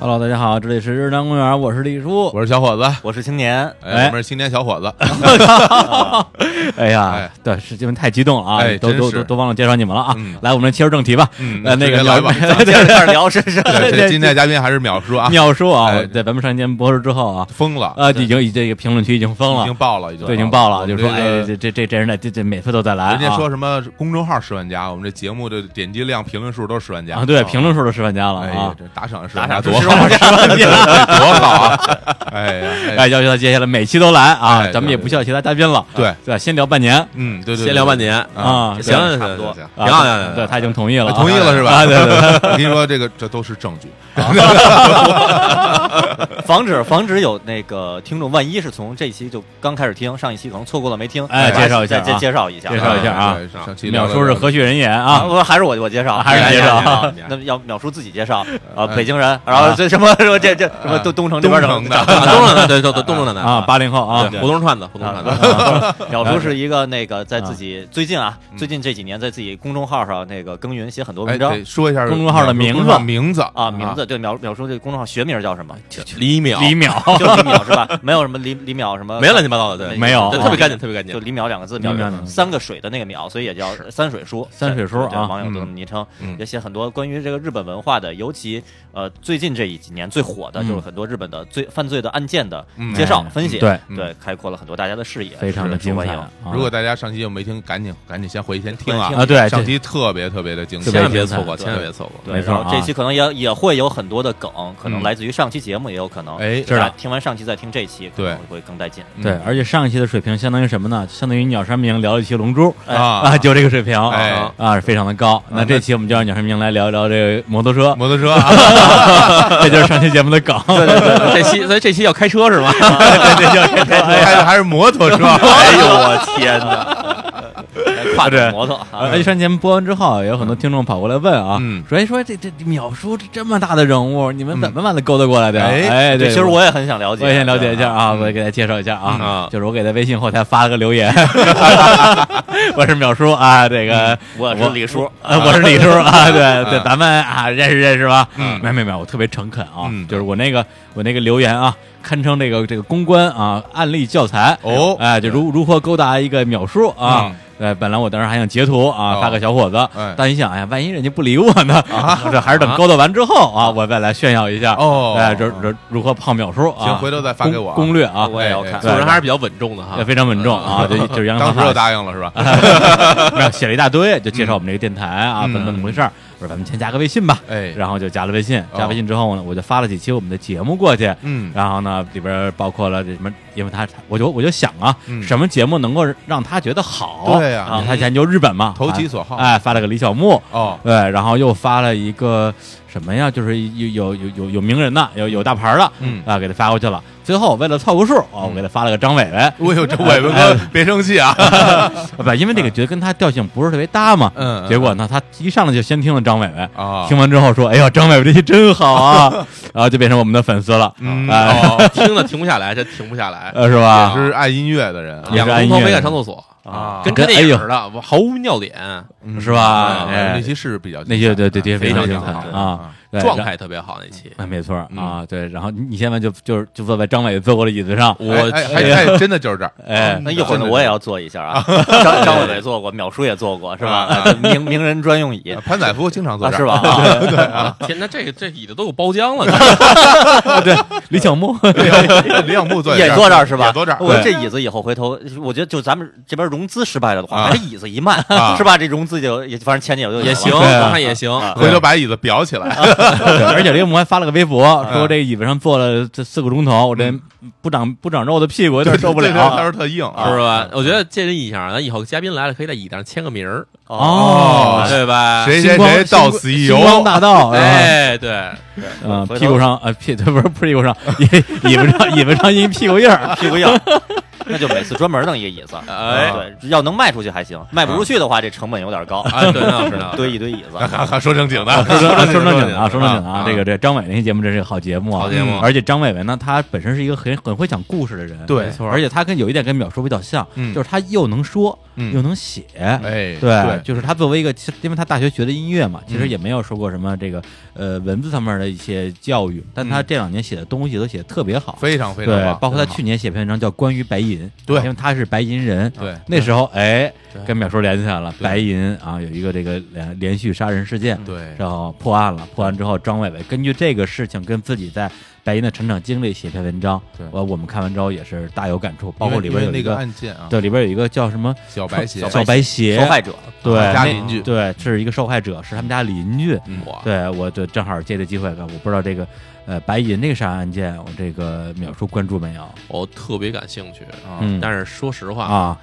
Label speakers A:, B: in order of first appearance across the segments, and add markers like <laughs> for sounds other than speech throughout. A: Hello，大家好，这里是日坛公园，我是李叔。
B: 我是小伙子，
C: 我是青年，
A: 哎
B: 哎，我们是青年小
A: <laughs>
B: 伙子，
A: 哎呀
B: 哎，
A: 对，是因为太激动了啊，
B: 哎
A: 都
B: 真
A: 都
B: 是
A: 都都忘了介绍你们了啊
B: 嗯。
A: 来，我们切入正题吧。
B: 嗯
A: 呃，那
B: 直
A: 个
B: 接
A: 鸟 <laughs>
B: 来吧
C: 咱们接着开始聊，是是，
B: 对，
A: 对
B: 这今天的嘉宾还是淼叔啊，
A: 鸟叔啊，
B: 哎
A: 我对，咱们上一间博士之后啊，
B: 疯了，
A: 呃，已经已这个评论区已经疯
B: 已
A: 了
B: 经，爆了，已经
A: 对，已经爆了，就
B: 我们
A: 说
B: 这
A: 哎，
B: 个
A: 这这这这人呢，这这每次都在来啊。
B: 人家说什么公众号十万加，我们这节目的点击量、评论数都是十万加
A: 啊，对，评论数都十万加了
B: 哎
A: 啊
B: 呀，，这打赏是
C: 打赏
B: 多哎
C: 是
B: 好，<laughs>
C: 吧
B: 多好啊！哎呀，哎
A: 哎，要求他接下来每期都来啊，
B: 哎
A: 咱们
B: 对
A: 也不需要其他嘉宾了，
B: 对，
A: 对吧，先聊半年
B: 嗯，对对，
C: 先聊半年
A: 啊，对
C: 行行
B: 差不
C: 行
B: 多
C: 行
A: 啊
C: 行行
A: 对，
C: 行，
A: 他已经同意了
B: 对，
A: 啊，
B: 同意了是吧？
A: 啊对对 <laughs> 对，
B: <laughs> 我跟你说，这个这都是证据，
C: 防止防止有那个听众，万一是从这期就刚开始听，上一期可能错过了没听，
A: 哎
C: 对吧
A: 介绍一下
C: 再再
A: 啊
C: 介绍一下，
A: 介绍一下啊
B: 对哎上期聊
A: 淼
B: 的
A: 叔是何许人也
C: 啊，
A: 啊？
C: 不还是我我介绍，
A: 还是你介绍
C: 啊那要淼叔自己介绍啊，
B: 哎
C: 北京人，然后这什么什么这这什么东东城这边
B: 东城的
C: 啊
D: 东城的，对，对对，东城的
A: 啊，，八零后啊，
D: 对胡同串子，胡同串子，
C: 啊淼叔是一个那个在自己最近啊，
B: 嗯
C: 最近这几年在自己公众号上那个耕耘，写很多
B: 哎，
C: 文章
B: 得说一下
A: 公众号的名字
B: 公众号名字
C: 啊，名字对淼淼叔这公众号学名叫什么？就
D: 李淼，
A: 李淼，
C: 就李淼是吧？没有什么李李淼什么，
D: 没有乱七八糟的，对，
A: 没有
D: 对
A: 啊
D: 特别干净，特别干
C: 就
D: 净。
C: 李淼两个字，
A: 李淼两个
C: 淼
A: 字
C: 三个水的那个淼，所以也叫三水叔。
A: 三水叔
C: 对对
A: 啊
C: 网友都这么
B: 嗯
C: 昵称，
B: 嗯
C: 也写很多关于这个日本文化的，尤其呃最近这几年最火的就是很多日本的罪犯罪的案件的
B: 嗯
C: 介绍分析，
A: 对，
B: 嗯
C: 对，开阔了很多大家的视野，
A: <laughs> 非常的
C: 是
A: 精
C: 受欢
A: 彩
C: 迎
A: 啊。
B: 如果大家上期又没听，赶紧赶紧先回去先听啊！
A: 啊，对，
B: 上期特别特别的精彩，
A: 特
D: 千
A: 别精
D: 万别
A: 彩
D: 错过，千万
B: 对
D: 别错过。
C: 对，
A: 没错
C: 然
A: 啊
C: 后这期可能也也会有很多的梗，可能
B: 嗯
C: 来自于上期节目，也有可能
B: 哎
A: 是的
C: 大家听完上期再听这期，可能会更带劲。
A: 对，
B: 嗯
A: 而且上一期的水平相当于什么呢？相当于鸟山明聊一期《龙珠》
C: 哎
B: 啊
A: 啊，，就这个水平
B: 哎
A: 啊，非常的高。那这期我们就让鸟山明来聊一聊这个摩托车，
B: 摩托车啊，
A: <laughs> 这就是上期节目的梗。 <laughs>
D: 对对对，这期所以这期要开车是吗？
A: 对对， <laughs> 就是这个
B: 开的还是摩托车，啊
C: 哎呦我天哪！跨着摩托，啊
A: 而且哎上期节目播完之后，啊也有很多听众跑过来问啊，
B: 嗯
A: 说哎说这这淼叔这这么大的人物，你们怎么把他勾搭过来的？
B: 哎
A: 嗯哎，对，
C: 对，其实我也很想了解，
A: 我也想了解一下
C: 对。
B: 嗯
A: 啊，我也给大家介绍一下啊，
D: 嗯啊
A: 就是我给他微信后台发了个留
B: <laughs>
A: 言， <laughs> 我是淼叔啊，这个
C: 我是李叔，
A: 啊，我是李叔啊，对对，
B: 嗯
A: 咱们啊认识认识吧。
B: 嗯
A: 没有没有没有，我特别诚恳啊，
B: 嗯
A: 就是我那个我那个留言啊，堪称这个这个公关啊案例教材
B: 哦
A: 哎，就如如何勾搭一个秒叔啊
B: 嗯。
A: 呃，本来我当时还想截图啊，
B: 哦
A: 发给小伙子
B: 哎，啊
A: 但一想，哎呀，万一人家不理我呢？ <laughs> 这还是等勾搭完之后啊，我再来炫耀一下。
B: 哦
A: 哎，这这如何泡秒叔 <laughs> 啊？
B: 行回头再发给我啊
A: 攻攻略啊，
C: 我也要看
B: 哎哎
D: 做人还是比较稳重的哈
A: 也。非常稳重
B: <laughs>
A: 啊，就就是杨
B: 当
A: 洋
B: 时就答应了是
A: 啊 <laughs>
B: 吧？
A: 没有写了一大堆，就介绍我们这个电台啊，
B: 嗯
A: 怎么怎么回事儿。我说咱们先加个微信吧，
B: 哎
A: 然后就加了微信。
B: 哦
A: 加微信之后呢，我就发了几期我们的节目过去，
B: 嗯
A: 然后呢里边包括了这什么，因为他我就我就想啊，
B: 嗯
A: 什么节目能够让他觉得好？
B: 对呀
A: 啊，他研究日本嘛，
B: 投其所好
A: 哎，发了个李小牧。
B: 哦，
A: 对，然后又发了一个什么呀？就是有有有有有名人的，有有大牌儿的，
B: 嗯
A: 啊，给他发过去了。最后为了凑个数，啊，我给他发了个张伟伟，
B: 我有这伟文
A: 哎
B: 哥别生气啊，
A: 不，因为这个觉得跟他调性不是特别搭嘛。
B: 嗯嗯嗯
A: 结果呢，他一上来就先听了张伟伟，
B: 啊
A: 听完之后说：“哎呀，张伟伟这期真好
B: <laughs>
A: 啊！”然后就变成我们的粉丝了，
B: 嗯
A: 哎
B: 哦，
D: 听了停不下来，真停不下来。
A: 呃，是吧？
B: 是爱音乐的人
A: 也是
D: 两个
A: 按
D: 钟头
A: 音乐
D: 没敢上厕所，
B: 啊，
D: 跟
A: 跟
D: 真电
A: 哎呦
D: 影似的，毫无尿点，
B: 嗯
A: 是吧哎
B: 那期是比较
A: 那些对对对，
B: 非
A: 常
B: 常
A: 精
B: 精
A: 彩
B: 彩
A: 啊，对
D: 状。态特别好。那期
A: 然哎，没错
B: 嗯
A: 啊，对。然后你你现在就就是就坐在张伟坐过的椅子上，
B: 哎
D: 我
B: 哎
A: <laughs>
B: 哎哎真的就是这儿，
A: 哎，
C: 那一会儿
B: 真
C: 呢，
B: 的
C: 我也要坐一下啊。张张伟伟坐过，淼叔也坐过，是吧？哎名名人专用椅
B: 潘载夫经常坐
C: 啊，
B: 这儿
C: 是吧？？
B: <laughs>
C: 啊
D: 天，那这个这椅子都有包浆了，
A: 李小牧
B: 李小李小牧坐
C: 也啊坐这儿是吧？
B: 也坐这儿，
C: 我这
A: 对
C: 椅子以后回头，我觉得就咱们这边融资失败了的话，
B: 啊
C: 把这椅子一卖
B: 啊，
C: 是吧？这融资就也反正前几年就有了
D: 也行，
A: <laughs> 对啊
D: 我看也行。
B: 回头把椅子裱起来，
C: 啊
A: 对而且这个我们还发了个微博，说这椅子上坐了这四个钟头，我这不长不长肉的屁股有点受不
B: <laughs> 对对对
A: 了
B: 他说特硬啊
A: 啊
D: 是吧？我觉得借这意向，咱以后嘉宾来了可以在椅子上签个名儿，
B: 哦
D: 对吧？
B: 谁
A: 星
B: 谁
A: 光
B: 谁到
A: 星
B: 此
A: 光
B: 一
A: 星光
B: 游，
A: 大道，是吧
D: 哎，对，
A: 嗯，
C: 回头
A: 屁股上呃屁不是屁股上，椅椅子上椅子上印屁股印儿，
C: 屁股硬， <laughs> 那就每次专门弄一个椅子。
D: 哎
C: 对，要能卖出去还行，卖不出去的话，这成本有点高，
D: 啊，对，那是的，
C: 堆一堆椅子。
B: 还还说正经的，
A: 说正说正经的啊，说正经的
B: 啊
A: 啊，这个这张伟那期节目真是个好节目啊，
D: 好节目
A: 而且张伟文呢，他本身是一个很很会讲故事的人，
B: 对
D: 没错
A: 而且他跟有一点跟淼叔比较像，
B: 嗯
A: 就是他又能说
B: 嗯
A: 又能写，
B: 哎，
A: 对，就是他作为一个，其实因为他大学学的音乐嘛，其实
B: 嗯
A: 也没有受过什么这个呃文字上面的一些教育，但他
B: 嗯
A: 这两年写的东西都写的特别好，
B: 非常非常
A: 对
B: 棒，，
A: 包括他去年写篇文章叫《关于白银》，
B: 对嗯
A: 因为他是白银人，
B: 对
A: 那时候哎
D: 对
A: 跟淼叔联系起来了，
B: 对嗯
A: 白银啊有一个这个连连续杀人事件，
B: 对
A: 然后破案了，破案之后张伟伟根据这个事情跟自己在白银的成长经历写篇文章呃
B: 对，
A: 我我们看完之后也是大有感触，包括里边
B: 因为
A: 有
B: 那
A: 一
B: 个案件啊，
A: 对里边有一个叫什么
B: 小白鞋，
A: 小白鞋
C: 受害者，
A: 对
B: 他们家
A: 那
B: 邻居
A: 对是一个受害者，是他们家邻居。
B: 嗯
D: 哇，
A: 对，我就正好借这机会吧，我不知道这个呃白银这个杀人案件，我这个秒叔关注没有？
D: 我特别感兴趣，
B: 啊
A: 嗯
D: 但是说实话，
A: 啊，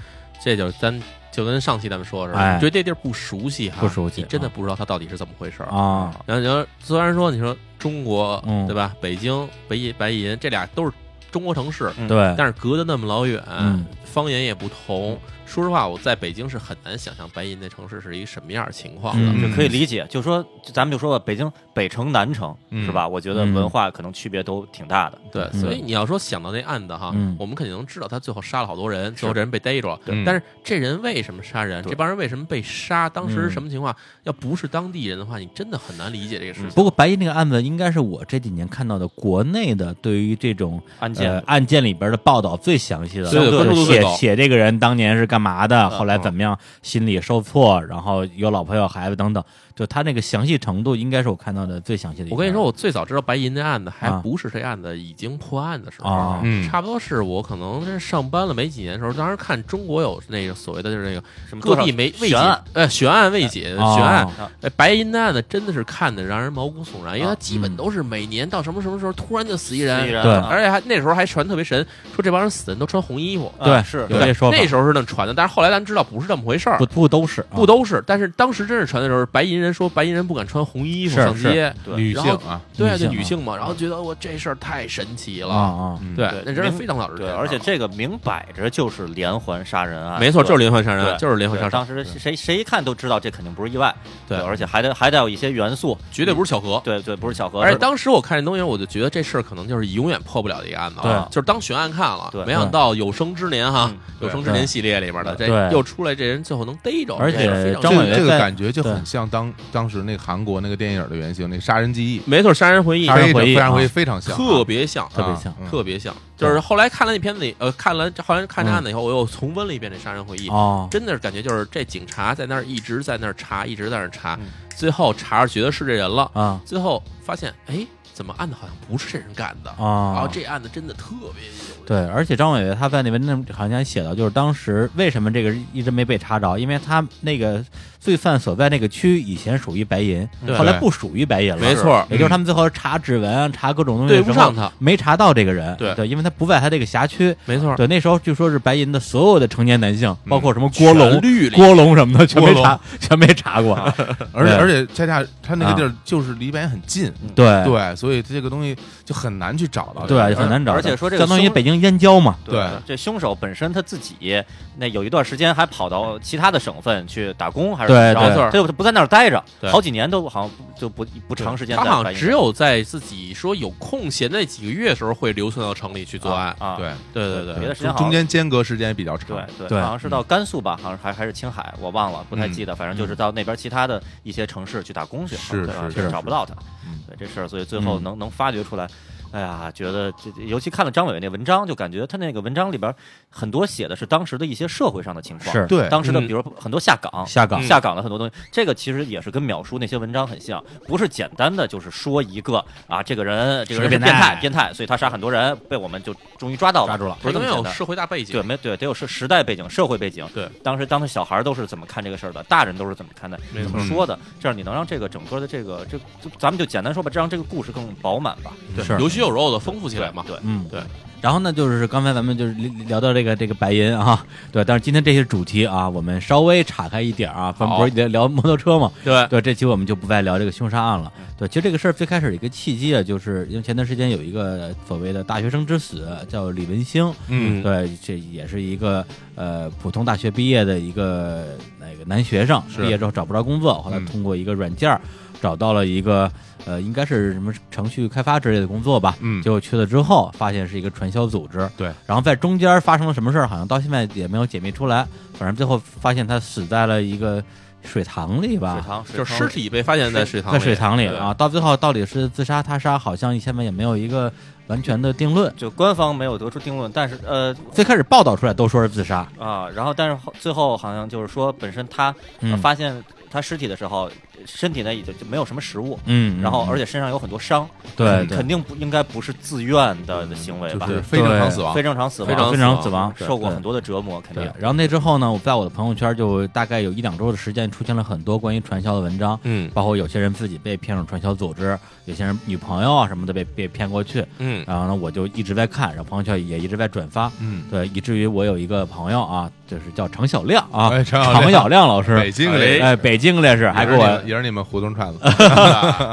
D: 这就是咱就跟上期咱们说的似
A: 哎
D: 的，你对这地儿不熟悉哈，
A: 不熟悉
D: 你真的不知道它到底是怎么回事儿。
A: 啊，
D: 然后你要虽然说你说中国
A: 嗯
D: 对吧，北京、北银、白银这俩都是中国城市，
C: 嗯
A: 啊对，
D: 但是隔得那么老远
A: 嗯，
D: 方言也不同。说实话，我在北京是很难想象白银那城市是一什么样的情况的。
A: 嗯
C: 就可以理解。就说就咱们就说吧，北京北城、南城
B: 嗯
C: 是吧？我觉得
A: 嗯
C: 文化可能区别都挺大的。
D: 对，
A: 嗯
D: 所以你要说想到那案子哈
A: 嗯，
D: 我们肯定能知道他最后杀了好多人，最后这人被逮住了。
B: 对
D: 但是这人为什么杀人？啊
C: 对
D: 这帮人为什么被杀？当时
A: 嗯
D: 是什么情况？要不是当地人的话，你真的很难理解这个事情。
A: 不过白银这个案子应该是我这几年看到的国内的对于这种
C: 案
A: 呃
C: 件
A: 案件里边的报道最详细的，
D: 对
A: 就是
D: 关注度最
A: 写
D: 高
A: 写这个人当年是干嘛的，后来
B: 嗯
A: 怎么样，心理受挫，然后有老婆有孩子等等，就他那个详细程度应该是我看到的最详细的一个。
D: 我跟你说，我最早知道白银那案子，还
A: 嗯啊
D: 不是这案子已经破案的时候，
A: 啊
B: 嗯
D: 差不多是我可能是上班了没几年的时候，当时看中国有那个所谓的就是那个
C: 什么
D: 各
C: 多少
D: 地没未解
C: 悬案，
D: 呃，悬案未解，
A: 啊
D: 悬案。
C: 啊
D: 哎，白银的案子真的是看的让人毛骨悚然，因为它基本
A: 嗯
D: 都是每年到什么什么时候突然就死一人，
C: 虽然
A: 对
C: 啊
D: 而且还那时候还传特别神，说这帮人死人都穿红衣服。
C: 啊
A: 对
C: 是
A: 有这说法
D: 那时候是那么传的，但是后来咱知道不是这么回事儿
A: 不，不都是啊
D: 不都是。但是当时真是传的时候，白银人说白银人不敢穿红衣服
A: 是
D: 上街，
C: 对
B: 女
D: 然
B: 性
D: 后
B: 啊，
D: 对啊，
A: 女性
D: 就
A: 啊
D: 女性嘛，然后觉得我这事儿太神奇
A: 啊
D: 了，
A: 啊，
B: 嗯
D: 对
C: 对，
D: 那真是
C: 明
D: 非常早之前
C: 对，
D: 的事儿，
C: 而且这个明摆着就是连环杀人案，
D: 没错，
C: 对
D: 就是连环杀人案，
C: 对
D: 就是连环杀
C: 对
D: 人
C: 当
D: 案，
C: 时谁谁一看都知道这肯定不是意外，
D: 对
C: 而且还得还得有一些元素，
D: 绝对不是巧合。
C: 对对，不是巧合。
D: 而且当时我看这东西，我就觉得这事儿可能就是永远破不了的一个案子啊，
A: 对
D: 就是当悬案看了
C: 对，
D: 没想到有生之年哈
C: 嗯，
D: 有生之年系列里边的这
A: 对
D: 又出来这人最后能逮着，
A: 而且
D: 这事儿非常
A: 张
B: 这
A: 伟
B: 个这个
A: 在
B: 感觉就
A: 对
B: 很像当当时那个韩国那个电影的原型，那《杀人记忆》，
D: 没错，《杀人回忆
A: 杀》人回忆
B: 非常非常
A: 啊
B: 回忆非常像啊，
D: 特别像，
A: 特别
B: 啊
A: 像
B: 嗯
D: 特别像。就是后来看了那片子以，呃，看了后来看这
A: 嗯
D: 案子以后，我又重温了一遍这《杀人回忆》，
A: 哦，
D: 真的是感觉就是这警察在那儿一直在那儿查，一直在那儿查
C: 嗯，
D: 最后查着觉得是这人了，
A: 啊
D: 最后发现哎，怎么案子好像不是这人干的，然
A: 啊
D: 后，哦这案子真的特别有
A: 对，而且张伟伟他在那文章好像写到，就是当时为什么这个一直没被查着，因为他那个罪犯所在那个区以前属于白银，
D: 嗯对
A: 后来不属于白银了，
D: 没错
A: 也就是他们最后查指纹、啊、查各种东西
D: 对
A: 的时
D: 不
A: 候，
D: 上他，
A: 没查到这个人，
D: 对嗯
A: 因为他不在他这个辖区。
D: 没错，
A: 对，那时候据说是白银的所有的成年男性，包括什么郭
D: 嗯全
A: 龙、
D: 绿啊里
A: 郭龙什么的，全没
B: 郭龙
A: 查，全没查过。
B: 而且
A: 对啊
B: 而且恰恰他那个地儿就是离白岩很近，
A: 对
B: 对，所以这个东西就很难去找到。
A: 哎对，啊
B: 而
A: 很难找到。
C: 而且说这个
A: 相当于
C: 凶
A: 北京燕郊嘛，
B: 对
C: 这凶手本身他自己那有一段时间还跑到其他的省份去打工，还是
A: 对
C: 怎么着
A: 对
C: 他就不在那儿待着，
D: 对
C: 好几年都好像不就不不长时间在
D: 他
C: 白银。
D: 好像只有在自己说有空闲的那几个月的时候会流窜到城里去作案。
C: 啊，
B: 对，
D: 对对对
C: 别的时间
B: 中
C: 好像
B: 中间间隔时间也比较长
C: 对。对，
A: 对
C: 好像是到甘肃吧，好像还还是青海，我忘了，不太记得，反正就是到那边其他的一些城市去打工去，
B: 是
C: 对吧啊
B: 是
C: 就是找不到他
B: 嗯。
C: 对这事儿，所以最后能能发掘出来，哎呀，觉得这这尤其看了张伟那文章，就感觉他那个文章里边很多写的是当时的一些社会上的情况，
A: 是啊
B: 对，
C: 当时的
D: 嗯
C: 比如很多下岗。
A: 下岗
D: 嗯
C: 啊下岗的很多东西，这个其实也是跟秒叔那些文章很像，不是简单的就是说一个啊，这个人这个
A: 是个
C: 人是
A: 变
C: 变
A: 态
C: 态变态，所以他杀很多人，被我们就终于抓到了，
A: 抓住了
C: 不
D: 他
C: 是这
D: 能
C: 么
D: 有
C: 简单
D: 社会大背景，
C: 对，没对，得有时时代背景、社会背景。
D: 对，
C: 当时当时小孩儿都是怎么看这个事儿的，大人都是怎么看的，
D: 没
C: 怎
D: 错嗯
C: 么说的，这样你能让这个整个的这个这，就咱们就简单说吧，这让这个故事更饱满吧。
D: 对
A: 是
D: 尤其有肉的丰富起来嘛。
C: 对，
A: 嗯，
D: 对。
A: 然后呢，就是刚才咱们就是聊聊到这个这个白银啊，对，但是今天这些主题啊，我们稍微岔开一点儿啊，咱们不是聊聊摩托车嘛，
D: 对，
A: 对，这期我们就不再聊这个凶杀案了。对，其实这个事儿最开始的一个契机啊，就是因为前段时间有一个所谓的大学生之死，叫李文星，
B: 嗯
A: 对，这也是一个呃普通大学毕业的一个那个男学生，
B: 是
A: 毕业之后找不着工作，后来
B: 嗯
A: 通过一个软件儿找到了一个呃应该是什么程序开发之类的工作吧，
B: 嗯
A: 结果去了之后发现是一个传销组织，
B: 对，
A: 然后在中间发生了什么事儿，好像到现在也没有解密出来，反正最后发现他死在了一个水塘里吧，
C: 水塘
D: 就是
C: 水
D: 尸
C: 塘
D: 体被发现在水塘
A: 在
D: 里，
A: 水塘里
D: 对
A: 啊，，到最后到底是自杀他杀，好像现在也没有一个完全的定论。
C: 就官方没有得出定论，但是呃
A: 最开始报道出来都说是自杀，
C: 啊，然后但是后最后好像就是说，本身他、呃
A: 嗯
C: 发现他尸体的时候，身体呢已经就没有什么食物，
A: 嗯，
C: 然后而
A: 且
C: 且身上有很多伤，
A: 对对嗯
C: 肯定不应该不是自愿的的行为吧？
B: 就是非正常死亡
C: 非，正常死
D: 非常
C: 亡，
A: 非常死亡，
C: 受过
A: 对
C: 很多的折磨，肯
A: 对
C: 定，。
A: 然后那之后呢，我在我的朋友圈就大概有一两周的时间，出现了很多关于传销的文章，
D: 嗯
A: 包括有些人自己被骗入传销组织，有些人女朋友啊什么的被被骗过去。
D: 嗯
A: 然后呢，我就一直在看，然后朋友圈也一直在转发，
B: 嗯，
A: 对，以至于我有一个朋友啊，就是叫程小亮啊，
B: 哎程小亮
A: 程小亮老师，
B: 北京
D: 哎
B: 人
A: 哎，北京烈士还给我
B: 也是你们啊胡同串子，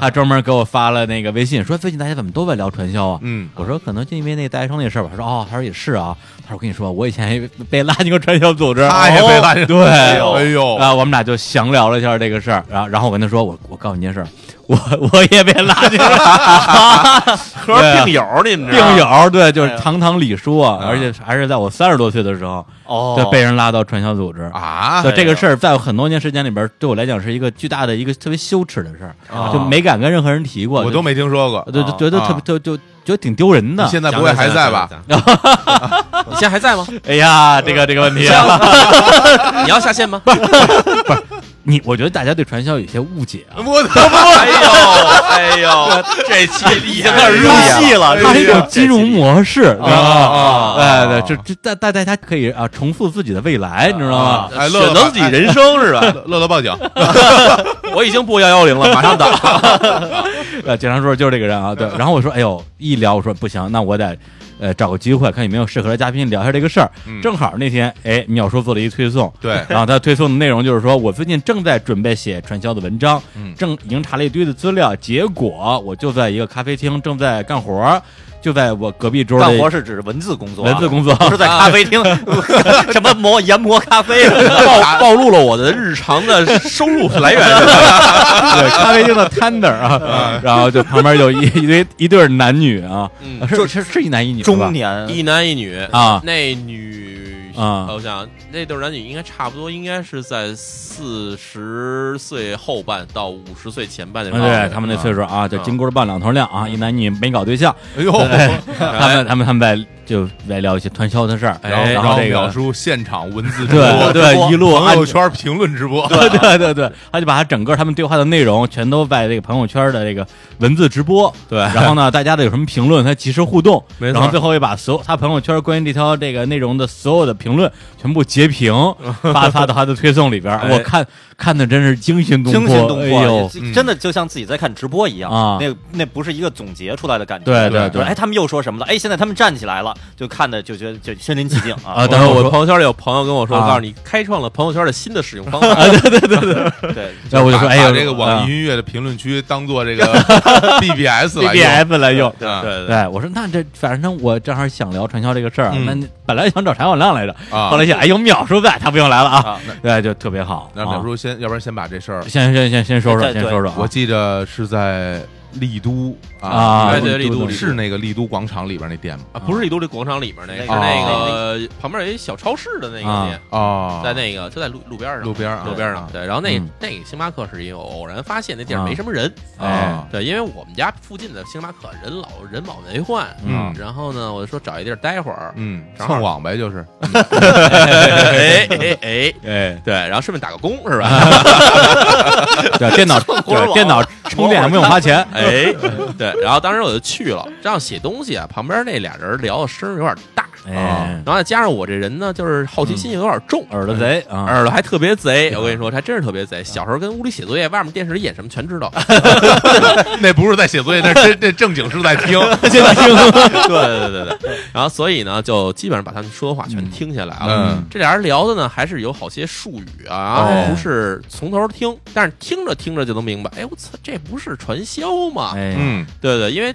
A: 还专门给我发了那个微信，说最近大家怎么都在聊传销啊？
B: 嗯，
A: 我说可能就因为那个大学生那事儿吧。他说哦，他说也是啊。他说我跟你说，我以前也被拉进过传销组织，
B: 他也被拉进
A: 哦对。
B: 哎呦，
A: 啊，我们俩就详聊了一下这个事儿，然后然后我跟他说，我我告诉你件事儿，我我也被拉进了，
B: <laughs>
D: 和病友，你们知道
A: 啊病
D: 吗，
A: 友，对，就
C: 哎
A: 是
C: 呀
A: 堂堂李叔啊，
B: 啊
A: 而且还是在我三十多岁的时候，
C: 哦
A: 对，被人拉到传销组织
B: 啊，
A: 对这个事儿，在很多年时间里边儿，对我来讲是一个巨大的一个特别羞耻的事儿，
B: 啊
A: 就没敢跟任何人提过，
B: 我
A: 就
B: 都没听说过。
A: 对，就觉得特别，就就觉得挺丢人的
B: 你。现在不会还在吧？？
D: 你现在还在吗？
A: 哎呀，这个这个问题啊，
D: <laughs> 你要下线吗？
A: 你我觉得大家对传销有一些误解啊，
B: <laughs> 我他妈
D: 哎呦， <laughs> 哎呦，哎这期已经开始入戏了，
C: 哎
A: 它是一种金融模式，知道吗？哎
B: 啊
A: 对对，这这大大大家可以啊重塑自己的未来，你知道吗？
B: 哎乐乐
D: 选择自己人生是吧？
B: <laughs> 乐乐报警，哎
D: 我已经拨幺幺零了，马上打。
A: 呃，检查说就是这个人啊，对。然后我说，哎呦，一聊我说不行，那我得呃找个机会看有没有适合的嘉宾聊一下这个事儿。
B: 嗯
A: 正好那天，哎，妙叔做了一推送，
B: 对
A: 然后他推送的内容就是说，我最近正在准备写传销的文章，
B: 嗯
A: 正已经查了一堆的资料，结果我就在一个咖啡厅正在干活儿，就在我隔壁桌的
C: 干活是指文字工作啊，
A: 文字工作，
C: 不是在咖啡厅 <laughs> 什么磨研磨咖啡什么的，
D: 暴暴露了我的日常的收入来源。
A: 对咖啡厅的 tender 啊，然后就旁边有一一堆一对儿男女啊，
D: 嗯
A: 是是是一男一女吧
C: 中年
D: 一男一女
A: 嗯啊
D: 那女
A: 啊
D: 我想那对男女应该差不多，应该是在四十岁后半到五十岁前半的
A: 啊，
D: 时候。
A: 对他们那岁数啊，就金箍棒两头亮啊，一男一女没搞对象，
B: 哎呦， <laughs>
A: 哎他们他们他们在就来聊一些传销的事儿，
D: 哎
A: 然
B: 然
A: 后
B: 后
A: 这
B: 秒
A: 个
B: 叔现场文字直
A: 对
B: 播，
A: 对一路
B: 朋
A: 按
B: 友圈评论
A: <laughs>
B: 直播，
A: 对对对对，他就把他整个他们对话的内容全都在这个朋友圈的这个文字直播，
D: 对
A: 然后呢，大家的有什么评论，他及时互动，
D: 没错
A: 然后最后也把所有他朋友圈关于这条这个内容的所有的评论全部截屏，发发到他的推送里边儿。
D: 哎
A: 我看看的真是惊心动魄，
C: 惊心动
A: 哎
C: 魄
A: 呦，
D: 嗯
C: 就真的就像自己在看直播一样
A: 啊
C: 那那不是一个总结出来的感觉，
A: 对
B: 对
A: 对
C: 就
A: 对
C: 是哎，他们又说什么了？哎，现在他们站起来了，就看的就觉得就身临其境啊
A: 啊！
D: 我
A: 当时
D: 说我
A: 说，
D: 朋友圈里有朋友跟我说，
A: 啊
D: 我告诉你，开创了朋友圈的新的使用
A: <laughs>
D: 方法。 <laughs>
C: 对，
A: 哎，我就说，
B: 把
A: 哎呦，
B: 把这个网易
A: 云
B: 音乐的评论区当做这个 BBS 来
A: B
B: 用
A: F 来用。
B: 啊
D: 对对，
A: 对，我说那这反正我正好想聊传销这个事儿啊，
B: 嗯
A: 那你本来想找常小亮来着，
B: 啊
A: 后来一想，哎，有淼叔在，他不用来了啊
D: <laughs>
C: 啊。
A: 对，就特别好。
B: 那
A: 啊
B: 淼叔先，要不然先把这事儿，
A: 先先先先说说，
C: 对
A: 先
C: 对
A: 说说啊。
B: 我记得是在丽都
A: 啊
D: 哎对丽都丽都
B: 是那个丽都广场里边那店吗？
D: 啊不是丽都这广场里面那个，是
B: 个
C: 那
D: 那个旁边有一小超市的那
A: 啊
D: 个店，
B: 啊，
D: 在那个就在路路边上，
B: 路边儿啊
D: 路边上。对，然后那
A: 嗯
D: 那个星巴克是因为我偶然发现那地儿
A: 啊哎
D: 没什么人，
B: 啊，
D: 对，因为我们家附近的星巴克人老人满为患，
B: 嗯
D: 然后呢，我就说找一地儿待会儿，
B: 嗯，
D: 正好
B: 蹭网呗就是， <laughs>
A: <laughs>
D: 哎哎哎，
A: 哎，
D: 对，然后顺便打个工是
A: 啊
D: <laughs> 吧？，
A: 对，电脑对电脑充电也不用花钱
D: 哎，对，然后当时我就去了，这样写东西啊，旁边那俩人聊的声儿有点大，
A: 哎
D: 然，后再加上我这人呢，就是好奇心有点重，
A: 耳朵嗯贼啊，
D: 耳朵还特别贼。我跟你说，还真是特别贼。小时候跟屋里写作业，外面电视里演什么
A: <laughs>
D: 全知道。
B: 那不是在写作业，那是那正经是在听。
D: <laughs> 哎对对对对对。然后所以呢，就基本上把他们说的话全听下来啊了。
B: 嗯
D: 这俩人聊的呢，还是有好些术语啊，
A: 哎
D: 不是从头听，但是听着听着就能明白。哎，我操，这不是传销吗？
A: 哎，
B: 嗯，
D: 对对，因为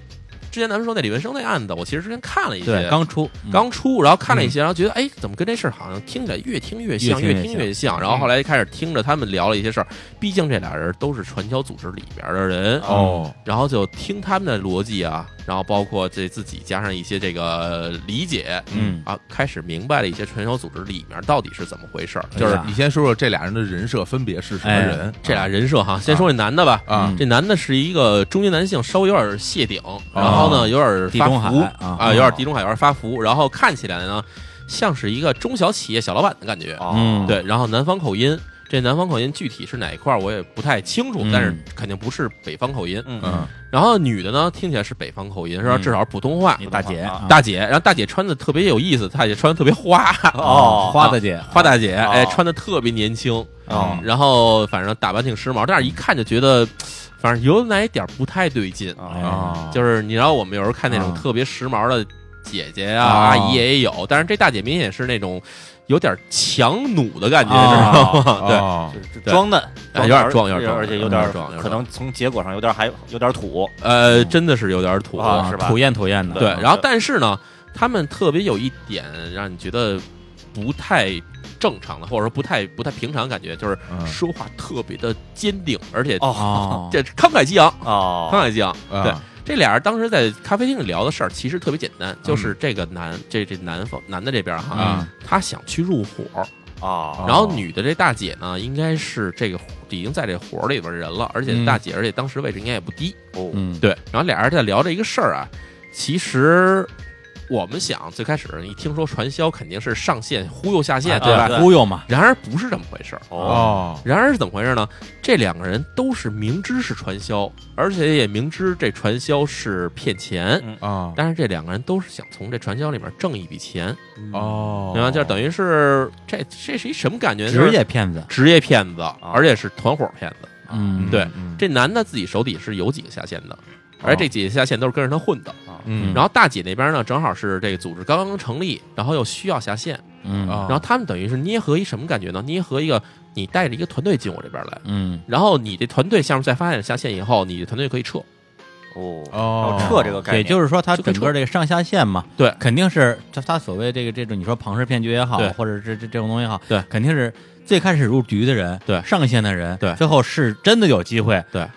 D: 之前咱们说那李文生那案子，我其实之前看了一些
A: 对，，刚出，嗯
D: 刚出，然后看了一些，然后觉得哎，怎么跟这事儿好像听着越听越像，
A: 越嗯
D: 越
A: 听越
D: 听越像。然后后来开始听着他们聊了一些事儿，毕竟这俩人都是传销组织里边的人，
B: 哦，
D: 然后就听他们的逻辑啊，然后包括这自己加上一些这个理解。
A: 嗯，
D: 啊，开始明白了一些传销组织里面到底是怎么回事儿，
A: 哎呀
D: 就是
B: 你先说说这俩人的人设分别是什么人？
D: 这俩人设哈。先说这男的吧，
B: 啊
A: 嗯
D: 这男的是一个中年男性，稍微有点谢顶，然后呢有点
A: 啊地
D: 发
A: 中海
D: 福
A: 啊
D: 有点地中海，有点发福，然后看起来呢像是一个中小企业小老板的感觉，
C: 哦
A: 嗯
D: 对，然后南方口音。这南方口音具体是哪一块儿我也不太清楚，
A: 嗯
D: 但是肯定不是北方口音。
C: 嗯，
B: 嗯
D: 然后女的呢，听起来是北方口音，是吧？
A: 嗯
D: 至少是普通话。
A: 大姐啊，
D: 大姐，然后大姐穿的特别有意思，大姐穿的特别花，
A: 哦，花
D: 啊
A: 大姐，
D: 花大姐，
C: 哦
D: 哎，穿的特别年轻，
A: 哦
D: 然后反正打扮挺时髦，但是一看就觉得， <sniffs> 反正有哪一点不太对劲。
A: 哎
D: 就是你知道，我们有时候看那种
A: 啊
D: 特别时髦的姐姐呀、
A: 啊
D: 阿姨也有，但是这大姐明显是那种有点强弩的感觉，
A: 啊
D: 知道 <laughs> 吗？对，
B: 哦
C: 就是
D: 对
C: 装嫩，
D: 哎有点装
C: 而
D: 有点装
C: 而且有
D: 有
C: 点
D: 点装有点
C: 可能从结果上有点还有点土，
D: 呃，真的是有点土。
C: 啊是吧
A: 讨厌讨厌的，
D: 对，
C: 对
D: 然后但是呢，他们特别有一点让你觉得不太正常的，或者说不太不太平常的感觉，就是
B: 嗯
D: 说话特别的坚定，而且 <laughs>
A: 哦，
D: 这慷慨激昂，
C: 哦，
D: 慷慨激昂。
B: 啊
D: 对这俩人当时在咖啡厅里聊的事儿，其实特别简单，就是这个男这这男方男的这边哈，
A: 嗯
D: 他想去入伙，
A: 哦
C: 啊，
D: 然后女的这大姐呢，应该是这个已经在这伙里边人了，而且
A: 嗯
D: 大姐，而且当时位置应该也不低。
A: 嗯，
D: 对，然后俩人在聊这一个事儿啊，其实。我们想最开始一听说传销肯定是上线忽悠下线，
A: 啊
D: 对吧？
C: 对
A: 忽悠嘛，
D: 然而不是这么回事儿。
C: 哦，
B: 哦
D: 然而是怎么回事呢？这两个人都是明知是传销，而且也明知这传销是骗钱，
B: 啊
D: 但是这两个人都是想从这传销里面挣一笔钱，
B: 哦，
D: 然后就等于是这这是一什么感觉？
A: 职业骗子，
D: 职业骗子，而且是团伙骗子。
A: 嗯，
D: 对
B: 啊嗯哦
D: 这男的自己手底是有几个下线的，而这几个下线都是跟着他混的。
B: 嗯
D: 然后大姐那边呢，正好是这个组织刚刚成立，然后又需要下线，
A: 嗯
B: 啊
D: 然后他们等于是捏合一什么感觉呢？捏合一个你带着一个团队进我这边来，
A: 嗯，
D: 然后你这团队下面再发现下线以后，你的团队可以撤。
C: 哦，
B: 哦
C: 要撤这个概
A: 也
C: 念，
A: 就是说，他
D: 就可以
A: 整个这个上下线嘛，
D: 对
A: 肯定是他他所谓这个这种你说庞氏骗局也好
D: 对，
A: 或者这这这种东西也好，
D: 对
A: 肯定是最开始入局的人，
D: 对
A: 上线的人，
D: 对
A: 最后是真的有机会，
D: 对，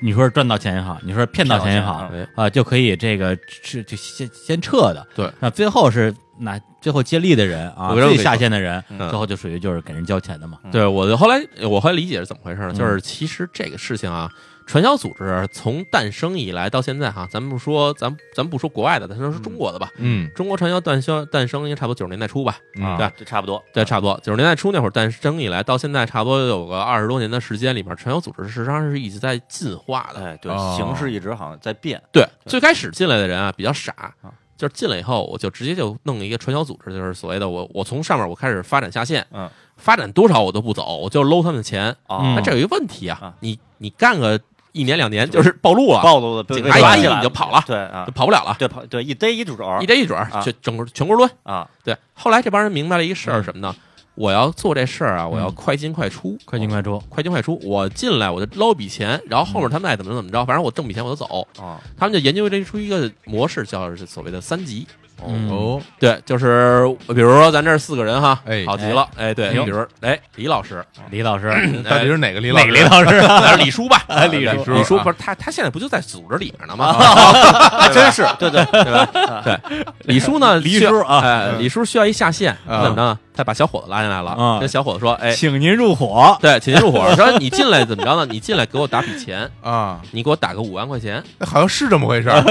A: 你说是赚到钱也好，你说是骗到钱也
C: 骗到
A: 好
C: 钱，
D: 哎，
A: 啊，就可以这个是就先先撤的，
D: 对，
A: 那最后是那最后接力的人啊，
D: 我认为
A: 最下线的人，
C: 嗯
A: 最后就属于就是给人交钱的嘛，
D: 对我就后来我后来理解是怎么回事呢？
A: 嗯
D: 就是其实这个事情啊，传销组织从诞生以来到现在哈，咱们不说咱咱不说国外的，咱就说中国的吧。
B: 嗯
D: 中国传销诞生诞生应该差不多九十年代初吧，
B: 嗯
D: 对
C: 这差不多，
D: 对，差不多九十年代初那会儿诞生以来到现在，差不多有个二十多年的时间里面，传销组织实际上是一直在进化的。
C: 哎，对，
B: 哦
C: 形式一直好像在变，
D: 对，最开始进来的人啊比较傻
C: 啊，
D: 就是进来以后我就直接就弄一个传销组织，就是所谓的我我从上面我开始发展下线，
C: 嗯，
D: 发展多少我都不走，我就搂他们的钱，
A: 嗯
C: 啊
D: 那，这有一个问题啊
C: 啊，
D: 你你干个一年两年就是暴露了，
C: 暴露了，被
D: 警
C: 被
D: 察
C: 抓
D: 一
C: 起
D: 逮
C: 来
D: 你就跑了，
C: 对啊
D: 就，跑不了了，
C: 对跑对一逮一主儿
D: 一逮一准儿
C: 啊，嗯
D: 全整个全国抡。
C: 啊，
D: 对，后来这帮人明白了一个事儿，什么呢？我要做这事儿啊，我
C: 嗯
D: 要快进快出，
A: 快进快出，
D: 快进快出。我进来我就捞笔钱，然后后面他们爱怎么怎么着，反正我挣笔钱我就走。
C: 啊，
D: 他们就研究这出一个模式，叫是所谓的三级。
A: 嗯
B: 哦
D: 对，就是比如说咱这儿四个人哈，
B: 哎
D: 好极了，哎，对，
A: 行
D: 比如哎李老师，
A: 李老师，
B: 到
D: 哎
B: 底是哪个李老
A: 哪个
B: 师？
A: 李老师啊？
D: 还是李
A: <laughs>
D: 叔吧，
B: 李
D: 叔，
B: 叔
D: 李
B: 啊
D: 不是他，他现在不就在组织里面呢吗？ <laughs>
C: 还真是，对对对吧？
D: 李叔呢？李
A: 叔啊
D: 哎，李叔需要一下线，
B: 啊
D: 怎么着呢？他把小伙子拉进来
A: 啊
D: 了，跟小伙子说：“哎，
A: 请您入伙，
D: 对，请您入伙。说你进来怎么着呢？你进来给我打笔钱，
B: 啊，哎
D: 你给我打个五万块钱。
B: 好像是这么回事儿。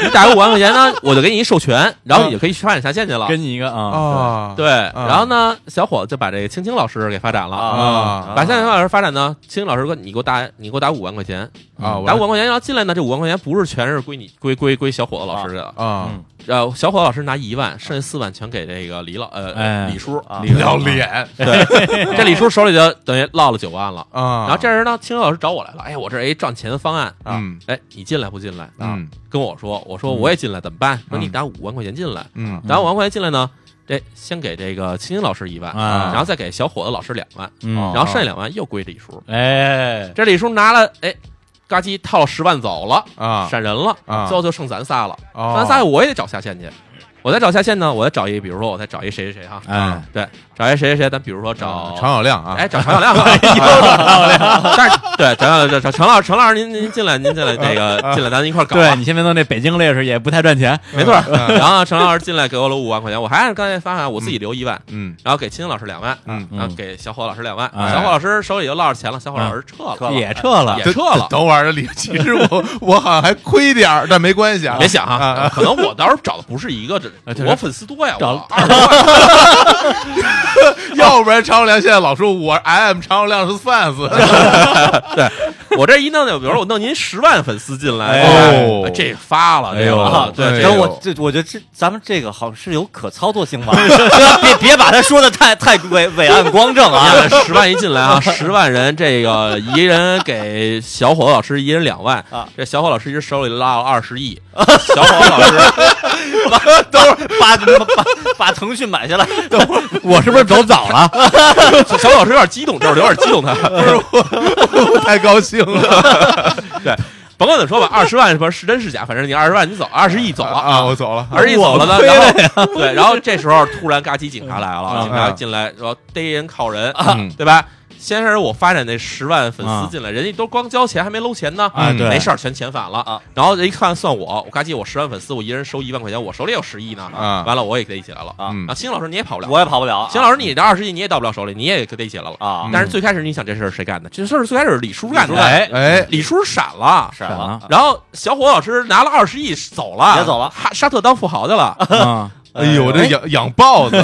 D: 你打个五万块钱呢，我就给你一授权，然后你就可以去发展下线去了
A: 给。你一个啊，
B: 啊，
D: 对，然后呢，小伙子就把这个青青老师给发展了。
B: 啊
D: 把夏青老师发展呢，青青老师说你给我打，你给我打五万块钱，
B: 啊，
D: 打
B: 我
D: 五万块钱，然后进来呢，这五万块钱不是全是归你 <laughs> 归归归小伙子老师的，
B: 啊，
A: 嗯
D: 然后小伙子老师拿一万，剩下四万全给这个李老呃
A: 哎
D: 李叔，
C: 啊
A: 李
B: 要脸
D: <laughs> 这李叔手里就等于落了九万了。
B: 啊，
D: 然后这人呢，青青老师找我来了，哎，我这儿有一赚钱的方案啊
B: 嗯，
D: 哎，你进来不进来？啊
B: 嗯
D: 跟我说，我说我也进来，怎么办？说
B: 嗯
D: 你打五万块钱进来，
B: 嗯
D: 打五万块钱进来呢，这先给这个青青老师一万，
A: 啊
D: 然后再给小伙子老师两万，
A: 嗯，
D: 然后剩下两万又归李叔。
A: 哎，
D: 这李叔拿了，哎，嘎叽套十万走了，
B: 啊，
D: 闪人了，
B: 啊
D: 最后就剩咱仨了。
B: 哦
D: 咱仨我也得找下线去，我再找下线呢，我再找一，比如说我再找一谁谁谁哈，
B: 嗯
D: 啊
A: 哎，
D: 对，找一谁谁谁，咱比如说找
B: 常小亮啊，
D: 哎，找常小亮，又找常小亮，但是对常小亮，找常老常老师，您您进来，您进来，那个进来，咱一块儿搞吧。
A: 对你先别弄那北京烈士也不太赚钱，
D: 没错儿。
B: 嗯
D: 然后常老师进来给我了五万块钱，我还按刚才方案，我自己留一万，
B: 嗯
D: 然后给青青老师两万，
B: 嗯
D: 然后给小伙老师两万，
A: 哎嗯
D: 小伙老师手里就落着钱了，小伙老师撤了，
A: 也撤了
D: 也，撤了。
B: 等会儿，李，其实
D: <laughs>
B: 我我好像还亏点儿，但没关系啊。
D: 别想
B: 啊，
D: 啊，可能我到时候找的不是一个这
A: 啊，对
D: 我粉丝多呀，
A: 找
D: 我二十万
B: 要不然常小亮现在老说我 I am 常小亮是 fans，
D: 我这一弄，比如说我弄您十万粉丝进来，
A: 哎
D: 对吧这发了，
A: 哎
D: 这
A: 呦
C: 啊
D: 个啊对，
B: 哎
D: 这
C: 然
D: 个
C: 后
B: 呦
C: 我这，我觉得这咱们这个好像是有可操作性吧，别别把它说的太太伟伟岸光正
D: 你
C: 啊！
D: 看这十万一进来啊，十万人，这个一人给小伙老师一人两万
C: 啊，
D: 这小伙老师一人手里落了二十亿，小伙老师
C: 等会儿把把把腾讯买下来，
A: 我是不是走早 <laughs> 了？
D: 小伙老师有点激动，这会儿有点激动他，
B: <laughs>
D: <laughs>
B: 太高兴了
D: 甭管怎么说吧，二十万是不是是真是假，反正你二十万你走，二十亿走了。
B: 啊！我走
D: <laughs>
B: 了，
D: 二十亿走了呢，然后 <laughs> 对，然后这时候突然嘎叽警察来了，警察进来说逮人铐人，
B: 嗯
D: 对吧？先是我发展那十万粉
A: 啊
D: 丝进来，人家都光交钱还没搂钱呢，嗯
A: 啊对
D: 没事儿，全遣返了
C: 啊。
D: 然后一看算我，我嘎叽，我十万粉丝，我一人收一万块钱，我手里有十亿呢。
B: 啊
D: 完了我也逮起来了。
C: 啊
B: 嗯
D: 然后新老师你也跑不了，
C: 我也跑不了啊。
D: 新老师你这二十亿你也到不了手里，你也给逮起来了。
C: 啊，
D: 但是最开始你想这事儿谁干的？这事儿最开始是李叔干的，
A: 哎，
B: 哎，
D: 李叔闪了。
C: 是
A: 闪
C: 啊
A: 了，
D: 然后小伙老师拿了二十亿走了，
C: 也走了
D: 哈沙特当富豪去了。
A: 啊，
B: 哎呦，这养养豹子，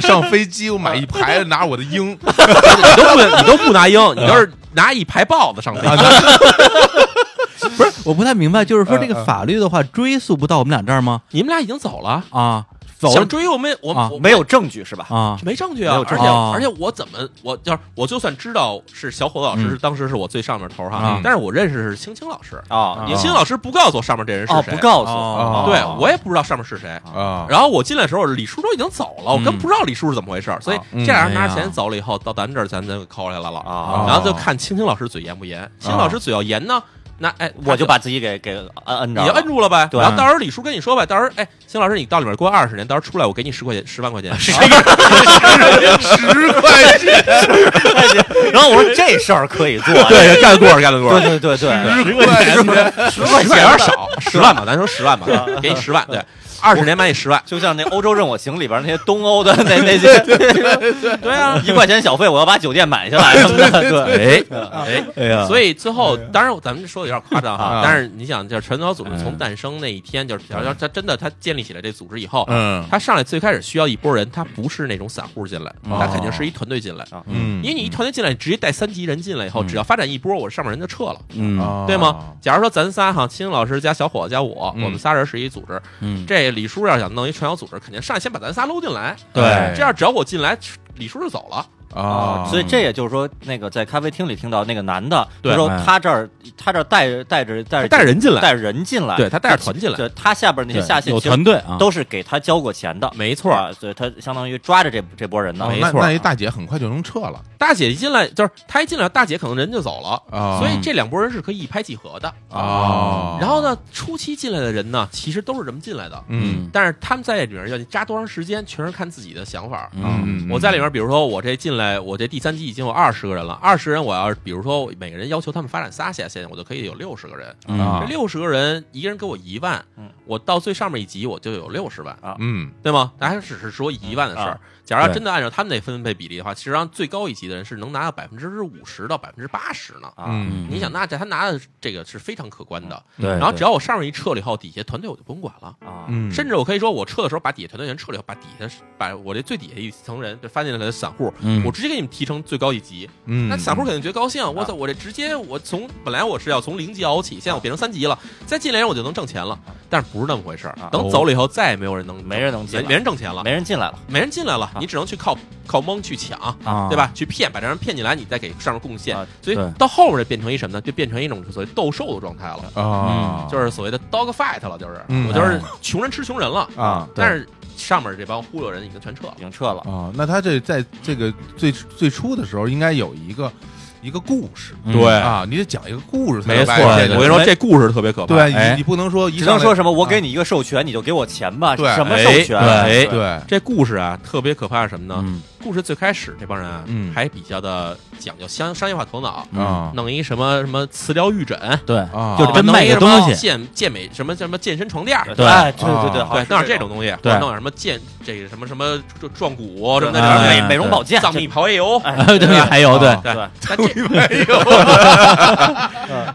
B: 上飞机我买一排，拿我的
D: <laughs>
B: 鹰，
D: 你都不你都不拿鹰，你都是拿一排豹子上飞机。
A: 不是，我不太明白，就是说
B: 嗯
A: 这个
B: 嗯
A: 法律的话追溯不到我们俩这儿吗？
D: 你们俩已经走了，
A: 啊，走
D: 想追我们，我
A: 啊
D: 我
C: 没有证据是吧？
A: 啊，
D: 没证据
C: 没
D: 啊，
C: 有
D: 而
C: 证
D: 且
A: 据哦
D: 而且我怎么我要是我就算知道是小伙子老师，
A: 嗯
D: 是当时是我最上面头儿哈，
A: 嗯
D: 但是我认识是青青老师，
C: 啊，
D: 青青老师不告诉我上面这人啊是
C: 哦，
D: 谁，
C: 不告诉
A: 哦
C: 我，
D: 对
C: 哦
D: 我也不知道上面是谁。
B: 啊
D: 然后我进来的时候，李叔都已经走了，我根本不知道李叔是怎么回事儿，所以
B: 嗯
D: 这俩人拿着
A: 哎呀
D: 钱走了以后，到咱这儿咱就扣下来了
C: 啊
D: 然后就看青青老师嘴严不严，青青老师嘴要严呢，那哎
C: 我就
D: 把。
C: 把自己给给摁摁着
D: 你就
C: 了，
D: 摁住了呗。
C: 对
D: 然后到时候李叔跟你说呗，到时候哎，邢老师你到里面关二十年，到时候出来我给你十块钱十万块钱。
B: 十块钱，
C: 然后我说这事儿可以做，
D: <laughs> 对，干得过干得过
C: 对对对对，
B: 十块钱，
D: 十块钱有点少，十万吧，咱说十万吧， <laughs> 对给你十万，对，二十年买你十万，
C: 就像那《欧洲任我行》里边那些东欧的那那些，对啊， <laughs> 一块钱小费我要把酒店买下来什么的，对， <laughs>
D: 哎哎。
A: 哎呀，
D: 所以最后，当然咱们说的有点夸张哈
B: 啊，
D: 但是你想，就是全岛组织从
A: 嗯
D: 诞生那一天，就是假如他真的他建立起来这组织以后，
B: 嗯
D: 他上来最开始需要一波人，他不是那种散户进来，
A: 哦
D: 他肯定是一团队进来，
B: 嗯
D: 因为你一团队进来，你直接带三级人进来以后，
A: 嗯
D: 只要发展一波，我上面人就撤了。
A: 嗯
B: 啊
D: 对吗？假如说咱仨哈，青青老师加小伙子加我，
B: 嗯
D: 我们仨人是一组织。
A: 嗯，
D: 这李叔要想弄一传销组织，肯定上来先把咱仨搂进来。
A: 对
D: 这样只要我进来，李叔就走了。
B: 啊，
C: 所以这也就是说，那个在咖啡厅里听到那个男的，
D: 对
C: 他说
A: 哎
C: 他这儿他这儿带着带着带着
D: 带着人进来
C: 带着人进来，
D: 对他带着团进来
C: 对他下边那些
A: 对
C: 下线
A: 有
C: 其实
A: 团队啊，
C: 都是给他交过钱的，
D: 没错哦
C: 啊，所以他相当于抓着这这波人呢，
D: 没
B: 哦那
D: 错
B: 那一大姐很快就能撤了
D: 大姐一进来，就是她一进来，大姐可能人就走了。
B: 啊
D: 所以这两拨人是可以一拍即合的。
B: 啊，
D: 然后呢，初期进来的人呢，其实都是这么进来的。
B: 嗯
A: 嗯
D: 但是他们在里面要扎多长时间，全是看自己的想法。
A: 嗯
B: 嗯
D: 我在里面，比如说我这进来，我这第三季已经有二十个人了。二十人，我要是比如说每个人要求他们发展仨下线，我就可以有六十个人。
A: 啊
D: 这六十个人，一个人给我一万
C: 嗯，
D: 我到最上面一级我就有六十万，
B: 嗯
D: 对吗？咱还只是说一万的事
C: 嗯
D: 儿
C: 啊。
D: 假如要
A: 对
D: 真的按照他们那分配比例的话，其实上最高一级的人是能拿到百分之五十到百分之八十呢。
C: 啊，
B: 嗯
D: 你想，那这他拿的这个是非常可观的。
A: 对，
D: 然后只
A: 要
D: 要我上面一撤了以后，底下团队我就不用管了。
C: 啊，
B: 嗯，
D: 甚至我可以说，我撤的时候把底下团队全撤了以后，把底下把我这最底下一层人就发现了散户，
C: 嗯
D: 我直接给你们提成最高一级。
B: 嗯，
D: 那散户肯定觉得高兴，啊我
C: 啊
D: 操，我这直接我从本来我是要从零级熬起，现在我变成三级了，再进来人我就能挣钱了。但是不是那么回事儿
C: 啊？
D: 等走了以后，再也没有人能，
C: 没人能进
D: 没
C: 来
D: 没人挣钱了，
C: 没啊人进来了，
D: 没人进来了，你只能去靠靠蒙去抢。
A: 啊，
D: 嗯对？吧？去骗，把这人骗进来，你再给上面贡献
C: 啊，
D: 所以
A: 对
D: 到后面就变成一什么呢？就变成一种所谓斗兽的状态了，
B: 啊，
D: 嗯就是所谓的 dog fight 了，就是
B: 嗯
D: 我
C: 哎
D: 就是穷人吃穷人了，
B: 啊
A: 对
D: 但是上面这帮忽悠人已经全撤了
C: 已。经撤了。
B: 啊，那他这在这个最最初的时候，应该有一个一个故事，
A: 嗯
D: 对
B: 啊，你得讲一个故事才
D: 没
B: 能
D: 错
B: 把这
A: 对
B: 个，
D: 我跟你说，这故事特别可怕。
B: 对
A: 哎
B: 你你不能说一
C: 只能
B: 上来
C: 说什么？我给你一个授权，你就给我钱吧。
B: 对
C: 什么授权？
A: 哎
B: 对
D: 这故事啊，特别可怕是什么呢？
A: 嗯
D: 故事最开始这帮人啊，
B: 嗯
D: 还比较的讲究商商业化头脑，
A: 啊
B: 啊
D: 弄一什么什么磁疗玉枕，
A: 对
B: 啊，
A: 就
D: 啊
A: 真
D: 弄
A: 卖
D: 一
A: 个
D: 什么
A: 东西
D: 健健美什么什么健身床垫儿。
A: 对
C: 哎对对对，
B: 啊
C: 好
D: 对
C: 像，是
D: 弄点这种东西，
A: 对
D: 或者弄点什么健这个什么什么壮壮骨什
C: 对
D: 么的，
A: 哎
C: 美
A: 对
C: 美容保健，
D: 藏秘刨夜游，
C: 哎
A: 啊 <laughs> 对，还有对，
D: 对 <laughs>
C: 对，
D: 但这
B: 没有，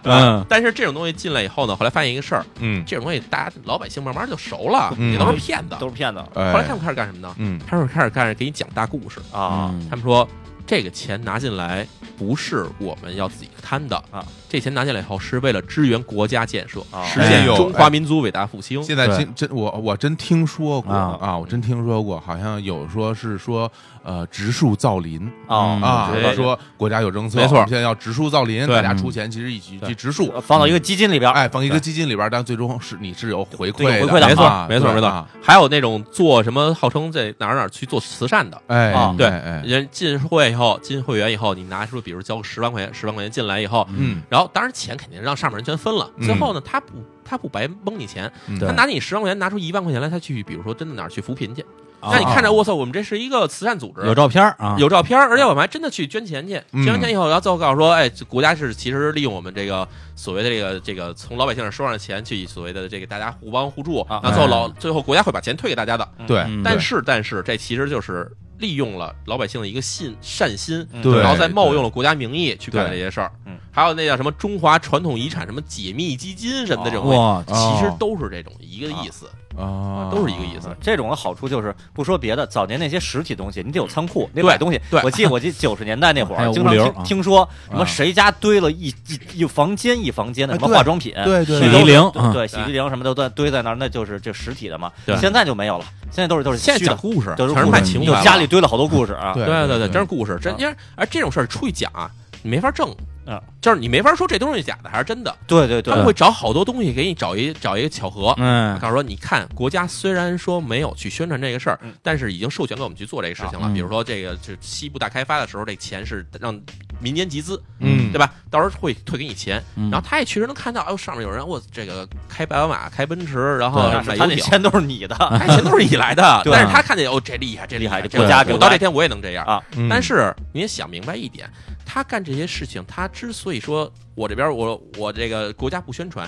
A: 嗯
D: 但是这种东西进来以后呢，后来发现一个事儿，
B: 嗯，
D: 这种东西大家老百姓慢慢就熟了，
B: 嗯
D: 也都是骗子。
C: 都是骗子啊
B: 哎
D: 后来他们开始干什么呢？
B: 嗯
D: 他们开始开始给你讲大故事，
C: 啊！
A: 嗯
D: 他们说这个钱拿进来不是我们要自己贪的
C: 啊，
D: 这钱拿进来以后是为了支援国家建设，
C: 啊
D: 实现
B: 哎呦哎
D: 中华民族伟大复兴。
B: 现在
A: 对
B: 真真我我真听说过
A: 啊
B: 啊，我真听说过，好像有说是说呃植树造林
A: 嗯
C: 啊，
B: 啊
D: 对，
B: 他说国家有政策，
D: 没错
B: 我们现在要植树造林，
D: 对呃
B: 大家出钱，其实一起去植树，
C: 放到一个基金里边，
B: 哎，放一个基金里边，但最终是你是有回馈
C: 对有回馈的
D: 没错
B: 啊，
D: 没错，没
B: 对
D: 错
B: 啊。
D: 还有那种做什么号称在哪儿哪儿去做慈善的，
B: 哎
C: 啊，
B: 哎
D: 对
B: 哎，
D: 人进会以后，进会员以后，你拿出比如交个十万块钱，十万块钱进来以后，
B: 嗯，
D: 然后当然钱肯定让上面人全分了。最后呢，他不他不白蒙你钱，
B: 嗯
D: 他
A: 对
D: 拿你十万块钱，拿出一万块钱来，他去比如说真的哪儿去扶贫去，
A: 啊
D: 那你看着我操，我们这是一个慈善组织，
A: 有照片儿啊，
D: 有照片儿，而且我们还真的去捐钱去，
B: 嗯
D: 捐完钱以后，然后最后告诉说，哎，这国家是其实利用我们这个所谓的这个这个从老百姓那收上的钱去所谓的这个大家互帮互助，
C: 啊
D: 然后最后老最后国家会把钱退给大家的，
B: 对
A: 嗯，
D: 但
B: 对
D: 是但是这其实就是利用了老百姓的一个信善心，
C: 嗯
B: 对
D: 然后再冒用了国家名义去干这些事儿
C: 对嗯，
D: 还有那叫什么中华传统遗产什么解密基金什么的这种东西，
A: 哇，
D: 其实都是这种一个意思，
A: 哦
B: 啊，
D: 都是一个意思。
C: 嗯这种的好处就是不说别的，早年那些实体东西，你得有仓库，你得
D: 对
C: 买东西。
D: 对
C: 我记我记九十年代那会
A: 还有
C: 儿，经
A: 物
C: 常
A: 流
C: 听
A: 啊
C: 听说什么
B: 啊
C: 谁家堆了一一一房间一房间的
B: 哎
C: 什么
B: 对
C: 化妆品，
B: 对对
A: 洗
C: 都
A: 涤
C: 是
A: 灵
C: 对
A: 啊
C: 对，洗涤灵什么的都堆在那儿，那就是这实体的嘛
D: 对。
C: 现在就没有了，现在都是都是
D: 现在
C: 虚的
D: 讲，故事，
C: 都
D: 全
C: 是
D: 是
C: 故
D: 卖
C: 事
D: 情
C: 你
D: 怀
C: 就
D: 了，
C: 家里堆了好多故事啊。
B: 对对
D: 对对，
B: 对
D: 真是故事，真因为而这种事儿出去讲啊，你没法证
C: 啊，
D: 就是你没法说这东西假的还是真的，
C: 对对
D: 他
C: 对
D: 们会找好多东西给你找一找一个巧合。
A: 嗯
D: 告诉说，你看，国家虽然说没有去宣传这个事儿
C: 嗯，
D: 但是已经授权给我们去做这个事情了。
A: 嗯
D: 比如说，这个这西部大开发的时候，这钱是让民间集资，
B: 嗯
D: 对吧？到时候会退给你钱，
A: 嗯
D: 然后他也确实能看到，哎呦，上面有人我这个开白宝马、开奔驰，然后
A: 对
D: 买
C: 是他
D: 游
C: 那
D: 艇，
C: 钱都是你的，
D: <laughs> 哎，钱都是你来的。
C: 对
D: 但是他看见哦，这厉害，这厉害，
C: 厉害
D: 这
C: 国
A: 家
D: 我
C: 给
D: 到
C: 我
D: 这天我也能这样
C: 啊
B: 嗯
D: 但是你也想明白一点，他干这些事情，他之所以说我这边我我这个国家不宣传，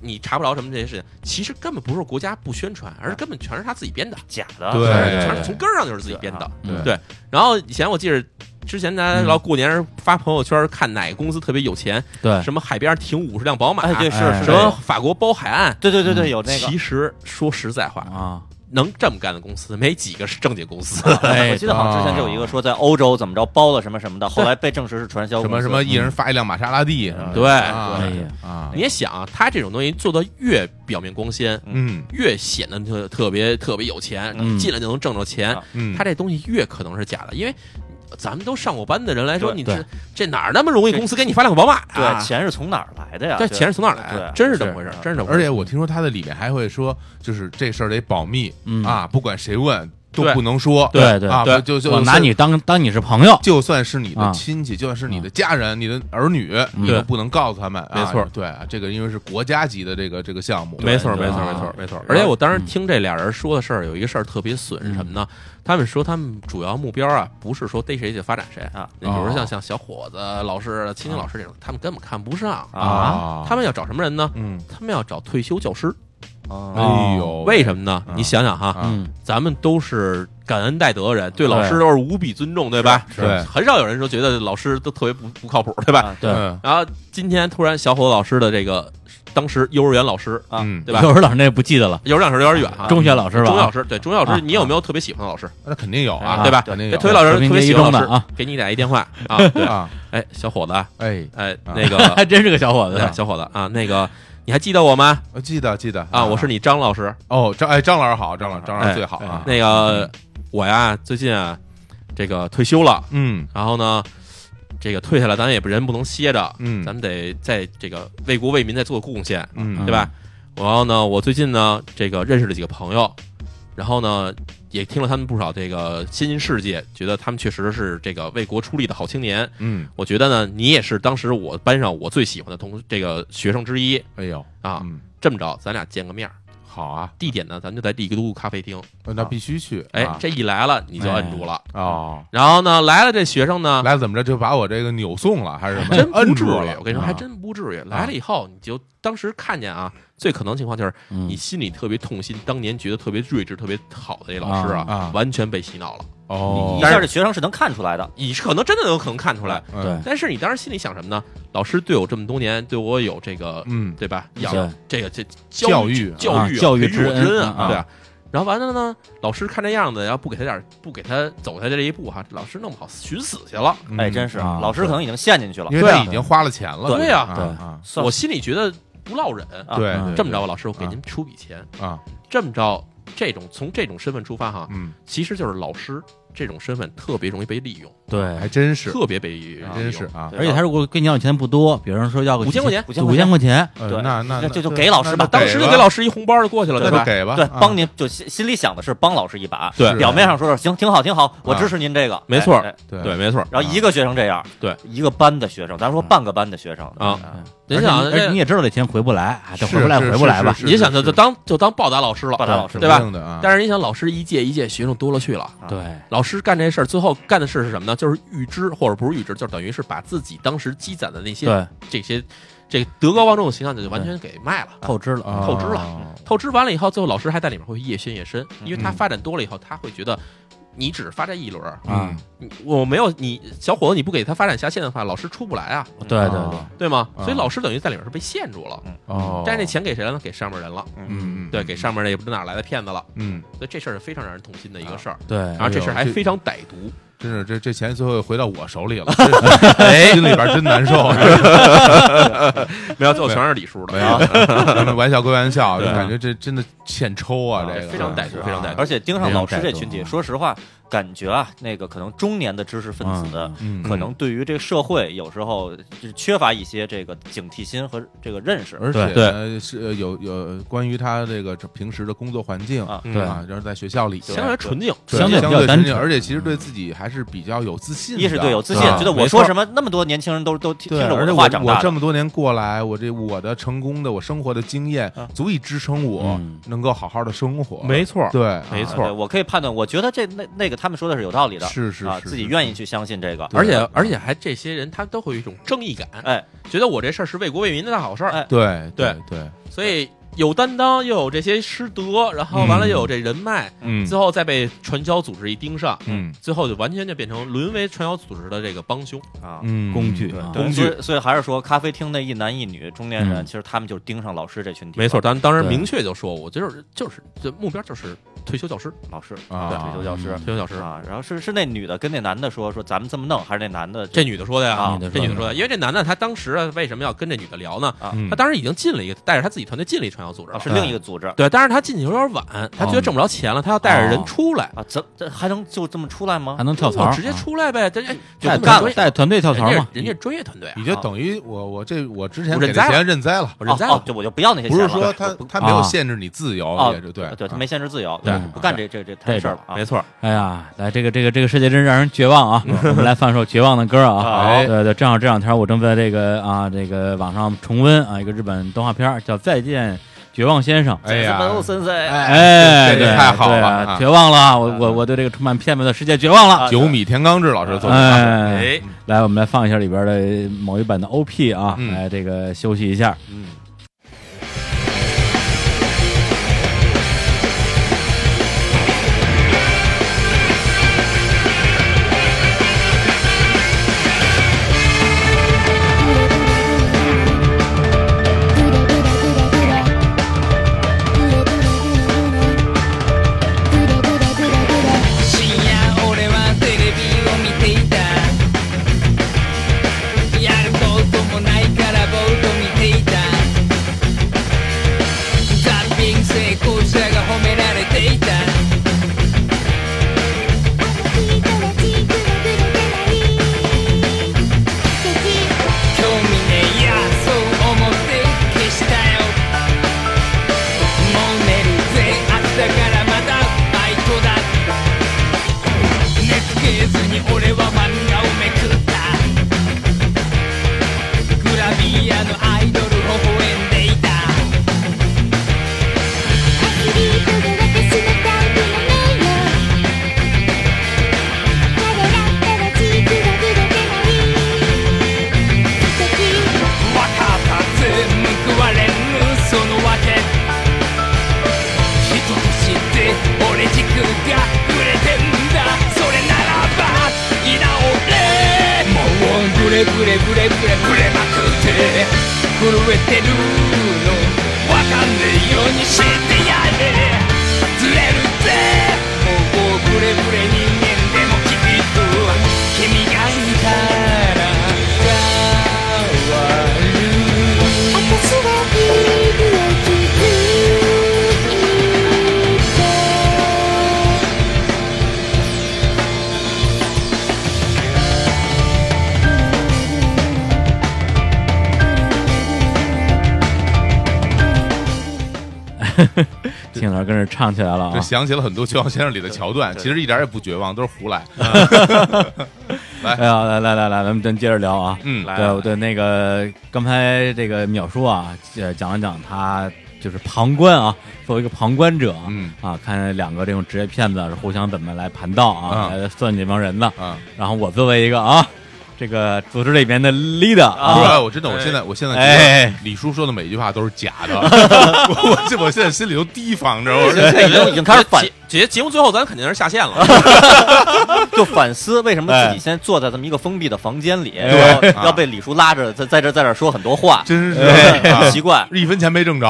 D: 你查不着什么这些事情，其实根本不是国家不宣传，而是根本全是他自己编的，
C: 假的。
B: 对
D: 啊全是从根儿上就是自己编的。对然后以前我记着。之前咱老过年时候发朋友圈，看哪个公司特别有钱，
A: 对
D: 什么海边停五十辆宝马，
C: 哎，对是
A: 哎
C: 是
D: 什
C: 这
D: 么
C: 样，
D: 法国包海岸，
C: 对对对对，有那个
D: 其。实说实在话，
A: 啊，
D: 能这么干的公司没几个是正经公司。
C: <laughs>
A: 哎
C: 我记得好像之前就有一个说在欧洲怎么着包了什么什么的，后来被证实是传销
B: 什么
C: 公司
B: 什么一人发一辆玛莎拉蒂，
D: 嗯对
B: 啊
A: 哎呀
B: 啊
D: 你，也想啊，他这种东西做到越表面光鲜，
B: 嗯
D: 越显得特特别特别有钱，
A: 嗯
D: 进来就能挣着钱
C: 啊。
B: 嗯，
D: 他这东西越可能是假的，因为咱们都上过班的人来说，
C: 对
D: 你
A: 对
D: 这这哪儿那么容易？公司给你发辆宝马啊？
C: 对，钱是从哪儿来的呀？
D: 这
C: 对
D: 钱是从哪儿来
C: 对
D: 的？真是这么回事
C: 是，
D: 真是这么回
B: 而
D: 事。
B: 且我听说他的里面还会说，就是这事儿得保密
A: 嗯
B: 啊，不管谁问，都
D: 对
B: 不能说，
A: 对对
B: 啊，
D: 对
B: 就就
A: 我拿你，当当你是朋友，
B: 就算是你
A: 啊
B: 的亲戚，就算是你的家人、你的儿女，你
A: 对
B: 都不能告诉他们，啊
D: 嗯没错
B: 对啊，这个因为是国家级的这个这个项目，
D: 没错，
A: 对
D: 没错，
A: 啊
D: 没错，没错。
B: 对
D: 而且我当时听这俩人说的事儿，有一个事儿特别损是什么呢？他们说他们主要目标啊，不是说逮谁就发展谁
C: 啊
D: 比如说
B: 哦
D: 像像小伙子、老师、青年老师这种，他们根本看不上。
C: 啊，
D: 他们要找什么人呢？
B: 嗯，
D: 他们要找退休教师。
C: 啊
B: 哎呦，
D: 为什么呢
B: 啊？
D: 你想想哈，
B: 啊
A: 嗯，
D: 咱们都是感恩戴德人，对老
A: 对
D: 师都是无比尊重，对吧？
B: 是对
D: 很少有人说觉得老师都特别不不靠谱，对吧？
C: 啊
A: 对
B: 嗯
D: 然后今天突然小伙子老师的这个，当时幼儿园老师，
C: 啊
B: 嗯，
D: 对吧
A: 有时候老师那不记得了，
D: 幼儿园老师有点远啊。
A: 中学老师吧，
D: 中学老师对中学老
A: 啊
D: 师，你有没有特别喜欢的老师？
B: 那肯定有啊，
C: 啊
D: 对吧
B: 肯定
D: 哎，
B: 有，
D: 特别老师
A: 和平
D: 特别
A: 街
D: 喜
A: 一
D: 欢
A: 中
D: 老
A: 的
D: 师
A: 啊，
D: 给你打一电话啊。对，
B: 啊，
D: 哎，小伙子，
B: 哎，
D: 哎，
B: 啊
D: 那
A: <laughs> 还 <laughs>
D: 个，
A: 真是个小伙子
D: 对，小伙子啊，那个，你还记得我吗？
B: 我记得记得
D: 啊，我是你张老师。
B: 哦，张哎张老师好，张老张老师
D: 哎
B: 最好啊，
D: 那个，我呀，最近啊，这个退休了，
B: 嗯
D: 然后呢，这个退下来，咱也不人不能歇着，
B: 嗯，
D: 咱们得在这个为国为民再做贡献，
B: 嗯
D: 对吧？然后呢，我最近呢，这个认识了几个朋友，然后呢，也听了他们不少这个新兴事迹，觉得他们确实是这个为国出力的好青年。
B: 嗯，
D: 我觉得呢，你也是当时我班上我最喜欢的同这个学生之一
B: 哎呦
D: 啊。
B: 嗯
D: 这么着，咱俩见个面儿，
B: 好啊，
D: 地点呢，咱就在帝都咖啡厅。
B: 那必须去，
D: 哎
B: 啊，
D: 这一来了你就摁住了。
B: 哦，
D: 然后呢，来了这学生呢，
B: 来怎么着就把我这个扭送了，还是什么？
D: 啊真不
B: 摁
D: 至
B: 住
D: 于。
B: 了，
D: 我跟你说，
B: 啊
D: 还真不至于。来了以后，你就当时看见啊，最可能情况就是
A: 嗯
D: 你心里特别痛心，当年觉得特别睿智、特别好的这老师
B: 啊啊
D: 完全被洗脑了。
B: 哦
C: 一，下这学生是能看出来的，
D: 你是可能真的有可能看出来，
B: 嗯
A: 对，
D: 但是你当时心里想什么呢？老师对我这么多年，对我有这个，
B: 嗯，
D: 对吧？
A: 对
D: 养这个这
B: 教
D: 教
B: 育
D: 教育、
A: 啊教育
D: 培我
A: 之恩
D: 之
A: 啊
D: 啊，对啊。然后完了呢，老师看这样子，然后不给他点儿，不给他走他这一步哈，老师弄不好寻死去了。
B: 嗯
C: 哎，真是，
A: 啊
C: 老师可能已经陷进去了
B: 因为
A: 对
B: 他
A: 啊
B: 已经花了钱了，
D: 对呀
B: 啊
A: 对
B: 啊
C: 算
D: 我心里觉得不落忍，
C: 啊
B: 对
A: 嗯
B: 对，
D: 这么着吧，老师，我给您出笔钱，
B: 着啊，
D: 这么着，这种从这种身份出发哈，
B: 嗯，
D: 其实就是老师这种身份特别容易被利用，
A: 对
B: 还，真是，
D: 特别被利用
B: 还。真是啊，
C: 对
A: 而且他如果跟你要的钱不多，比方说要个
D: 五千块钱
C: 五
A: 五千
C: 钱，
A: 块钱，
B: 呃
C: 对
B: 那那
C: 那就就
B: 那
C: 给老师吧
B: 那
D: 当
B: 那
D: 时就
B: 吧
D: 给老师一红包就过去了，
B: 那
D: 对
B: 就
D: 吧？
B: 给吧，
C: 对，
B: 啊
C: 帮您就心心里想的是帮老师一把，
D: 对
B: 是
C: 表面上说是行，挺好，挺好，我支持您这个，
D: 没错
C: 哎哎
B: 对
D: 对，没错。
C: 然后一个学生这样，
D: 对，
C: 一个班的学生，咱说半个班的学生
D: 啊，你
A: 而且
D: 想，
A: 嗯而且
D: 这
A: 你也知道这钱回不来，啊，这
B: 是
A: 回不来
B: 是
A: 回不来吧
B: 是，是
D: 你想，
B: 是
D: 就就当就当报答老师了，嗯
C: 报答老师
D: 对吧？
B: 肯定的啊，
D: 但是你想，老师一届一届学生多了去了。
C: 啊
A: 对，
D: 老师干这事儿，最后干的事是什么呢？就是预知，或者不是预知，就是等于是把自己当时积攒的那些
A: 对，
D: 这些这个德高望重的形象，就完全给卖了。
A: 透支了，
B: 啊
D: 透支了透支完了以后，最后老师还在里面会越陷越深，因为他
B: 嗯
D: 发展多了以后，他会觉得你只发展一轮儿，
A: 啊
B: 嗯
D: 你我没有你小伙子，你不给他发展下线的话，老师出不来啊，
A: 对对
C: 嗯
A: 对，
B: 啊
D: 对吗？
B: 啊
D: 所以老师等于在里面是被限住了。
B: 哦，
D: 但是那钱给谁了呢？给上面人了，
B: 嗯，嗯
D: 对，给，上面那不知哪来的骗子了。
B: 嗯，
D: 所以这事儿是非常让人痛心的一
B: 啊
D: 个事儿，
A: 对，
B: 哎
D: 然后这事儿还非常歹毒。
B: 真是这这钱最后又回到我手
D: <laughs>
B: 里了，真
D: 哎
B: 是心里边真难受。啊
D: 没有，最后全是李叔
B: 没
D: 的。
B: 有，咱们啊玩笑归玩笑，就
D: 对啊
B: 感觉这真的欠抽啊，
D: 啊
B: 这个
D: 非常歹毒
B: 是啊
D: 非常歹毒
C: 而且盯上老师这群
A: 非常带
B: 嗯
C: 体，
A: 动
C: 说实话，感觉啊，那个可能中年的知识分子
A: 嗯，
B: 嗯
C: 可能对于这个社会有时候就是缺乏一些这个警惕心和这个认识。
B: 而且
A: 对
B: 呢是呃有有关于他这个平时的工作环境
C: 啊
A: 对
B: 啊，就是在学校里
D: 嗯相当于纯净，
B: 对
A: 相对比
B: 相
A: 较
B: 对
A: 单
B: 纯净，
A: 纯
B: 而且其实对自己还是比较有自信的，
C: 一是对有自信，
B: 啊
C: 觉得我
B: 没
C: 说
B: 错
C: 什么那么多年轻人都都听
B: 对，
C: 听着
B: 而且
C: 的
B: 我
C: 话长
B: 我
C: 大
B: 这
C: 的，
B: 么多年过来，我这我的成功的我生活的经验
C: 啊，
B: 足以支撑我
A: 嗯
B: 能够好好的生活。
D: 错儿，
B: 对，
D: 没
C: 啊
D: 错
C: 对
D: 儿。
C: 我可以判断，我觉得这那那个他们说的是有道理的，
B: 是是
C: 啊，
B: 是
C: 自己
B: 是
C: 愿意去相信这个，
B: 对
D: 而且而且还这些人，他都会有一种正义感，
C: 哎，
D: 觉得我这事儿是为国为民的大好事儿。
C: 哎
B: 对
D: 对
B: 对，
D: 所以有担当，又有这些师德，然后完了又有这人脉，
B: 嗯
D: 最后再被传销组织一盯上，
B: 嗯
D: 最后就完全就变成沦为传销组织的这个帮凶。
C: 啊。
B: 嗯
A: 工具
C: 对
A: 啊
C: 对
D: 工具
C: 所以所以还是说，咖啡厅那一男一女中年人，
A: 嗯
C: 其实他们就是盯上老师这群体。
D: 没错，，当当时
A: 对
D: 明确就说，我就是就是这目标就是退休教师，
C: 老师
B: 啊
C: 对退休教师
A: 嗯
D: 退休教师。
C: 啊，然后是是那女的跟那男的说说咱们这么弄，还是那男的
D: 这女的说的呀
C: 啊，
A: 女的
D: 这
A: 说的
D: 女的说的，因为这男的他当时啊为什么要跟这女的聊呢？
B: 嗯
D: 他当时已经进了一个，带着他自己团队进了一传销要组织
C: 啊，
D: 了。
C: 是另一个组织
D: 对，但是他进去有点晚，他觉得挣不着钱了，他要带着人出来，
C: 啊，怎这还能就这么出来吗
A: 还？能跳槽
D: 我
A: 儿，
D: 直接
A: 啊
D: 出来呗，这哎就
A: 带
D: 这么
A: 团
D: 专业
A: 带团队跳槽
D: 人
A: 嘛
D: 家，人家专业团队
B: 嗯
D: 啊
E: 你，就等于我我这我之前
D: 我
E: 给
D: 认
E: 的
D: 栽
E: 钱认栽了，
D: 我认栽
C: 哦哦
D: 了，
C: 就我就不要那些
B: 不
C: 钱
B: 是
C: 了。
B: 说
C: 对
B: 他
C: 不
B: 他没有
A: 啊
B: 限制你自由，
C: 哦
B: 也是对
C: 对，他
B: 啊
C: 没限制自由，
A: 对
C: 就是不干这这这摊事儿了啊
D: 没。错，
A: 哎呀，来这个这个这个世界真让人绝望
D: <laughs>
A: 啊！我们来放首绝望的歌
D: 哎
A: 啊！
C: 好
A: 对对，正好这两天我正在这个啊这个网上重温啊一个日本动画片儿叫《再见绝望先生》。
B: 哎呀，
C: 门森森，
A: 哎，
B: 这
A: 对，
B: 个太好
A: 对
B: 了
A: 啊
B: 啊
A: 绝望了！我我我对这个充满骗子的世界绝望了。
B: 九米田刚志老师做的，
A: 哎，
D: 哎，
A: 来，我们来放一下里边的某一版的 OP 啊，
B: 嗯
A: 来这个休息一下。
B: 嗯。
F: 深夜俺はテレビを見ていたやることもないからぼーっと見ていたザッピング成功者が褒められていた
G: あの人たちぐるぐるじゃない敵
F: 興味ねえやそう思って消したよもう寝るぜ明日からまたバイトだ寝つけずに俺は漫画をめくったグラビアのアイドル微笑んでいた
G: アスリートが私のタイプなのよ彼ら正しいぐるぐるじゃない敵
F: わかったぜ報われぬそのわけ人として俺軸が売れてんだそれならばいいな俺もうブレブレブレブレブレまくって震えてるのわかんねえようにしてやれずれるぜもうブレブレ人間でもきっと君がいたら変わる
G: 私はビールを気づいて
A: 金老师跟这唱起来了
B: 这
A: 啊！
B: 想起了很多《绝望先生》里的桥段，其实一点也不绝望，都是胡来。
A: 哎呀，来来来来，咱们咱接着聊啊。
B: 嗯，
C: 来
A: 对对，那个刚才这个淼叔啊，呃，讲了讲他就是旁观啊，作为一个旁观者啊，
B: 嗯
A: 啊，看两个这种职业骗子是互相怎么来盘道啊，
B: 嗯
A: 来算这帮人的。
B: 啊，
A: 然后我作为一个啊，这个组织里面的 leader
B: 不是，
A: 啊，
B: 哎我真的，我现在，我现在
A: 哎
B: 觉得李叔说的每一句话都是假的，我我这我现在心里都提防着，
C: <laughs>
B: 我说
C: 这已经已经开始反
D: 节节节目最后咱肯定是下线了，
C: 就反思为什么自
A: 哎
C: 己先坐在这么一个封闭的房间里，
A: 对
C: 然后
B: 啊
C: 要被李叔拉着在在这在这说很多话，
B: 真是啊
C: 哎很奇怪，
B: 一分钱没挣着，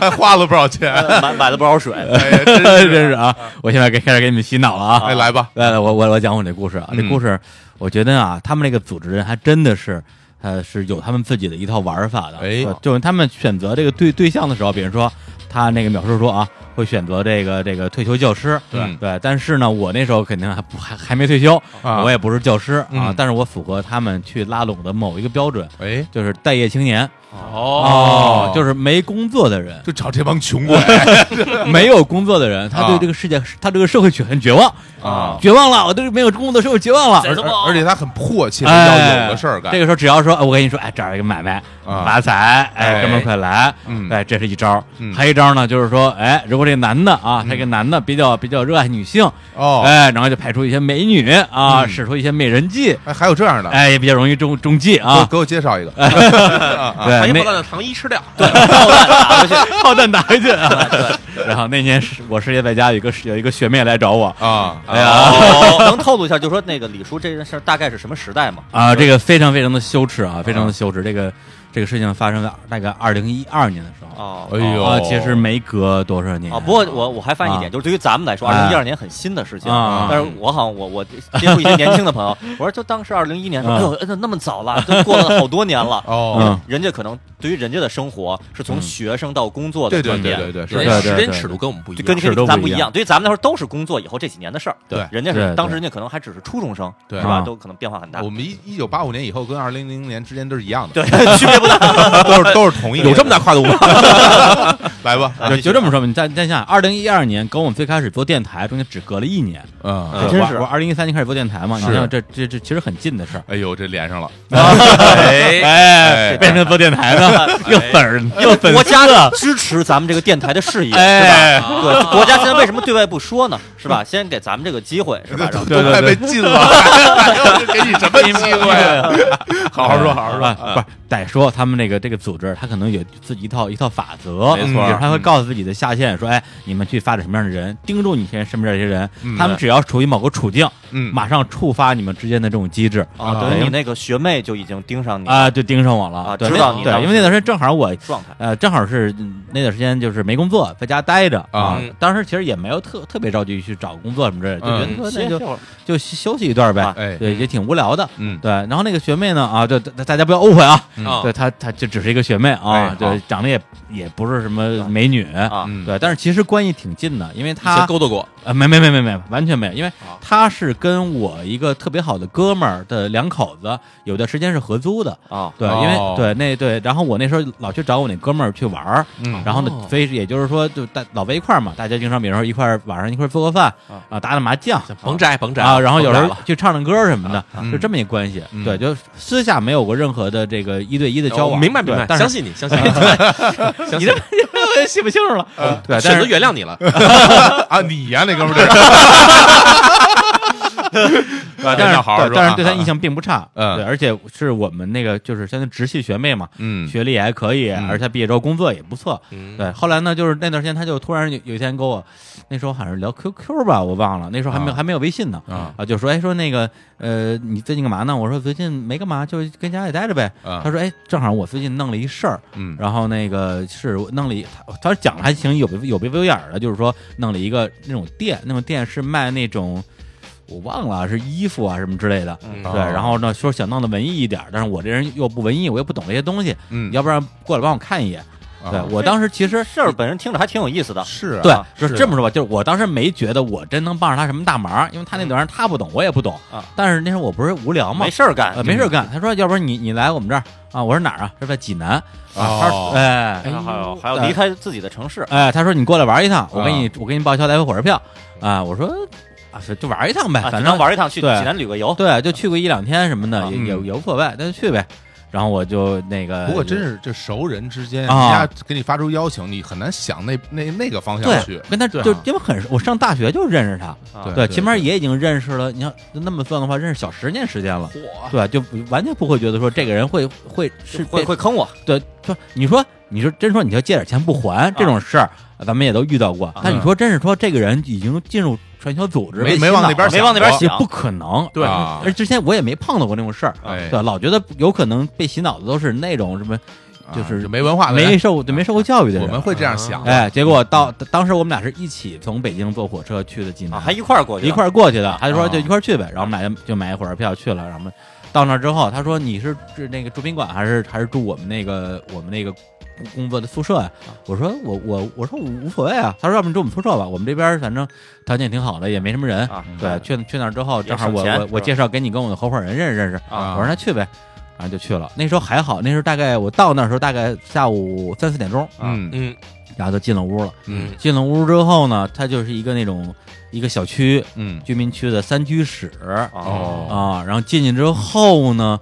B: 还花了不少钱，
C: 呃买买了不少水。
B: 哎呀，
A: <laughs>
B: 真
A: 真
B: 是
A: 是啊！我现在给开始给你们洗脑了啊！
B: 嗯哎，来吧，
A: <laughs> 来来，我我我讲我这故事啊，这
B: 嗯
A: 故事我觉得啊，他们这个组织人还真的是，呃，是有他们自己的一套玩法的。
B: 哎
A: 呃就是他们选择这个对对象的时候，比如说他那个表述说啊，会选择这个这个退休教师，
B: 对
A: 对。但是呢，我那时候肯定还不还还没退休，
B: 啊
A: 我也不是教师啊
B: 嗯，
A: 但是我符合他们去拉拢的某一个标准，
B: 哎，
A: 就是待业青年啊
B: 哦
A: 就是没工作的
B: <laughs>
A: 人，
B: 就找这帮穷鬼
A: 没有工作的人，他对
B: 啊
A: 这个世界，他对这个社会觉很绝望，
B: 啊，
A: 绝望了，我对没有工作的社会绝望了。
B: 而而而且他很迫切的
A: 哎，
B: 要有个事儿干
A: 这，个时候只要说，哎我跟你说，哎，这儿有一个买卖，
B: 啊
A: 发财，哎，
B: 哎
A: 哥们儿快来，
B: 嗯
A: 哎，这是一招
B: 嗯。
A: 还有一招呢，就是说，哎，如果这男的啊，
B: 嗯
A: 这个男的比较比较热爱女性，
B: 哦，
A: 哎，然后就派出一些美女啊，
B: 嗯
A: 使出一些美人计，
B: 哎，还有这样的，
A: 哎，也比较容易中中计
B: 给我
A: 啊。
B: 给我介绍一个，
A: 对，
B: 啊
D: 把
A: 那
D: 把那糖衣吃掉，
A: 炮弹 <laughs> 打回去啊。对然后那年是我师爷在家有一个有一个学妹来找我
B: 啊，
A: 哎呀
C: 哦，能透露一下，就说那个李叔这件事儿大概是什么时代吗？
A: 啊，
B: 啊
A: 这个非常非常的羞耻啊，非常的羞耻。这个这个事情发生在大概二零一二年的时候。
C: 哦
B: 哎呦
A: 啊，其实没隔多少年
C: 啊，不过我我还发现一
A: 啊
C: 点，就是对于咱们来说，
A: 哎
C: 二零一二年很新的事情。
A: 啊
C: 但是我好像我我接触一些年轻的朋友，我说就当时二零一年说，
A: 啊
C: 哎呦，那那么早了，都过了好多年了。
A: 嗯
E: 哦，
C: <laughs> 人家可能对于人家的生活是从学生到工作的
E: 对对
C: 转
E: 对
C: 变，
E: 对对，是
D: 人
A: 对
D: 家
A: 对
D: 时
A: 对
D: 间尺度跟我们不一
C: 就
D: 样
C: 跟，
A: 是
C: 跟
A: 都
C: 咱
A: 不
C: 不
A: 一
C: 一
A: 样
C: 样。对于咱们来说，都是工作以后这几年的事儿。
E: 对
C: 人家
A: 对
C: 是
A: 对
C: 当时人家可能还只是初中生，
E: 对
C: 是吧？
A: 啊
C: 都可能变化很大
E: 我。们一一九八五年以后跟二零零年之间都是一样的，
C: 对， <laughs> 区别
A: <laughs>
C: 不大。
E: 都是都是同一年
D: 有这么大跨度吗？ <laughs>
E: 来吧，
A: 就就这么说吧，你再再想，二零一二年跟我们最开始做电台中间只隔了一年，
E: 嗯，
C: 还
A: 对
C: 真
A: 我
C: 是
A: 我二零一三年开始做电台嘛，你
E: 是
A: 像这这这其实很近的事儿，
E: 哎呦，这连上了，
A: <laughs>
D: 哎，
A: 哎，变成做电台呢，
E: 哎
A: <laughs> 又粉儿又粉
C: 国
A: 丝
C: 家
A: 了，
C: 支持咱们这个电台的事业，
A: 哎
C: 是吧？对，国家现在为什么对外不说呢？是吧？先给咱们这个机会，是吧？然后
E: 都快被禁了，
A: <laughs>
E: 还要给你什么机会？哎好好说，好好说，嗯
A: 啊，不是得说他们那个这个组织，他可能有自己一套一套法则，
E: 没错
A: 嗯就是他会告诉自己的下线说，哎，你们去发展什么样的人，盯住你现在身边这些人，
E: 嗯
A: 他们只要处于某个处境，
E: 嗯
A: 马上触发你们之间的这种机制
C: 啊，等于你那个学妹就已经盯上你
A: 哎啊，就盯上我了，
C: 啊
A: 对
C: 知道你
A: 对，
C: 当
A: 因为那段时间正好我。
C: 状态。
A: 呃，正好是嗯那段时间就是没工作，在家待着
E: 啊
D: 嗯
A: 当时其实也没有特特别着急去找工作什么之类的，就觉
E: 嗯
A: 得说那
C: 歇
A: 就
C: 歇会儿
A: 就休息一段呗
C: 啊，
E: 哎
A: 对，也挺无聊的。
E: 嗯
A: 对，然后那个学妹呢啊，就大大家不要误会啊，
C: 嗯
D: 啊
A: 对她她就只是一个学妹
E: 哎好
A: 啊，对，长得也也不是什么美女
C: 啊
E: 嗯，
A: 对，但是其实关系挺近的，因为
D: 以前
A: 她
D: 勾搭过，
A: 呃没没没没没完全没有，因为她是跟我一个特别好的哥们儿的两口子，有段时间是合租的。
C: 啊
A: 对，
E: 哦
A: 因为对那对，然后我那时候老去找我那哥们儿去玩儿， <laughs>
E: 嗯
A: 然后呢，
D: 哦
A: 所以也就是说，就大老在一块儿嘛，大家经常比如说一块儿晚上一块儿做个饭
C: 啊
A: 啊，打打麻将，
D: 甭摘甭摘
A: 啊，然后有时
D: 甭
A: 候
D: 摘了啊
A: 去唱唱歌什么的，
E: 嗯
A: 就这么一个关系。
E: 嗯
A: 对，就私下没有过任何的这个一对一的交
D: 我
A: 往。
D: 哦明白明
A: 对
D: 白，
A: 但
D: 相
A: 是
D: 信你 <laughs> 相信你，相信呃你
A: 我也记不清楚了。对，
D: 婶
A: 但
D: 子
A: 是
D: 原谅你了，
E: 啊，你呀，那哥们儿
A: <laughs>
E: 这，
A: 但是
E: 好好
A: 对
E: 说，啊
A: 但是对他印，象并不差。
E: 嗯
A: 对，而且是我们那个就是相当于直系学妹嘛，
E: 嗯，
A: 学历也还可以，
E: 嗯
A: 而且她毕业之后工作也不错。
D: 嗯
A: 对，后来呢，就是那段时间，他就突然有有一天跟我，那时候好像是聊 QQ 吧，我忘了，那时候还没有、
E: 啊
A: 还没有微信呢，
E: 啊
A: 就说哎说那个呃，你最近干嘛呢？我说最近没干嘛，就跟家里待着呗。
E: 啊
A: 他说哎，正好我最近弄了一事儿，
E: 嗯
A: 然后那个是我弄了一，他他讲的还挺有有鼻子有眼儿的，就是说弄了一个那种店，那种店是卖那种我忘了是衣服啊什么之类的。
D: 嗯
A: 对，
E: 哦
A: 然后呢，说想弄的文艺一点儿，但是我这人又不文艺，我又不懂这些东西，
E: 嗯，
A: 要不然过来帮我看一眼。
B: 哦
A: 对
E: 啊
A: 我当时其实
C: 事儿本身听着还挺有意思的，
E: 是啊，
A: 对
C: 啊，
A: 就是
E: 是
A: 这么说吧，就是我当时没觉得我真能帮上他什么大忙，因为他那玩意儿他不懂，我也不懂
C: 啊。
A: 但是那时候我不是无聊嘛
C: 没，事儿干
A: 呃，没事儿干。他说，要不然你你来我们这儿啊？我说哪儿啊？这在济南啊。他说，
E: 哦
A: 哎
C: 然后嗯还有还
A: 对
C: 要离开自己的城市，
A: 哎，他说你过来玩一趟，我给
E: 嗯
A: 你我给你报销来回火车票啊。我说啊，就玩一趟呗，
C: 啊，
A: 反
C: 经
A: 正
C: 常玩一趟去济
A: 对
C: 南旅个游，
A: 对，就去过一两天什么的，也
E: 嗯
A: 也也无所谓，那就去呗。然后我哎就那个，
E: 不过真是这熟人之间，人
A: 啊
E: 家给你发出邀请，你很难想那那那个方向
A: 对
E: 去，，
A: 跟他
E: 对啊
A: 就因为很我上大学就认识他，
C: 啊
E: 对
A: 对，起码也已经认识了。你要那么算的话，认识小十年时间了。
D: 嚯，
A: 对，就不完全不会觉得说这个人会会是
C: 会
A: 被
C: 会坑我，
A: 对，说你说你说真说你就借点钱不还这种事儿，
C: 啊
A: 咱们也都遇到过。但你说真是说这个人已经进入传销组织，
E: 没没往那边
C: 没往那边
A: 这
C: 想
A: 不可能。
E: 对啊
A: 而之前我也没碰到过那种事儿，
E: 哎
A: 对，老觉得有可能被洗脑的都是那种什么
E: 啊
A: 就是
E: 没文化的人
A: 没受没受过教育的
E: 我们
A: 人。
E: 会这样想，
A: 哎，结果到当时我们俩是一起从北京坐火车去的济南
C: 啊，，还一块儿过去
A: 嗯一块儿过去的，他就说
E: 啊
A: 就一块儿去呗，然后我们俩就就买一火车票去了，然后我们到那儿之后，他说你是住那个住宾馆还是还是住我们那个我们那个工工作的宿舍呀、
C: 啊
A: 我说我我我说无无所谓啊，他说要不你住我们宿舍吧，我们这边儿反正条件也挺好的，也没什么人，
C: 啊，
A: 对，去去那儿之后正好
C: 也省
A: 我
C: 钱
A: 我我
C: 是吧
A: 介绍给你跟我的合伙人认识认识，
C: 啊
A: 我说那去呗，然后就去了，那时候还好，那时候大概我到那儿的时候大概下午三四点钟，
C: 啊
E: 嗯
D: 嗯
A: 然后就进了屋了，
E: 嗯
A: 进了屋之后呢，它就是一个那种一个小区。
E: 嗯，
A: 居民区的三居室
C: 哦，
A: 啊，然后进去之后呢，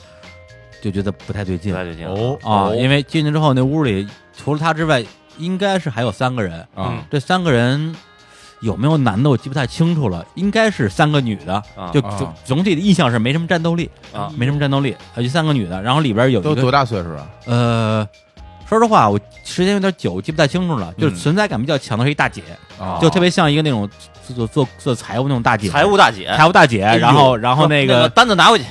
A: 就觉得不太对劲
C: 对对对，
E: 哦
A: 啊，因为进去之后那屋里除了他之外，应该是还有三个人，
E: 啊
A: 这三个人有没有男的我记不太清楚了，应该是三个女的，
C: 啊
A: 就
E: 啊
A: 总总体的印象是没什么战斗力
C: 啊，
A: 没什么战斗力，啊，就三个女的，然后里边有
E: 都
A: 一
E: 多
A: 个
E: 大岁数啊？
A: 呃。说实话，我时间有点久，我记不太清楚了。就是
E: 嗯
A: 存在感比较强的是一大姐，
E: 啊
A: 就特别像一个那种做做做做财务那种大姐，
C: 哦财务大姐，
A: 财务大姐，
C: 哎呦
A: 然后然后 <laughs>
C: 那
A: 那个啊
C: 单子拿回去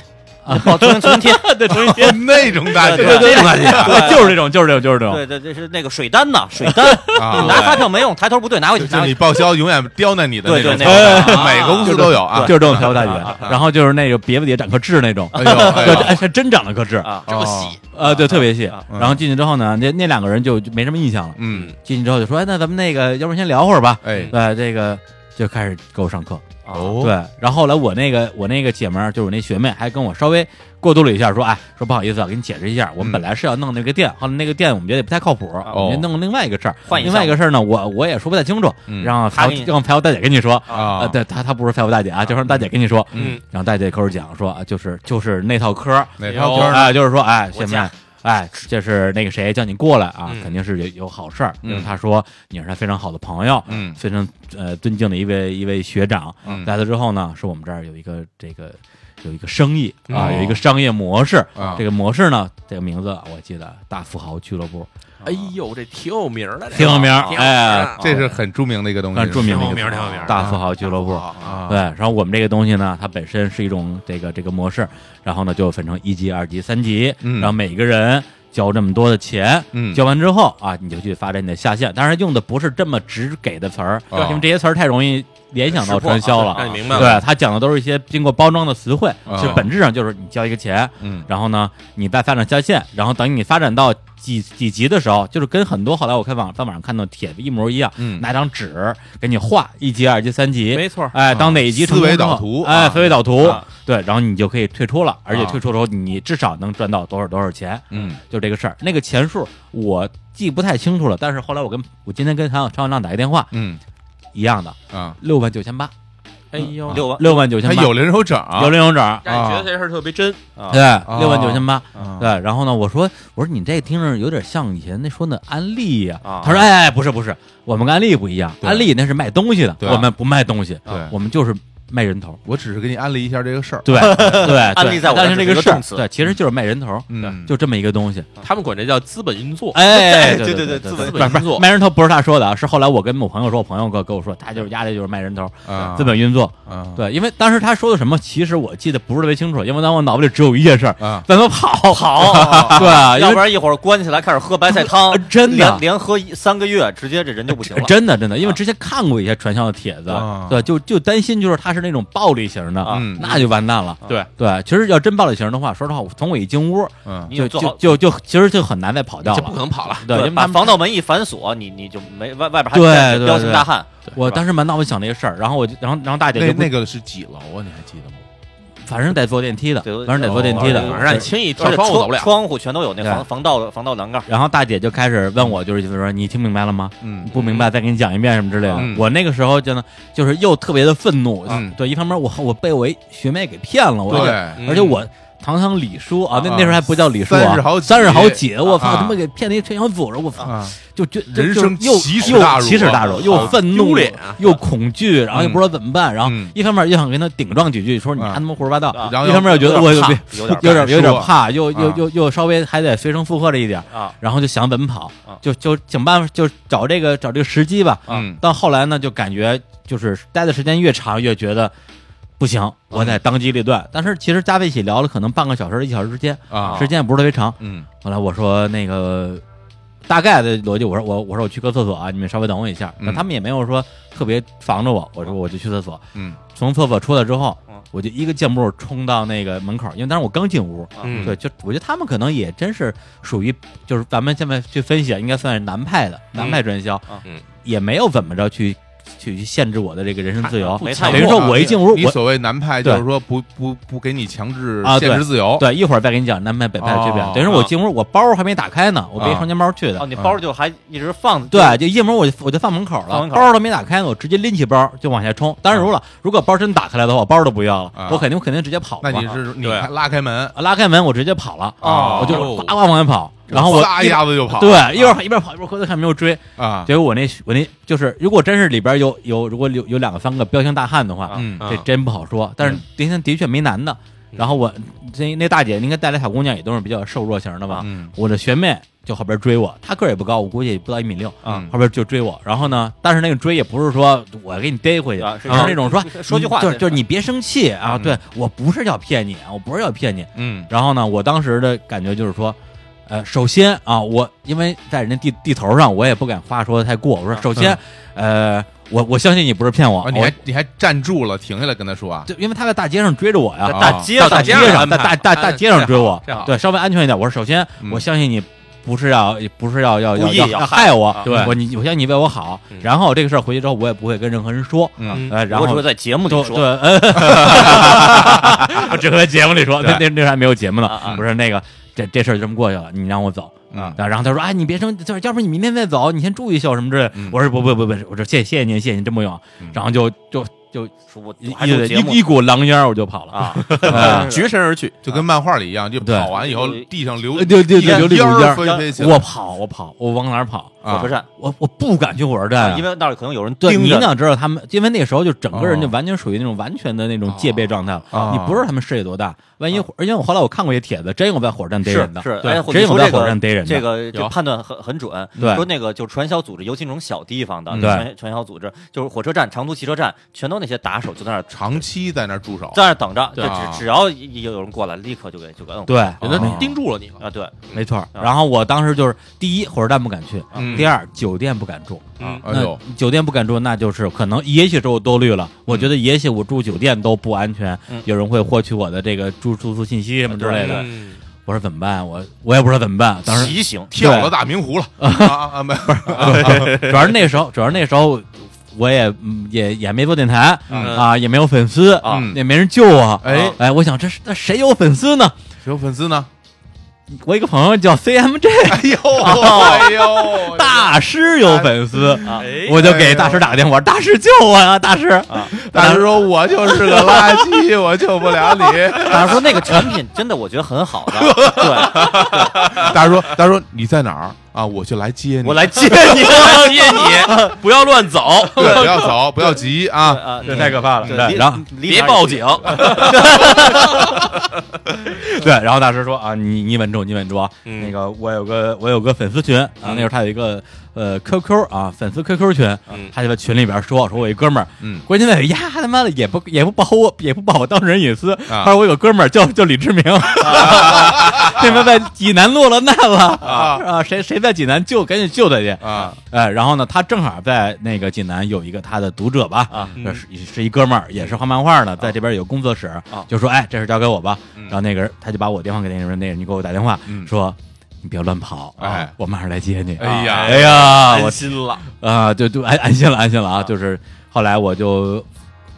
C: 哦，重新重新贴，
A: 对，重新贴，
E: <laughs>
B: 那种大姐
C: 对对
E: 啊
A: 对 <laughs> 对，就是这种，就是这种，就是这种。
C: <laughs> 对对，这是那个水单呐，水单，
A: 哦
B: 啊，
C: 拿发票没用，抬头不对，拿回去，
B: 就
C: 拿
B: 就
C: 回
B: 你
C: 去。
B: 报销永远刁难你的
C: 对对，
B: 种，
C: 那个
B: 每个公司都有啊。
A: 就是这种财务大姐，然后就是那个别的也长颗痣那种，
B: 哎呦哎
A: <laughs>
B: 呦
E: 哦
A: 对，哎，还真长了颗痣，
C: 啊，
D: 这么细，
A: 呃，对，特别细
C: 啊。
B: 嗯
A: 然后进去之后呢，那那两个人就就没什么印象了。
B: 嗯，
A: 进去之后就说，哎，那咱们那个，要不然先聊会儿吧。
C: 嗯
B: 哎，
A: 对，这个就开始给我上课。
E: 哎
C: 哦，
A: 嗯对，然后后来我那个我那个姐们儿，就是我那学妹，还跟我稍微过渡了一下，说，哎，说不好意思啊，给你解释一下，我们
B: 嗯
A: 本来是要弄那个店，后来那个店我们觉得也不太靠谱，我们就弄另外一个事儿。
C: 换一
A: 另外一个事儿呢，我我也说不太清楚，
B: 嗯
A: 让财务
C: 她给你
A: 让财务大姐跟你说。
B: 啊
A: 呃，，对她她不是财务大姐啊，就让大姐跟你说。
B: 嗯，
A: 然后大姐口口讲说啊，就是就是那套嗑儿，
B: 哪条
A: 哎、
B: 歌呢？
A: 就是说，哎，
C: 我
A: 现
C: 家
A: 在，哎，这是那个谁叫你过来啊，
D: 嗯
A: 肯定是有有好事儿。
B: 嗯
A: 因为他说你是他非常好的朋友，
B: 嗯
A: 非常呃尊敬的一位一位学长。
B: 嗯
A: 来了之后呢，说我们这儿有一个这个有一个生意啊，
B: 哦
A: 有一个商业模式。
B: 啊
A: 这，个模式呢，这个名字我记得大富豪俱乐部
D: <laughs> 哎呦，这挺有名儿的，这个
A: 挺有名儿
D: 挺有名
A: 哎
D: 儿的
B: 这是很著名的一个东西，
A: 很著名的一个
D: 挺有名儿挺有名儿
A: 大富豪俱乐部。
B: 啊
A: 对，然后我们这个东西呢，它本身是一种这个这个模式，然后呢就分成一级、二级、三级，
B: 嗯
A: 然后每个人交这么多的钱，
B: 嗯
A: 交完之后啊，你就去发展你的下线。当然用的不是这么直给的词儿，
B: 哦啊
A: 因为这些词儿太容易联想到传销了。
D: 让你明白了，
A: 对他讲的都是一些经过包装的词汇，
B: 哦
A: 其实本质上就是你交一个钱，
B: 嗯
A: 然后呢，你再发展下线，然后等你发展到几几级的时候，就是跟很多后来我看网在网上看到帖子一模一样，
B: 嗯
A: 拿张纸给你画一级、二级、三级，
D: 没错儿，
A: 哎，当哪一级
B: 啊思维导
A: 图，
B: 图
A: 哎，
B: 啊
A: 思维导图
C: 啊，
A: 对，然后你就可以退出了，而且
B: 啊
A: 退出的时候你至少能赚到多少多少钱，
B: 嗯
A: 就这个事儿。那个钱数我记不太清楚了，但是后来我跟我今天跟常常小浪打一电话，
B: 嗯
A: 一样的
B: 啊，
A: 六万九千八，
D: 哎呦，
C: 六万
A: 六万九
B: 他
A: 千八，
B: 有零有整啊，
A: 有零有整，
D: 让你觉得这事儿特别真，
C: 啊
A: 对，六万九千八。
B: 啊
A: 对，然后呢，我说我说你这听着有点像以前那说那安利呀、
C: 啊
A: 他说哎，不是不是，我们跟安利不一样，
B: 对
A: 安利那是卖东西的，
B: 对啊
A: 我们不卖东西，
C: 啊
B: 对
A: 我们就是卖人头。
B: 我只是给你安利一下这个事儿，
C: <laughs>
A: 对对，
C: 安利在我这
A: 但
C: 儿
A: 是
C: 只
A: 这
C: 是一个
A: 事儿
C: 动词
A: 对，其实就是卖人头，
B: 嗯
A: 就这么一个东西。
D: 他们管这叫资本运作，
A: 哎，
C: 对
A: 对
C: 对
A: 对
C: 对资
D: 本运作
A: 卖人头不是他说的啊，是后来我跟我朋友说，我朋友跟跟我说，他就是压的就是卖人头，
B: 啊，
A: 资本运作。
B: 啊
A: 对，因为当时他说的什么，其实我记得不是特别清楚，因为当我脑子里只有一件事儿，
B: 啊，
A: 怎么跑
C: 好，
A: 对啊，因
C: 要
A: 为
C: 不然一会儿关起来开始喝白菜汤
A: 呃， <laughs> 真的
C: 连连喝一三个月，直接这人就不
A: <laughs>
C: 行了。
A: 真的真的，因为之前看过一些传销的帖子，
B: 啊
A: 对，就就担心就是他是那种暴力型的，
C: 啊
B: 嗯
A: 那就完蛋了。
D: 对
A: 对，其实要真暴力型的话，说实话，我从我一进屋
B: 嗯
C: 你
A: 就
C: 做
A: 就
C: 好
A: 就就其实就很难再跑掉
D: 这不
A: 了。
D: 可能跑了。
A: 对，因为
C: 把
A: 他们
C: 防盗门一反锁，你你就没外外边还
A: 对
C: 站着
A: 对
C: 彪形
A: 对
C: 大汉。
A: 我当时满脑子想这个事儿，然后我就然后然后大姐
B: 那
A: 就不
B: 那个是几楼啊？你还记得吗？
A: 反正得坐电梯的，
C: 对
A: 反正得坐电梯的
C: 哦
D: 晚上
C: 对
D: 让
A: 对
D: 你轻易
C: 而
D: 跳
C: 且
D: 窗户走
C: 窗
D: 不了，
C: 窗户全都有那
A: 对
C: 防防盗防盗栏杆，
A: 然后大姐就开始问我，就是意思说你听明白了吗？
B: 嗯
A: 不明白再给你讲一遍什么之类的。
B: 嗯
A: 我那个时候真的就是又特别的愤怒，啊
B: 嗯
A: 对，一方面我我被我一学妹给骗了，我
B: 对，
D: 嗯
A: 而且我堂堂李叔啊，那
B: 啊
A: 那时候还不叫李叔啊，
B: 三十好几
A: 三十好几，我操，
B: 啊
A: 他妈给骗了一全小组织，我操，
B: 啊，
A: 就就就
B: 人
A: 就
B: 生
A: 又
B: 奇耻
A: 又
B: 大辱
A: 奇耻
B: 啊
A: 大辱，又
B: 啊
A: 愤怒
D: 丢脸啊
A: 又恐惧，然后又
B: 嗯
A: 不知道怎么办，然后
B: 嗯
A: 一方面又想跟他顶撞几句，说你
B: 啊
A: 他妈胡说八道，
C: 啊
B: 然后
A: 一
B: 又
A: 方面又觉得我
C: 有
A: 有点
C: 点怕
A: <laughs>
C: 有点
A: 有点有
B: 怕
A: 点
B: 说
A: 怕，又又
B: 啊
A: 又又稍微还得随声附和了一点儿，
C: 啊，
A: 然后就想怎么跑
C: 啊，
A: 就就想办法，就找这个找这个时机吧。
B: 嗯
A: 到后来呢，就感觉就是待的时间越长，越觉得不
B: 啊
A: 行，我得当机立断。但是其实加在一起聊了可能半个小时、一小时之间，
B: 啊
A: 时间也不是特别长。
B: 嗯
A: 后来我说那个大概的逻辑，我说我我说我去个厕所啊，你们稍微等我一下。那
B: 嗯啊
A: 他们也没有说特别防着我，我说我就去厕所。
B: 嗯啊
A: 从厕所出来之后
C: 嗯，
A: 我就一个箭步冲到那个门口，因为当时我刚进屋。
D: 嗯，
A: 对，就我觉得他们可能也真是属于，就是咱们现在去分析，啊，应该算是南派的南派传销
C: 啊，
D: 嗯，
A: 也没有怎么着去去去限制我的这个人身自由，
C: 没太
A: 等于说我一进屋，
B: 你
A: 我
B: 所谓南派就是说不不不给你强制
A: 啊对
B: 限制自由，
A: 对一会儿再给你讲南派北派的区别
B: 哦，
A: 等于说我进屋，我包还没打开呢，我背
B: 啊
A: 双肩包去
C: 哦，
A: 的，
C: 你包就还一直放，
A: 嗯对，就一进门我就我就放门口了，
C: 放门口
A: 包都没打开呢，我直接拎起包就往下冲。当然如了，如果包真打开来的话，我包都不要了
B: 啊，
A: 我肯定我肯定直接跑
B: 那
A: 了。
B: 你是你
D: 对
B: 还拉开门，
A: 拉开门，我直接跑了，
C: 哦
A: 我就
D: 哦
A: 哇哇往外跑，然后我
B: 撒一下子就跑，
A: 对，一边跑一边跑一边回头看有没有追，
B: 啊，
A: 结果我那我那就是，如果真是里边有有如果有有两个三个彪形大汉的话，
B: 嗯
A: 这真不好说。但是今天的确没男的，然后我那那大姐应该带来小姑娘也都是比较瘦弱型的吧？
B: 嗯
A: 我的学妹就后边追我，他个儿也不高，我估计也不到一米六，
B: 嗯
A: 后边就追我。然后呢，但是那个追也不是说我给你逮回去，
C: 啊是
A: 是那种说
C: 说句话
A: 就
C: 那
A: 是
C: 种
A: 就是你别生气啊，
B: 嗯
A: 对我不是要骗你，啊我不是要骗你。
B: 嗯
A: 然后呢，我当时的感觉就是说，呃，首先啊，我因为在人家地地头上，我也不敢话说的太过，我说
C: 啊
A: 首先，呃，我我相信你不是骗我，
B: 啊，你
A: 我
B: 还你还站住了，停下来跟他说啊，
A: 哦对，因为他在大街上追着我呀，
B: 啊
C: 大街
A: 到
C: 上
A: 大街
D: 上
A: 上，
D: 安
A: 在
D: 排
A: 大大
D: 啊
A: 大街上追我
D: 这样，好
A: 对，稍微安全一点。我说，首先
B: 嗯
A: 我相信你不是要不是要要
C: 故
A: 要
C: 意
A: 要
C: 要
A: 要
C: 害
A: 害我
C: 啊，
A: 对我你我相信你为我好
D: 嗯。
A: 然后这个事儿回去之后，我也不会跟任何人说，
B: 嗯
A: 呃，然
C: 我只
A: 后
C: 会。在节目
A: 就
C: 里
A: 对，
C: 说，
A: 呃我 <laughs> 只会在节目里说，那那那时候还没有节目
C: 啊
A: 呢。
C: 啊
A: 不是那个，这这事儿就这么过去了，你让我走。
B: 嗯
A: 啊，然后他说：“哎，你别生，就是要不然你明天再走，你先住一宿什么之类。”的
B: 嗯。
A: 我说：“不不不不，我说谢谢谢您，谢谢您，真不用。
B: 嗯”
A: 然后就就就
C: 说我
A: 一
C: 我还录节目
A: 一一股狼烟儿我就跑了
C: 啊，
A: 啊！
D: 绝身而去，
B: 就跟漫画里一样，就
A: 对
B: 跑完以后地上留
A: 呃就就
B: 一
A: 就留了一
B: 烟
A: 股烟
B: 儿
A: 儿
B: 飞飞起来，
A: 我跑，我跑，我往哪儿跑？
B: 啊
C: 火车站，
A: 我我不敢去火车站啊，
C: 因为那儿可能有人
A: 对
C: 盯
A: 你
C: 着
A: 想知道他们，因为那时候就整个人就
B: 哦
A: 完全属于那种完全的那种戒备状态了。
B: 哦
A: 你不知道他们势力多大，万一火，而且我后来我看过一帖子，真有在火车站逮
C: 是
A: 人的，
C: 哦是，
A: 对
C: 哎，我
A: 真
C: 跟你
A: 有
C: 说
A: 在
C: 这
A: 火车
C: 个
A: 站逮人的。
C: 这个
D: 有
C: 就判断很很准。
A: 对
C: 说那个就传销组织，尤其那种小地方的
B: 嗯
C: 传传销组织，就是火车站、长途汽车站，全都那些打手就在那儿
B: 长期在那儿驻守，
C: 在那儿等着，就
B: 对啊
C: 只只要一有人过来，立刻就给就给摁回
A: 对，
D: 人家
B: 哦
D: 盯住了你了。
C: 啊，对，
A: 没错儿。然后我当时就是第一，火车站不敢去；
B: 嗯
A: 第二，酒店不敢住。
D: 嗯
B: 哎呦，
A: 那酒店不敢住，那就是可能，也许是我多虑了。我觉得也许我住酒店都不安全，
C: 嗯
A: 有人会获取我的这个住住宿信息什么之类的。
D: 嗯
A: 我说怎么办？我我也不知道怎么办。当时
C: 骑 <laughs> 行
B: 跳了大明湖了啊啊！没
C: <laughs>
A: 主要是那时候，主要是那时候我也嗯也也没做电台、
B: 嗯
A: 啊，也没有粉丝
C: 啊
B: 嗯
A: 也没人救我。
B: 哎
A: 哎，我想这是那谁有粉丝呢？
B: 谁有粉丝呢？
A: 我一个朋友叫
C: <laughs>
A: CMJ
B: 哎呦，哎呦，
A: 大师有粉丝。
C: 啊，
A: 我就给大师打个电话，大师救我呀、大师！
C: 啊
B: 大师说我就是个垃圾，我救不了
C: <laughs>
B: 你。
C: 大家说那个产品真的我觉得很好的， <laughs> 对
B: 大师说，大师说你在哪儿啊？我就来接你。
C: 我来接你，来接你，
A: <laughs>
D: 不要乱走，
B: 对，不要走，不要急啊！
C: 啊，
A: 这太可怕了
C: 对
A: 对
C: 离
A: 然后
C: 离
D: 别
C: 哪儿
D: 报警。
A: 对，然后大师说啊，你你稳住，你稳住啊。
D: 嗯
A: 那个我有个我有个粉丝群啊，那时候他有一个呃 QQ 啊粉丝 QQ 群，
D: 嗯
A: 他就在群里边说说我一哥们儿，
B: 嗯
A: 关键在于呀他妈的也不也不保我也不保我当事人隐私，
B: 啊
A: 他说我有个哥们儿叫叫李志明， <laughs> 这他妈在济南落了难了
B: 啊
A: 啊，谁谁在济南救赶紧救他去。
B: 啊，
A: 哎，然后呢，他正好在那个济南有一个他的读者吧，
C: 啊
A: 这是是一哥们儿，也是画漫画的，在这边有工作室，
B: 啊
A: 就说哎，这事交给我吧。然后那个人他就把我电话给那个人，那个人你给我打电话
B: 嗯
A: 说。你别乱跑，啊
B: 哎
A: 我马上来接你。
B: 哎呀
A: 哎呀，我
D: 心了，
A: 啊，就就安安心了，安心了啊！就是后来我就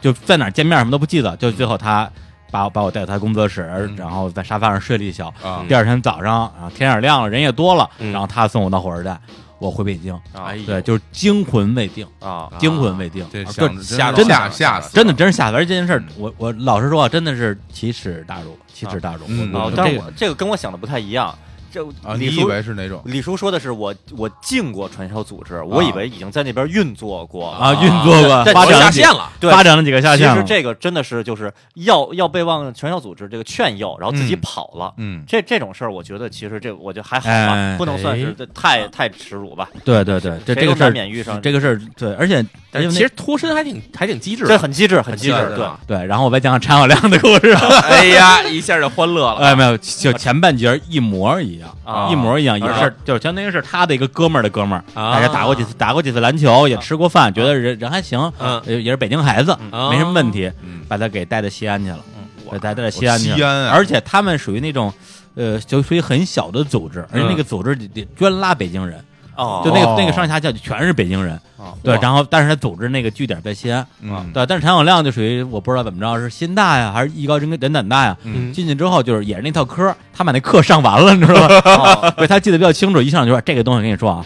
A: 就在哪儿见面什么都不记得，就最后他把把我带到他工作室，然后在沙发上睡了一宿。
B: 啊
A: 第二天早上啊，天也亮了，人也多了，
D: 嗯
A: 然后他送我到火车站，我回北京。
C: 啊
D: 哎呦
A: 对，就是惊魂未定，
C: 啊，
A: 惊魂未定，
B: 这
A: 啊
B: 想
A: 就
B: 吓
A: 真
B: 吓
A: 的
B: 吓死！
A: 真的真是吓死人！这件事儿，我我老实说啊，真的是奇耻大辱，奇耻大辱。
B: 嗯
A: 我
C: 啊
A: 我，
C: 但
A: 这
C: 是
A: 个
C: 我这个跟我想的不太一样，这
B: 啊！你
C: 李
B: 以
C: 叔
B: 为是哪种？
C: 李叔说的是我我进过传销组织，我以为已经在那边运作过
A: 啊，
C: 了
A: 运作过
C: 但
A: 发
D: 我
A: 展
D: 下
A: 了几
D: 线了。
C: 对，
A: 发展了几个下
C: 其
A: 线
C: 实
A: 了。
C: 这个真的是就是要要被往传销组织这个劝诱，然后自己跑了。
B: 嗯，
C: 这这种事儿，我觉得其实这我觉得还好
A: 哎
C: 吧，不能算是太太耻辱吧。
A: 对对对，这
C: 谁
A: 这
C: 都
A: 个事儿
C: 难免遇上
A: 这个事儿对，而且
D: 但是
A: 因为
D: 其实脱身还挺还挺机智的，
C: 这很机智，很机智
D: 很机，智
C: 对
D: 啊
A: 对，然后我再讲讲常小亮的故事。
D: 哎呀，一 <laughs> 下就欢乐了。
A: 哎，没有，就前半截儿一模一样，
C: 啊
A: 一模一样，也
C: 啊
A: 是就是相当于是他的一个哥们儿的哥们儿，
D: 啊
A: 大家打过几次打过几次篮球，也吃过饭，觉得人人还行，
D: 嗯
A: 也也是北京孩子，
D: 嗯
A: 没什么问题，
B: 嗯
A: 把他给带到西安去了，把他带到西
B: 我
A: 安去
B: 西
A: 了，
B: 安啊
A: 而且他们属于那种。呃，就属于很小的组织，而且那个组织得得专拉北京人，
C: 哦，
A: 就那个、
B: 哦
A: 那个上下校就全是北京人，
C: 哦
A: 对。
C: 哇
A: 然后，但是他组织那个据点在西安，
B: 嗯
A: 对，但是常小亮就属于我不知道怎么着，是心大呀，还是艺高人人胆大呀？
B: 嗯
A: 进去之后就是也是那套科，他把那课上完了，你知道吧？ <laughs>
C: 哦
A: 对，他记得比较清楚，一上来就说这个东西，跟你说啊，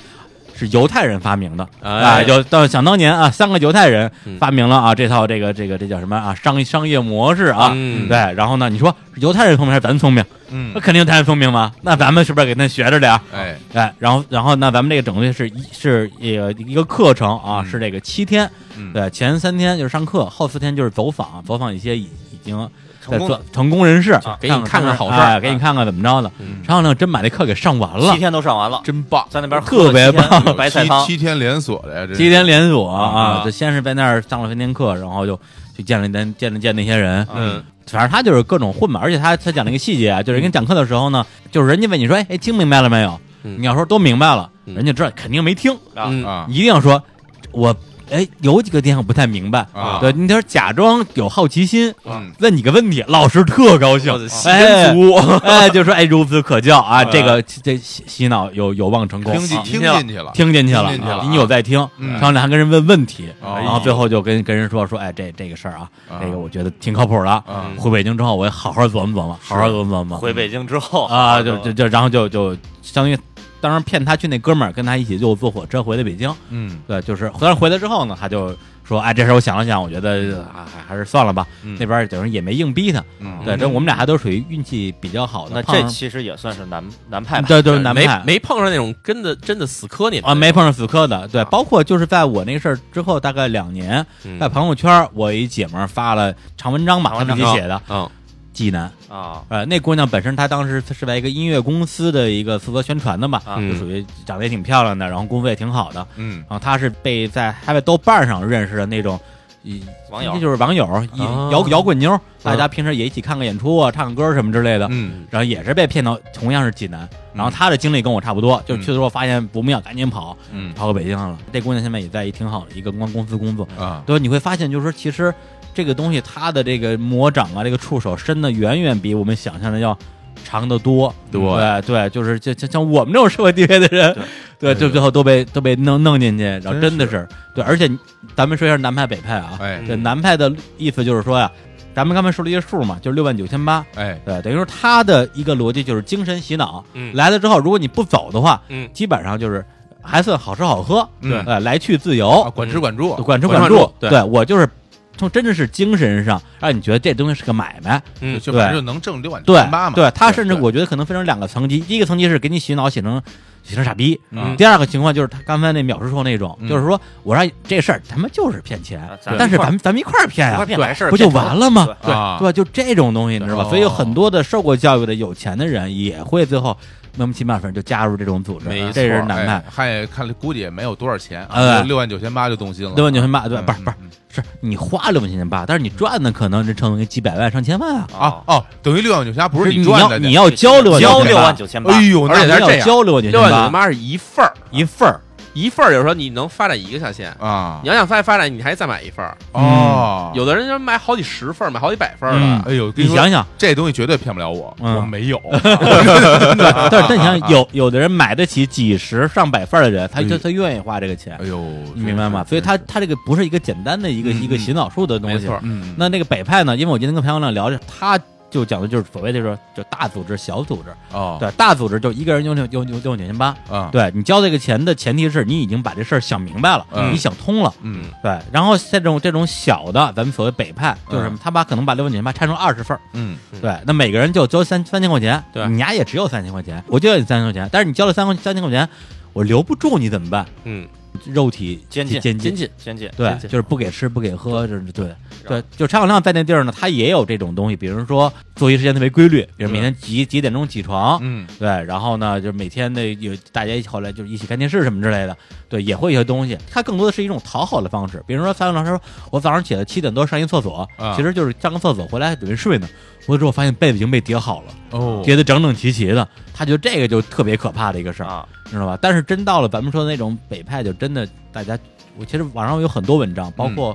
A: 是犹太人发明的啊，
D: 哎
A: 有到想当年啊，三个犹太人
D: 嗯
A: 发明了啊这套这个这个这叫什么啊商商业模式啊。
D: 嗯
A: 对，然后呢？你说犹太人聪明还是咱聪明？ <laughs> 那
B: 嗯，
A: 肯定犹太人聪明嘛。那咱们是不是给他学着点儿？
B: 哎，
A: 哎，然后，然后，那咱们这个整个是一是一个一个课程啊，
B: 嗯
A: 是这个七天，
B: 嗯
A: 对，前三天就是上课，后四天就是走访，走访一些已已经
C: 成功的
A: 做成功人士，
D: 啊给你看看好事儿
A: 哎给你看看怎么着的。
D: 嗯
A: 然后呢，真把那课给上完了
C: 七，天都上完了，
A: 真棒！
C: 在那边
A: 特
C: 喝了
A: 别
C: 七天
A: 棒
C: <laughs> 白菜汤
B: 七七天连锁的呀，这是
A: 七天连锁啊
B: 啊，
A: 就先是在那儿上了三天课，然后就去见了见见了见那些人，
D: 嗯，
A: 反正他就是各种混吧，而且他他讲了一个细节啊，就是人家讲课的时候呢，就是人家问你说，哎，哎听明白了没有？
D: 嗯
A: 你要说都明白了，
D: 嗯
A: 人家知道肯定没听，
C: 啊
D: 嗯
B: 啊
A: 你一定要说，我哎有几个地方不太明白，
B: 啊，
A: 对，你得假装有好奇心，
B: 嗯
A: 问你个问题，老师特高兴
D: 我的，心
A: 哎， <laughs> 哎，就说哎孺子可教啊，这个这洗洗脑有有望成功，
B: 听进
A: 啊
B: 听进去了，
A: 听进去了
B: 听进去了
A: 啊你有在听，
B: 嗯
A: 然后呢还跟人问问题，
B: 哦
A: 然后最后就跟跟人说说，哎，这这个事儿啊，
B: 啊
A: 这个我觉得挺靠谱的。
B: 啊
A: 回北京之后，我也好好琢磨琢磨，好好琢磨琢磨。
C: 回北京之后
A: 啊，就就就然后就就相当于，当时骗他去那哥们儿跟他一起就坐火车回的北京。
B: 嗯
A: 对，就是当时回来之后呢，他就说，哎，这事儿我想了想，我觉得啊还还是算了吧。
B: 嗯
A: 那边儿等于也没硬逼他。
B: 嗯
A: 对，这我们俩还都属于运气比较好的。
C: 那
A: 碰
C: 这
A: 上
C: 其实也算是南南派吧，
A: 对对南
D: 没
A: 派
D: 没碰上那种跟的真的死磕你的
A: 啊，没碰上死磕的，对，包括就是在我那事儿之后，大概两年，
D: 嗯
A: 在朋友圈儿，我一姐们儿发了长文章吧，她自己写的
D: 嗯
A: 济南，
C: 啊
A: 呃，那姑娘本身她当时是在一个音乐公司的一个负责宣传的嘛，
C: 啊
A: 就属于长得也挺漂亮的，然后功夫也挺好的，
B: 嗯
A: 然后她是被在还在豆瓣上认识的那种。一
C: 网友
A: 这就是网友，一
D: 啊
A: 摇摇滚妞，大家平时也一起看看演出啊，唱唱歌什么之类的，
B: 嗯
A: 然后也是被骗到，同样是济南，然后她的经历跟我差不多，就去的时候发现不妙，赶紧跑，
B: 嗯
A: 跑到北京来了。这姑娘现在也在一挺好的一个公关公司工作，
B: 啊
A: 对，你会发现就是说，其实这个东西它的这个魔掌啊，这个触手伸的远远比我们想象的要长得多。
B: 对
A: 对对就是就就像我们这种社会地位的人，对，就最后都被都被弄弄进去，然后真的是对，而且你咱们说一下南派北派啊，
B: 哎
A: 这南派的意思就是说呀、咱们刚才说了一个数嘛，就是六万九千八，
B: 哎
A: 对，等于说他的一个逻辑就是精神洗脑，
D: 嗯
A: 来了之后，如果你不走的话，
D: 嗯
A: 基本上就是还算好吃好喝，
B: 对
A: 呃，来去自
B: 啊
A: 由，
B: 管吃管住
A: 管吃
D: 管
A: 住，
D: 管住对
A: 我就是从真的是精神上让你觉得这东西是个买卖，
D: 嗯
B: 就反正就能挣六万九
A: 对
B: 千八嘛，
A: 对，他甚至
B: 对
A: 我觉得可能分成两个层级，第一个层级是给你洗脑洗成洗成傻逼，
B: 嗯
A: 第二个情况就是他刚才那淼叔说那种，
B: 嗯
A: 就是说我让这事儿他妈就是骗钱
C: 啊，咱们
A: 但是
C: 一块儿
A: 咱们咱们一块儿骗哎
C: 一
A: 呀
C: 块，骗完事儿
A: 不就完了吗？
C: 对
B: 啊
A: 对吧？就这种东西，你知道吧？
B: 哦
A: 所以有很多的受过教育的有钱的人也会最后那么起码反正就加入这种组织，
B: 没错，
A: 这是南派
B: 哎。还看估计也没有多少钱，啊
A: 哎
B: 六万九千八就动心了，
A: 六万九千八，对，
B: 嗯
A: 不是不是，是你花六万九千八，但是你赚的可能是成为几百万、上千万啊！
B: 啊哦，等于六万九千八不
A: 不
B: 是
A: 你
B: 赚
A: 要
B: 的，
A: 你要交六万
C: 交
A: 9,800
C: 六万九千八
B: 哎，呦，
D: 而且
B: 那
A: 你
D: 他是
A: 要
D: 这样
A: 交六万九
D: 六万九千
A: 八
D: 八是一份儿
A: 一份儿，
D: 一份儿，有时候你能发展一个下线。
B: 啊
D: 你要想再发展，你还再买一份
A: 啊
D: 儿。
B: 哦，
D: 有的人就买好几十份儿，买好几百份儿
A: 嗯
D: 的。
B: 哎呦，跟
A: 你
B: 说
A: 想
B: <laughs>
A: 想，
B: 这东西绝对骗不了我，
A: 嗯
B: 我
A: <laughs>
B: 没有，
A: 对， <laughs> 但是但你想想，
B: <laughs>
A: 有有的人买得起几十上百份儿的人，他就
B: 哎
A: 他愿意花这个钱
B: 哎，呦，
A: 你明白吗？所以他他这个不是一个简单的一个
B: 嗯
A: 一个
B: 嗯
A: 洗脑术的东
D: 没
A: 西
D: 错，
B: 嗯，
A: 那那个北派呢？因为我今天跟潘亮聊着，他就讲的就是所谓的说，就大组织、小组织。
B: 哦，
A: 对，大组织就一个人用六用用用九千八。
B: 啊，
A: 对你交这个钱的前提是你已经把这事儿想明白了，
B: 嗯
A: 你想通了。
B: 嗯
A: 对，然后这种这种小的，咱们所谓北派，就是什么，他把可能把六万九千八拆成二十份儿，
B: 嗯
D: 嗯
A: 对，那每个人就交三三千块钱，
D: 对
A: 你家也只有三千块钱，我就要你三千块钱，但是你交了三块三千块钱，我留不住你怎么办？
D: 嗯，
A: 肉体
C: 监禁
A: 监禁
D: 监，禁。
C: 先进
A: 对
D: 真，是
A: 就是不给吃不给喝，就是对对，就常小亮在那地儿呢，他也有这种东西，比如说作息时间特别规律，比如每天几几点钟起床，
B: 嗯
A: 对，然后呢，就是每天的有大家后来就一起看电视什么之类的，对，也会有些东西，它更多的是一种讨好的方式，比如说三个老师说，我早上起来七点多上一厕所，
B: 啊
A: 其实就是上个厕所回来准备睡呢，回来之后发现被子已经被叠好了，
B: 哦，
A: 叠得整整齐齐的，他觉得这个就特别可怕的一个事儿，
C: 啊，
A: 知道吧？但是真到了咱们说的那种北派，就真的大家，我其实网上有很多文章，包括、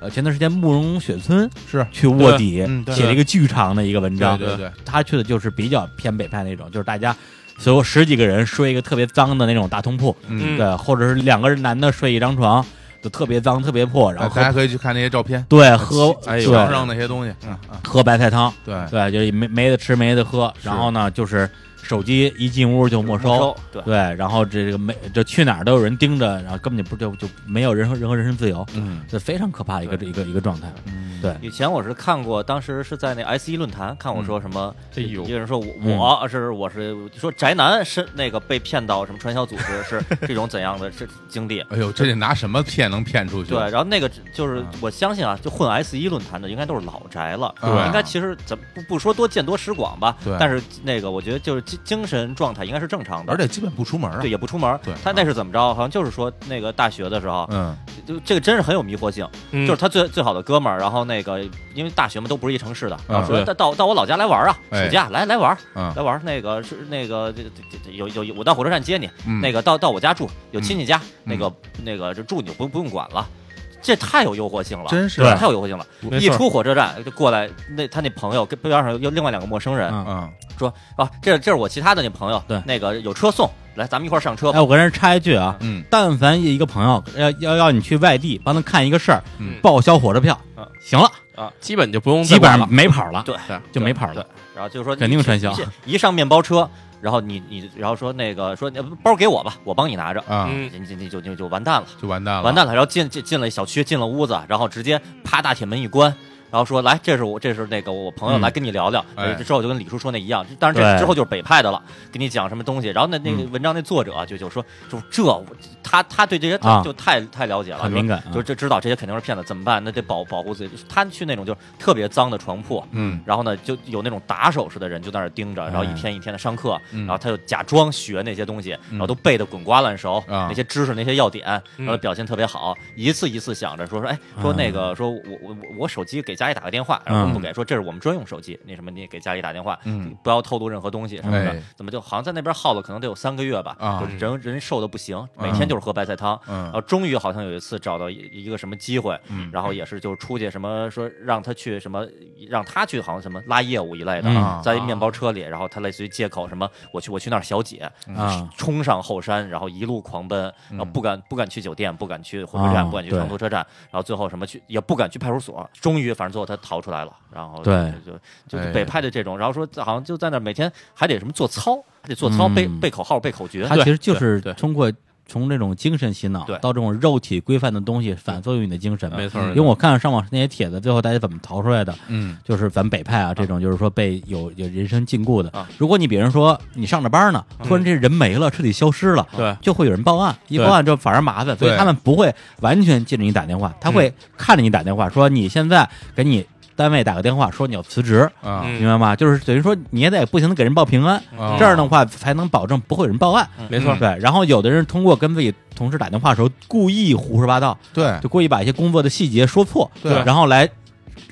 A: 呃前段时间慕容雪村
B: 嗯是
A: 去卧底、
B: 嗯对
A: 写了一个巨长的一个文章，
B: 对对对
A: 他去的就是比较偏北派那种，就是大家。所有十几个人睡一个特别脏的那种大通铺，
B: 嗯
A: 对，或者是两个人男的睡一张床，就特别脏、特别破，然后喝
B: 大家可以去看那些照片，
A: 对喝
B: 哎
A: 对
B: 墙上那些东西，嗯啊，
A: 喝白菜汤，
B: 对
A: 对，就是没没得吃没得喝，然后呢就是手机一进屋就没
C: 没收，对，
A: 对，然后这个没就去哪儿都有人盯着，然后根本就不就就没有任何任何人身自由，
E: 嗯，
A: 这非常可怕的一个一个一个状态。对，
C: 以前我是看过，当时是在那 S 一论坛看
A: 嗯
C: 我说什么，
E: 哎呦
C: 有人说我
B: 嗯
C: 我是我是说宅男是那个被骗到什么传销组织
B: <laughs>
C: 是这种怎样的这经历。
B: 哎呦，这得拿什么骗能骗出去？
C: 对，然后那个
B: 嗯
C: 就是我相信啊，就混 S 一论坛的应该都是老宅了，
B: 对啊
C: 应该其实咱不不说多见多识广吧
B: 对，
C: 但是那个我觉得就是精精神状态应该是正常的，
B: 而且基本不出门啊
C: 对。也不出门
B: 对。
C: 他那是怎么着？好像就是说那个大学的时候，
B: 嗯，
C: 就这个真是很有迷惑性，
D: 嗯
C: 就是他最最好的哥们儿，然后那个因为大学嘛都不是一城市的，
B: 啊
C: 然后说
A: 对
C: 到到到我老家来玩啊，
B: 哎
C: 暑假来来玩儿
B: 嗯
C: 来玩儿，那个是那个这这这有有有我到火车站接你，
B: 嗯
C: 那个到到我家住，有亲戚家，
B: 嗯
C: 那个那个就住你就不不用管了，这太有诱惑性了，
B: 真是啊
C: 太有诱惑性了，
B: 没
C: 一
B: 错
C: 出火车站就过来，那他那朋友跟边上有另外两个陌生人
A: 嗯
B: 嗯，
C: 说啊，这这是我其他的那朋友
A: 对，
C: 那个有车送，来咱们一块儿上车
A: 哎，，我跟人插一句啊，
B: 嗯，
A: 但凡一个朋友要要要你去外地帮他看一个事儿
B: 嗯，
A: 报销火车票
C: 嗯，
A: 行了，
D: 基本就不用
A: 基
D: 再
A: 本
D: 管
A: 上没跑了，
C: 对，
A: 就没跑了
C: 对。然后就是说
A: 肯定
C: 一
A: 传销
C: 一一上面包车，然后你你然后说那个说呃包给我吧，我帮你拿着，
B: 啊，
D: 嗯
C: 你你你就就就完蛋了，
B: 就完蛋了，
C: 完蛋了。然后进进进了小区，进了屋子，然后直接啪大铁门一关。然后说来，这是我，这是那个我朋友
A: 嗯
C: 来跟你聊聊。
B: 哎
C: 呃之后就跟李叔说那一样，当然这
A: 对
C: 之后就是北派的了，给你讲什么东西。然后那那
B: 嗯
C: 个文章那作者啊就就说，就这我他他对这些
A: 啊
C: 就太太了解了，
A: 很
C: 就说
A: 敏感啊
C: 就这知道这些肯定是骗子，怎么办？那得保保护自己。他去那种就是特别脏的床铺，
B: 嗯，哎
C: 然后呢，就有那种打手似的人就在那儿盯着，然后一天一天的上课，
B: 嗯
C: 然后他就假装学那些东西，然后都背得滚瓜烂熟，
B: 啊
C: 那些知识那些要点，
D: 嗯
C: 然后表现特别好，一次一次想着说说，哎，
B: 嗯
C: 说那个、说我我我我手机给家里打个电话，然后
A: 嗯
C: 不给，说这是我们专用手机，那什么你也给家里打电话，
B: 嗯
C: 不要透露任何东西什么的，
B: 哎
C: 怎么就好像在那边耗了可能得有三个月吧，
B: 啊
C: 就是人人瘦的不行，
B: 嗯
C: 每天就是喝白菜汤，然
B: 嗯
C: 后终于好像有一次找到一一个什么机会，
B: 嗯
C: 然后也是就是出去什么说让他去什么，让他去好像什么拉业务一类的，
B: 嗯
C: 在面包车里，然后他类似于借口什么我去我去那儿小解，
A: 啊
B: 嗯
C: 冲上后山，然后一路狂奔，然后不敢不敢去酒店，不敢去火车站，
B: 哦
A: 啊
C: 不敢去
A: 对
C: 长途车站，然后最后什么去也不敢去派出所，终于反正最后他逃出来了，然后
A: 对
C: 就就
B: 哎
C: 就北派的这种，然后说好像就在那儿每天还得什么做操，还得做操
A: 嗯
C: 背背口号背口诀，
A: 他其实就是
D: 对对
A: 通过从这种精神洗脑
C: 对
A: 到这种肉体规范的东西反作用你的精神。
D: 没错
A: 因为我看上网那些帖子，最后大家怎么逃出来的？
B: 嗯，
A: 就是咱北派啊，这种就是说被有有人身禁锢的
C: 啊。
A: 如果你比如说你上着班呢，
D: 嗯
A: 突然这人没了，彻底消失了，
D: 对，
A: 就会有人报案，一
D: 对
A: 报案之后反而麻烦，所以
B: 对
A: 他们不会完全记着你打电话，他
D: 嗯
A: 会看着你打电话，说你现在给你单位打个电话，说你要辞职，
B: 啊
D: 嗯哦
A: 明白吗？就是等于说你也得不停的给人报平安，
C: 嗯
B: 啊
A: 这样的话才能保证不会有人报案。嗯
D: 没错，
A: 对，然后有的人通过跟自己同事打电话的时候，故意胡说八道，
B: 对
A: 就故意把一些工作的细节说错，
B: 对
A: 然后来，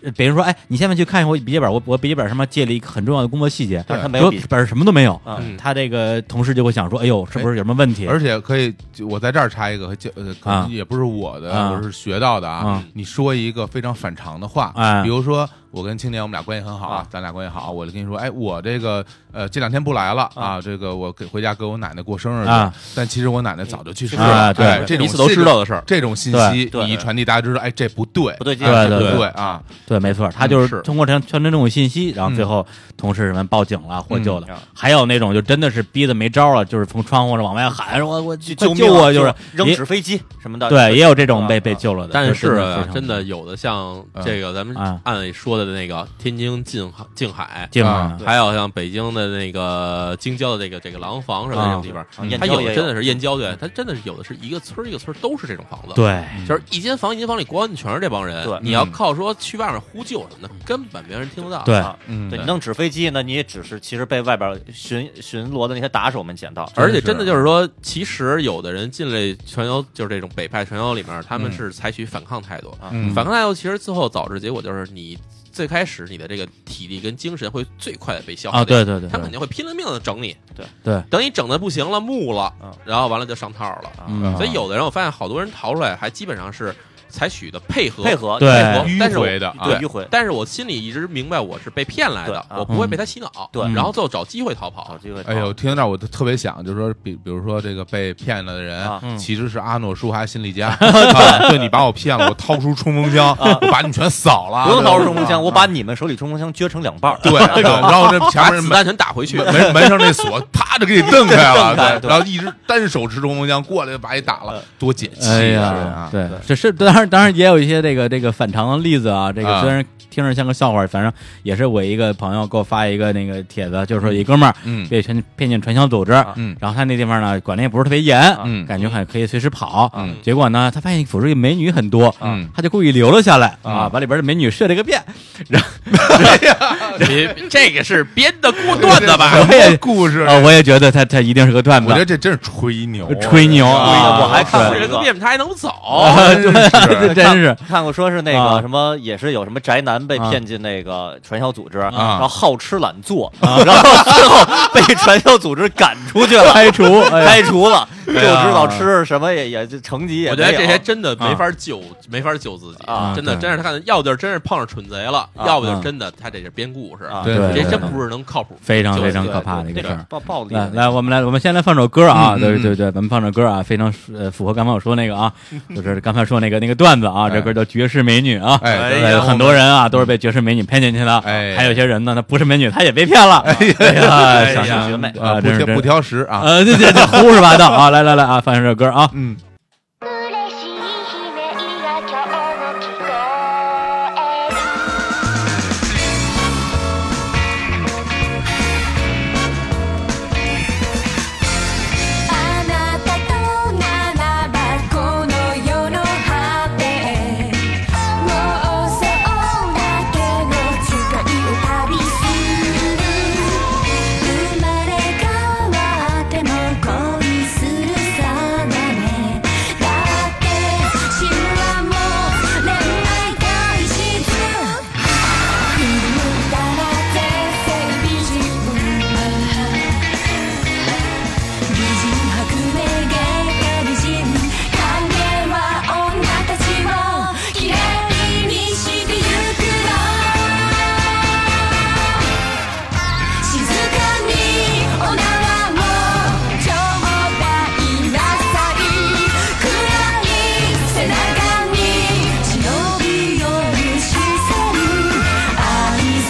A: 呃别人说，哎，你现在去看一下我笔记本，我我笔记本上面借了一个很重要的工作细节，
C: 但是他没
A: 说
C: 有比
A: 本儿什么都没有，
C: 啊
D: 嗯
A: 他这个同事就会想说，哎呦，是不是有什么问题？
B: 而且可以，就我在这儿插一个，就呃，可
A: 啊
B: 能也不是我的，
A: 啊
B: 我是学到的啊。
A: 啊
B: 你说一个非常反常的话，
A: 哎
B: 比如说我跟青年我们俩关系很好，
C: 啊
B: 咱俩关系好，我就跟你说，哎，我这个呃这两天不来了啊，这个我给回家给我奶奶过生日去，
A: 啊
B: 但其实我奶奶早就去世
C: 去
B: 了，
C: 世
A: 了对
B: 哎这种
D: 彼此都知道的事儿，
B: 这种信
A: 对
B: 息，
C: 对
B: 你一传递，大家知道，哎，这不对，
C: 不对劲
B: 啊
A: 对
B: 这
A: 对
B: 不
A: 对
B: 对啊，
A: 对，没错，他
B: 嗯
A: 就是
B: 是
A: 通过这样传递这种信息，然后最
B: 嗯
A: 后同事们报警了获救
C: 嗯
A: 的，还有那种就真的是逼得没招了，就是从窗户上往外喊，我我
C: 就
A: 快
C: 救
A: 救
C: 命啊
A: 我，就是
C: 扔
A: 也
C: 纸飞机什么的，
A: 对，也有这种
C: 啊
A: 被被
C: 啊
A: 救了的，
D: 但是
A: 非
D: 啊
A: 常
D: 真的有的像这个咱们
A: 啊
D: 案里说的那个天津近海近海，
A: 敬
B: 啊
A: 了
D: 还有像北京的那个京郊的这个这个廊坊什么的
A: 啊
D: 这种地方，
C: 啊燕
D: 它
C: 郊
D: 嗯有
C: 也
D: 的真的是燕郊，对，它真的是有的是一个村儿一个村儿都是这种房子，，
A: 对。
D: 就是一间房一间房里光全是这帮人，
C: 对
D: 你要靠说去外面呼救什么的，根本没人听得到，
A: 对
C: 啊
B: 嗯，
C: 对你弄纸飞机呢，你也只是其实被外边巡巡逻的那些打手们捡到，
D: 而且真的就是说，其实有的人进来传销，就是这种北派传销里面，他们
B: 嗯
D: 是采取反抗态度。
C: 啊
B: 嗯
D: 反抗态度其实最后导致结果就是，你最开始你的这个体力跟精神会最快的被消耗
A: 啊，
D: 掉。
A: 对对对，
D: 他们肯定会拼了命的整你。
C: 对
A: 对，
D: 等你整的不行了，木了
C: 嗯，
D: 然后完了就上套了。
C: 啊
A: 嗯
D: 所以有的人，我发现好多人逃出来，还基本上是采取的配合
C: 配，合
A: 对
C: 配合
B: 迂
D: 但是我
B: 回的啊
C: 对，迂回
D: 但是我心里一直明白我是被骗来的，
C: 对啊
D: 我不会被他洗脑，
C: 对啊
D: 然后最后找机会逃跑
C: 找，机会。
B: 哎呦，，听到我都特别想，就是说，比比如说这个被骗了的人，
C: 啊
B: 其实是阿诺舒华心理家，啊、对你把我骗了，我掏出冲锋枪，我把你全扫了，
C: 不用掏出冲锋
B: 啊
C: 枪，我把你们手里冲锋枪撅成两半儿。
B: 对，对然后这前
D: 把
B: 面
D: 子 <laughs>
B: 门
D: 弹全打回去。
B: 门门上那锁，啪就给你蹬开了，
C: 蹬开
B: 对，
C: 对
B: 然后一直单手持冲锋枪过来就把你打了，多解气
A: 哎
B: 啊！
A: 呀，
B: 是啊
A: 对，这是当然，当然也有一些这个这个反常的例子啊。这
B: 啊
A: 个虽然听着像个笑话，反正也是我一个朋友给我发一个那个帖子，就是说一哥们儿
B: 嗯
A: 被骗骗进传销组织，
B: 嗯
A: 然后他那地方呢管的也不是特别严，
B: 嗯
A: 感觉还可以随时跑。
B: 嗯
A: 结果呢，他发现组织里美女很多，
B: 嗯
A: 他就故意留了下来
B: 啊
A: 啊，把里边的美女睡了个遍。
D: <laughs> 别这个是编的故段子
A: <laughs>
D: 吧？
A: 我也
B: 故事，
A: 啊，我也觉得他他一定是个段
B: 我觉得
A: 子，
B: 这真是吹牛啊，
A: 吹牛啊！
C: 我还看过
A: 对
D: 这个变他还能走？
A: 啊， <laughs> 对，
B: 是
A: 这真是
C: 看过说是那个
A: 啊
C: 什么，也是有什么宅男被
A: 啊
C: 骗进那个传销组织，
B: 啊
C: 然后好吃懒做，然后最后被传销组织赶出去了，
A: 开除，哎呀
C: 开除了，就知
A: 呀
C: 道吃什么也也就成绩也
D: 我觉
C: 没
D: 得
C: 有。
D: 这些真的没法救，没法救自己
C: 啊
D: 真的，
A: 对
D: 真是他看，要不就是真是碰上蠢贼了，
C: 啊
D: 要不就是真的他这是编故事
C: 啊
A: 对
D: 这
A: 对
D: 真
A: 对
D: 不是能靠谱，
A: 非常
D: 就
A: 非
D: 是
A: 常
C: 对
A: 可怕的一个
C: 对
A: 事儿。
C: 暴暴力的
A: 来
C: 那
A: 来，
C: 种
A: 我们来，我们先来放首歌啊！
B: 嗯
A: 对
B: 嗯
A: 对对，咱们放首歌啊，非常呃符合刚才我说那个啊，就是刚才说那个那个段子啊，
B: 哎
A: 这歌叫《绝世美女》啊。
B: 哎
A: 对
D: 哎呀
A: 很多人啊都是被绝世美女骗进去的，
B: 哎
A: 还有些人呢，他不是美女，他也被骗了。哎呀，想想
C: 绝美
B: 啊，
A: 啊，
B: 不
A: 真是
B: 挑
A: 真
B: 不
A: 是
B: 挑食啊，
A: 呃，这这这胡说八道啊！来来来啊，放首歌啊，
B: 嗯。
G: 嬉しい悲鳴が今日も聞こえる「あなたとならばこの世の果て」「もう背負うだけの誓いを旅する」「生まれ変わっても恋する定め」「だって神話も恋愛大しず」「振り向いたら絶世美人」美人白目ゲー美人歓迎は女たちをきれいにしてゆくの静かにお縄を頂戴なさい暗い背中に忍び寄る視線愛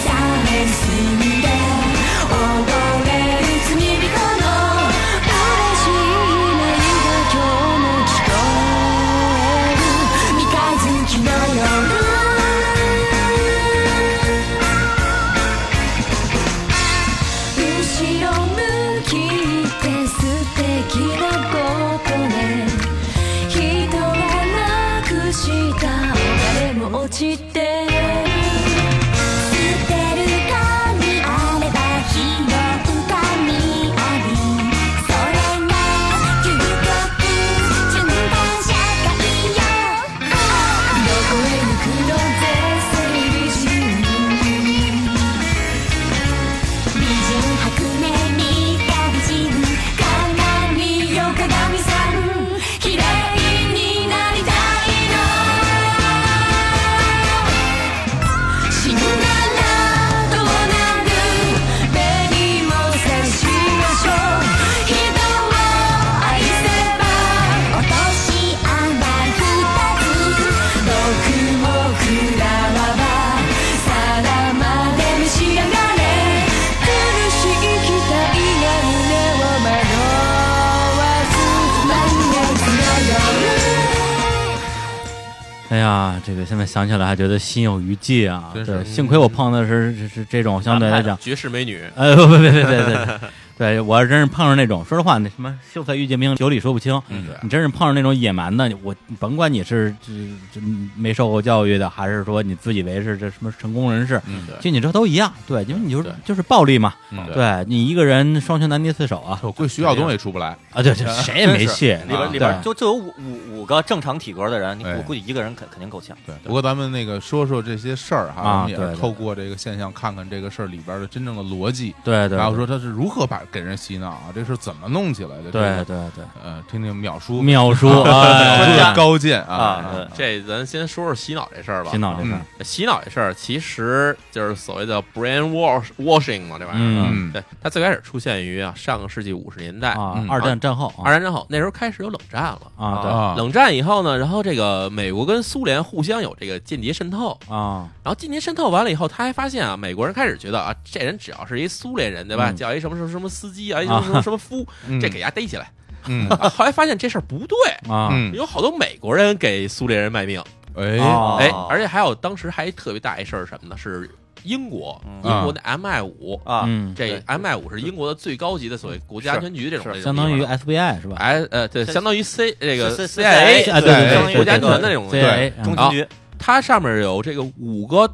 G: されすぎて「踊れる罪人の嬉しいな夢を」「今日も聞こえる」「三日月の夜」「後ろ向きって素敵なことね」「人はなくした誰も落ちてる」「捨てるかにあれば拾うかにあり」「それが究極順番社会よ」「どこへ行くのぜ整理人」「美人白目に旅人」「鏡よ鏡さん」「綺麗になりたいの」死ぬならどうなる紅を差しましょう人を愛せば落とし穴二つ毒を食らわば皿まで召し上がれ苦しい期待が胸を惑わす満月の夜
A: 哎呀，这个现在想起来还觉得心有余悸啊！
B: 真是
A: 对，幸亏我碰的是是是这种相对来讲
D: 绝世美女，
A: <laughs> 呃，不不别别别别别，对我要真是碰上那种，说实话，那什么秀才遇见兵，有理说不清。
B: 嗯对
A: 你真是碰上那种野蛮的，我甭管你是这这没受过教育的，还是说你自以为是这什么成功人士，
B: 嗯，对，
A: 就你这都一样。对，因为你就是
B: 对
A: 就是暴力嘛。
B: 嗯对
A: 对你一个人双拳难敌四手
B: <laughs>
A: 啊
B: 我估计徐晓东也出不来，
A: 啊！对对，谁也没戏。
C: 里边
A: 啊
C: 里边
A: 对
C: 就就有五五五个正常体格的人，你
B: 哎
C: 我估计一个人肯肯定够呛。
B: 对，不过咱们那个说说这些事儿哈，
A: 啊
B: 我们也
A: 对
B: 是
A: 对
B: 透过这个现象看看这个事儿里边的真正的逻辑，
A: 对对，
B: 然后说它是如何把给人洗脑啊，这事儿怎么弄起来的？这
A: 对
B: 个，
A: 对对，
B: 呃，听听秒叔
A: 秒叔，哎
B: 秒叔
A: 对
B: 的高见
C: 啊，
B: 啊，
C: 对
D: 这咱先说说洗脑这事儿吧。
A: 洗
D: 嗯
A: 脑这事儿，
D: 洗脑这事儿，其实就是所谓的 brain wash washing 嘛，这玩意儿。
A: 嗯
B: 嗯
D: 对，它最开始出现于啊上个世纪五十年代，
A: 啊，
B: 嗯
A: 二战战后
D: 二
A: 啊
D: 战之后，那时候开始有冷战了。
C: 嗯
A: 啊对
B: 啊，
D: 冷战以后呢，然后这个美国跟苏联互相有这个间谍渗透，
A: 啊，
D: 然后间谍渗透完了以后，他还发现啊，美国人开始觉得啊，这人只要是一苏联人，对吧？
A: 嗯
D: 叫一什么什么什么司机啊，一什
A: 啊
D: 么什么什么夫，
B: 嗯
D: 这给他逮起来。
B: 嗯
D: 啊后来发现这事儿不对，
A: 啊，
B: 嗯，
D: 有好多美国人给苏联人卖命，
B: 哎，
C: 啊
A: 哦
D: 哎，而且还有当时还特别大一事儿是什么呢？是英国，
C: 嗯
D: 英国的 MI 五，
C: 啊，
A: 嗯，
D: 这
C: 对
D: MI 五是英国的最高级的所谓国家安全局这种
C: 是
D: 这种
A: 相当于
D: 地方
A: FBI 是吧？
D: 哎呃对，相当于 C 这个
C: 是
D: CIA
A: 啊对
B: 对
A: 对，
D: 国家安
C: 对
D: 全的那种
A: CIA
C: 中
A: 嗯
C: 情局
D: 它上面有这个五个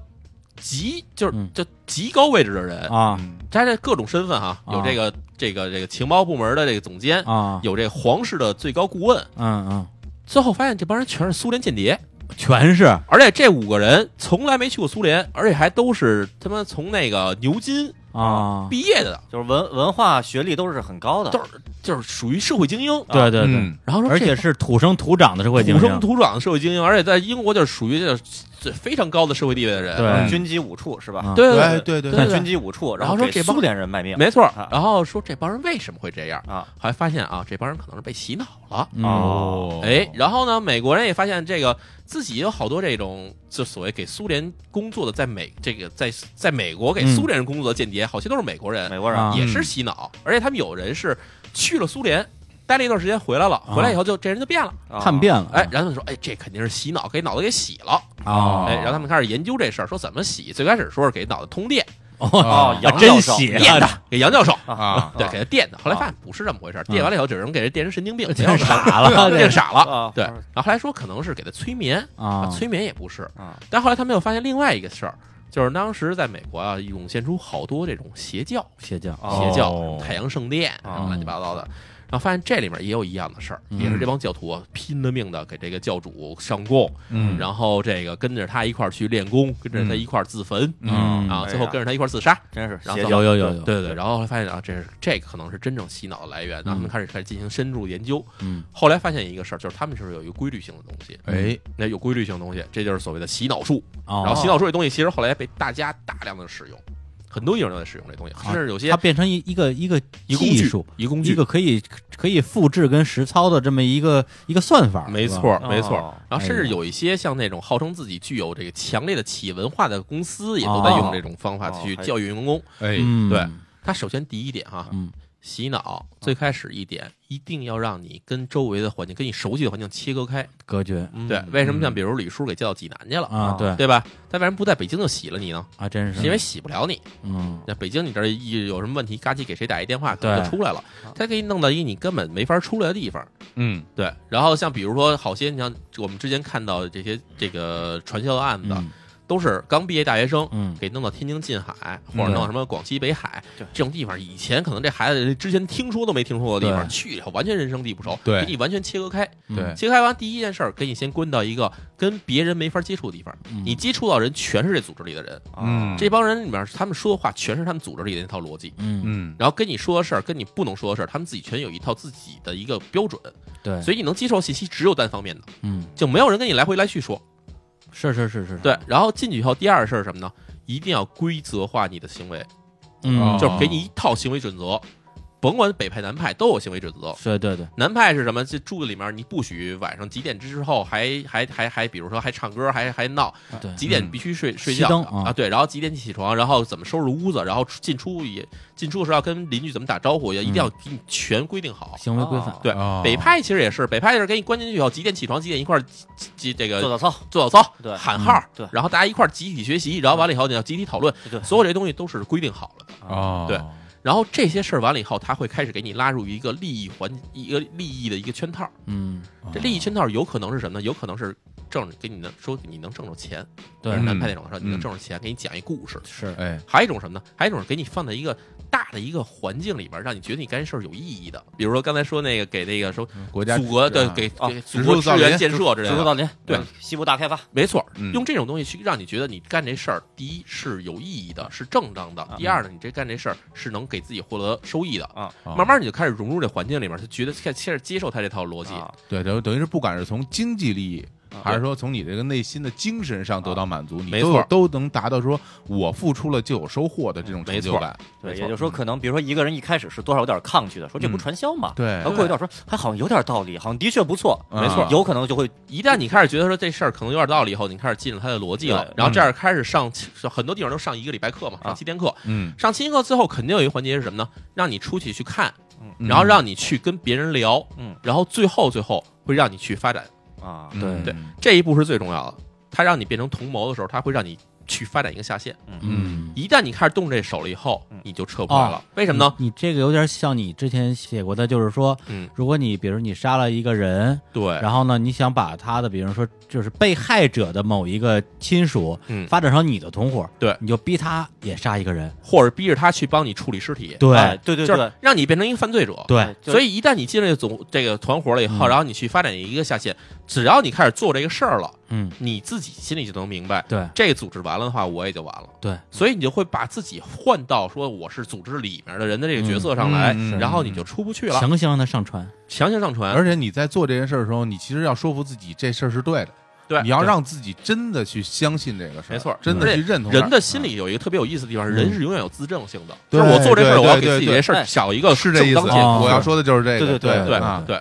D: 极，就是
A: 嗯
D: 就极高位置的人，
A: 啊
D: 他这各种身份哈，有这个这个这个情报部门的这个总监，
A: 啊，
D: 有这个皇室的最高顾问。
A: 嗯嗯，
D: 最后发现这帮人全是苏联间
A: 啊
D: 谍，
A: 全是
D: 而且这五个人从来没去过苏联，而且还都是他妈从那个牛津
A: 啊，
D: 毕业的，
C: 就是文文化学历都是很高的，
D: 都是就是属于社会精英。
A: 对对对，
B: 嗯
D: 然后说
A: 啊而且是土生土长的社会
D: 这
A: 精
D: 土
A: 英，
D: 生土长的社会精英，而且在英国就是属于这这非常高的社会地位的人。啊
A: 对
B: 嗯
C: 军机五处是吧？
A: 啊
D: 对
B: 哎对对
D: 对
C: 看
D: 对
C: 军机五处，
D: 然
C: 然
D: 后
C: 后
D: 说
C: 给
D: 这帮
C: 苏联人卖命，
D: 没错
C: 啊。
D: 然后说这帮人为什么会这样
C: 啊？
D: 还发现啊，这帮人可能是被洗脑了。
A: 嗯
C: 哦
D: 哎，然后呢，美国人也发现这个自己有好多这种，就所谓给苏联工作的，在美这个在在美国给
A: 嗯
D: 苏联人工作的间谍，好些都是美国人，
C: 美国人
A: 啊
D: 也是洗脑，而且他们有人是去了苏联。待了一段时间回来了，回来以后就这人就变了，
C: 啊
A: 叛变了，
D: 哎，然后他们说，哎，这肯定是洗脑，给脑子给洗了，
A: 啊， <laughs>
D: 哎，然后他们开始研究这事儿，说怎么洗。最开始说是给脑子通电，
C: 哦，
A: 啊还
C: 杨
A: 真
C: 教授
A: 写
D: 电的，给杨教授，
B: 啊，
D: 对，
C: 啊
D: 给他电的。后来发现不是这么回事儿，电完了以后只能给人电成神经病，没有
A: 变
D: 什么 <laughs>
A: 傻了，
D: 变
C: <laughs>
D: 傻了。
C: 啊，
D: 对，然后后来说可能是给他催眠，
A: <laughs> 啊，
D: 催眠也不是
C: 啊。
D: 但后来他们又发现另外一个事儿，就是当时在美国啊，涌现出好多这种邪教、
A: 邪教
C: 哦
D: 邪教、太阳圣殿什
C: 哦
D: 么乱七八糟的。然后发现这里面也有一样的事儿，
A: 嗯
D: 也是这帮教徒啊拼了命的给这个教主上供，
B: 嗯，
D: 然后这个跟着他一块儿去练功，跟着他一块儿自焚，
A: 嗯
D: 啊，
C: 哎
D: 最后
C: 呀
D: 跟着他一块儿自杀，
C: 真是
D: 然后
C: 邪
A: 有
C: 教
A: 有有有，
D: 对对，然后后来发现啊，这是这可能是真正洗脑的来源，然后他们开始开始进行深入研究。
A: 嗯，
D: 后来发现一个事儿，就是他们是有一个规律性的东西，
B: 哎，
D: 那有规律性的东西，这就是所谓的洗脑术。然后
A: 哦，
D: 洗脑术这东西，其实后来被大家大量的使用，很多艺人都在使用这东西，甚至有些
A: 它变成一一个一个
D: 一工
A: 啊技
D: 具
A: 术，，
D: 一工
A: 一
D: 具，
A: 个可以可以复制跟实操的这么一个一个算法，
D: 没
A: 是吧
D: 错儿，没错儿。
C: 哦
D: 然后甚
A: 哎
D: 至
A: 呀
D: 有一些像那种号称自己具有这个强烈的企业文化的公司，也都
A: 啊
D: 在用这种方法
C: 哦
D: 去
C: 还
D: 教育员工。
B: 哎，
A: 嗯，
D: 对它首先第一点哈，
A: 嗯
D: 洗脑最开始一点，一定要让你跟周围的环境、跟你熟悉的环境切割开。
A: 隔绝
D: 对，为什么
A: 嗯
D: 像比如李叔给叫到济南去了，
A: 啊，对
D: 对吧？他为什么不在北京就洗了你呢？
A: 啊，真是，
D: 是因为洗不了你。
A: 嗯
D: 那北京你这儿一有什么问题，嘎叽给谁打一电话，可能
A: 对嗯
D: 就出来了。他给你弄到一个你根本没法出来的地方。
B: 嗯，
D: 对，然后像比如说好些，你像我们之前看到的这些这个传销案子，
A: 嗯
D: 都是刚毕业大学生，
A: 嗯
D: 给弄到天津近海，或者弄到什么广西北海、
C: 对
D: 这种地方，以前可能这孩子之前听说都没听说过的地方，
A: 对
D: 去以后完全人生地不熟，
B: 对
D: 给你完全切割开。
A: 嗯
B: 对
D: 切割开完第一件事儿，给你先关到一个跟别人没法接触的地方，
A: 嗯
D: 你接触到人全是这组织里的人，
B: 嗯，
D: 这帮人里面他们说的话全是他们组织里的那套逻辑。
A: 嗯
B: 嗯，
D: 然后跟你说的事儿，跟你不能说的事儿，他们自己全有一套自己的一个标准，
A: 对，
D: 所以你能接受信息只有单方面的，
A: 嗯
D: 就没有人跟你来回来去说。
A: 是是是是，
D: 对，然后进去以后，第二个事儿是什么呢？一定要规则化你的行为，
A: 嗯
B: 哦
D: 就是给你一套行为准则，甭管北派南派都有行为准则。
A: 对对对，
D: 南派是什么？这住子里面你不许晚上几点之后还还还还，比如说还唱歌还还闹
A: 啊，对
D: 几点
B: 嗯
D: 必须睡睡
A: 熄
D: 觉
A: 灯
D: 啊
A: 啊
D: 对，然后几点起床，然后怎么收拾屋子，然后出进出也进出的时候要跟邻居怎么打招呼，也一定要给你全规定好。
A: 嗯行为规范
C: 哦
D: 对
B: 哦，
D: 北派其实也是，北派就是给你关进去以后几点起床，几点一块儿几几这个
C: 啊做早操，
D: 做早操，
C: 对嗯
D: 喊号，
C: 对嗯
D: 然后大家一块儿集体学习，然后完了以后你要集体讨论，
C: 对，
D: 所有这些东西都是规定好了的。
B: 哦，
D: 对然后这些事儿完了以后，他会开始给你拉入一个利益环一个利益的一个圈套。
B: 哦
A: 嗯
D: 这利益圈套有可能是什么呢？有可能是挣着，给你能说你能挣着钱，
A: 对
D: 就是咱
B: 嗯
D: 拍那种说你能
B: 嗯
D: 挣着钱，给你讲一故事。
A: 是
B: 哎，
D: 还有一种什么呢？还有一种是给你放在一个大的一个环境里边，让你觉得你干这事儿有意义的。比如说刚才说那个给那个说
B: 国家
D: 祖国的
B: 啊
D: 给
C: 啊
D: 给祖
B: 植
D: 国
B: 树
D: 支
B: 造
D: 援
B: 林
D: 建设之类
C: 植树
D: 的，
C: 造林，
D: 对，
C: 西部大开发，
D: 没错儿
B: 嗯，
D: 用这种东西去让你觉得你干这事儿，第一是有意义的，是正当的；第二呢，你这干这事儿是能给自己获得收益的。
B: 啊
D: 慢慢你就开始融入这环境里面，他觉得开始接受他这套逻辑。
C: 啊
B: 对，等于等于是不管是从经济利益，
C: 啊
B: 还是说从你这个内心的精神上得到满足，你
D: 啊没
B: 都
D: 错
B: 有都能达到说我付出了就有收获的这种成
D: 没
B: 就
D: 错
B: 感。
C: 对，
D: 没
C: 也
D: 错
C: 就是说，可能比如说一个人一开始是多少有点抗拒的，说这不
B: 嗯
C: 传销嘛，
B: 对
C: 然后过一段说还好像有点道理，好像的确不错，
B: 没错
C: 有可能就会
D: 一旦你开始觉得说这事儿可能有点道理以后，你开始进入他的逻辑了
C: 对，
D: 然后这样开始上很多地方都上一个礼拜课嘛，上
C: 啊
D: 七天课。
B: 嗯，
D: 上七天课之后，肯定有一个环节是什么呢？让你出去去看，
B: 嗯
D: 然后让你去跟别人聊，
C: 嗯，
D: 然后最后最后会让你去发展。
C: 啊，
B: 嗯
D: 对，这一步是最重要的。它让你变成同谋的时候，它会让你去发展一个下线。
A: 嗯。
D: 一旦你开始动这手了以后
C: 嗯，
D: 你就撤不来了。为什么呢？
A: 你？你这个有点像你之前写过的，就是说，
D: 嗯，
A: 如果你比如你杀了一个人，
D: 对，
A: 然后呢，你想把他的，比如说就是被害者的某一个亲属，
D: 嗯
A: 发展成你的同伙，
D: 对
A: 你就逼他也杀一个人，
D: 或者逼着他去帮你处理尸体，
A: 对、
C: 哎对对
D: 就
C: 对
D: 是让你变成一个犯罪者。
A: 对，
C: 就
D: 所以一旦你进了总这个团伙了以
A: 嗯
D: 后，然后你去发展一个下线，只要你开始做这个事儿了，
A: 嗯，
D: 你自己心里就能明白，
A: 对
D: 这个组织完了的话，我也就完了。
A: 对，
D: 所以你就会把自己换到说我是组织里面的人的这个角色上来，
B: 嗯嗯嗯
D: 然后你就出不去了，
A: 强行让他上船，
D: 强行上传。
B: 而且你在做这件事儿的时候，你其实要说服自己这事儿是对的。
D: 对
B: 你要让自己真的去相信这个事儿，
D: 没错
B: 真的去认同它
D: 人的心理有一个特别有意思的地方，
A: 嗯
D: 人是永远有自证性的。
B: 对
D: 就是我做这事儿，
B: 对
D: 我要给
B: 对
D: 自己
B: 对
D: 这事儿
C: 哎
D: 找一个
B: 是这意
D: 正
B: 思。
D: 当解
A: 哦
D: 决。
B: 我要说的就是这个，
C: 对对对
B: 对
D: 对
B: 啊
D: 对，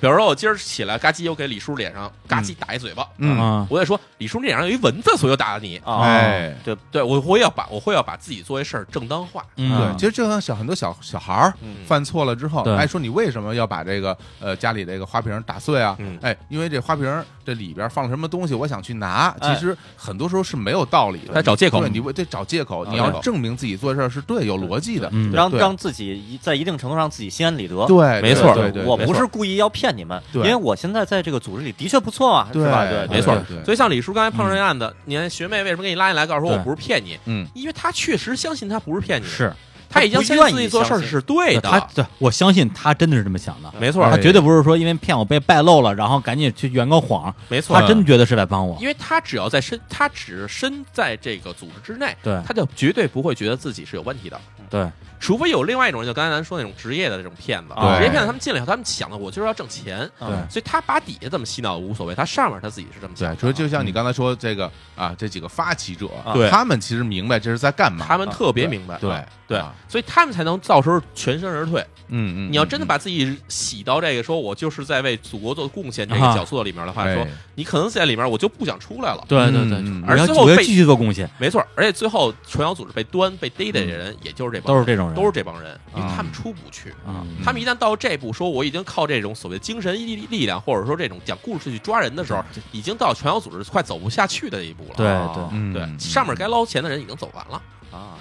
D: 比如说我今儿起来，嘎叽又给李叔脸上嘎叽打一嘴巴，
B: 嗯
A: 啊，
D: 我得说李叔脸上有一蚊子，所以我打的你。
C: 啊，
B: 哎，
D: 对我会要把我会要把自己做这事儿正当化。
B: 对，
A: 嗯，
B: 其实就像小很多小小孩儿
C: 嗯
B: 犯错了之后，
A: 对
B: 哎，说你为什么要把这个呃家里这个花瓶打碎啊？
D: 嗯
B: 哎，因为这花瓶这里边放了什么东西，我想去拿，其
C: 哎
B: 实很多时候是没有道理的，
D: 他找借口
B: 对，你得找借口，
C: 找
B: 你
C: 借口
B: 要证明自己做事儿是对、有逻辑的，
A: 嗯
C: 让
B: 对
C: 让自己一在一定程度上自己心安理得。
B: 对，
D: 没错
B: 对
C: 对
B: 对，对
C: 我
B: 没
C: 不
B: 错
C: 是故意要骗你们，
B: 对
C: 因为我现在在这个组织里的确不错啊，是吧？
B: 对
C: 对，
D: 没错
B: 对对
D: 所以像李叔刚才碰上这案子，你看学妹为什么给你拉进来，告诉说我不是骗你，
B: 嗯，
D: 因为她确实相信她不是骗你，
A: 是
D: 她已经相信自己做事儿是对的。
A: 他对我相信他真的是这么想的，
D: 没错
A: 他绝对不是说因为骗我被败露了，然后赶紧去圆个谎，
D: 没错
A: 他，真觉得是在帮我，
D: 因为她只要在身，她只身在这个组织之内，
A: 对
D: 她就绝对不会觉得自己是有问题的，
A: 对，
D: 除非有另外一种人，就刚才咱说那种职业的这种骗子，
B: 对
D: 职业骗子他们进来以后，他们想的我就是要挣钱，
A: 对
D: 所以他把底下怎么洗脑无所谓，他上面他自己是这么想
B: 对，
D: 的，
B: 所以就像你刚才说这个啊，这几个发起者，
D: 对
B: 他们其实明白这是在干嘛，
D: 啊他们特别明白，
B: 对
D: 对
B: 啊，
D: 所以他们才能到时候全身而退。
B: 嗯嗯，
D: 你要
B: 嗯
D: 真的把自己洗到这个，说我就是在为祖国做贡献这个
A: 啊
D: 角色里面的话，
B: 哎
D: 说哦你可能在里面我就不想出来了。
A: 对对
B: 嗯
A: 对，
B: 嗯
A: 我要
D: 而最后
A: 我要
D: 被
A: 继续做贡献，
D: 没错，而且最后传销组织被端被逮的人，也就是这
A: 嗯
D: 帮
A: 都是这种人，
D: 都是这帮人，因为
B: 啊
D: 他们出不去。
A: 嗯
D: 他们一旦到这步，说我已经靠这种所谓精神力力量，或者说这种讲故事去抓人的时候，已经到传销组织快走不下去的一步了。
A: 对
C: 啊
A: 对，
B: 嗯
D: 对，
B: 嗯
D: 上面该捞钱的人已经走完了。
C: 啊，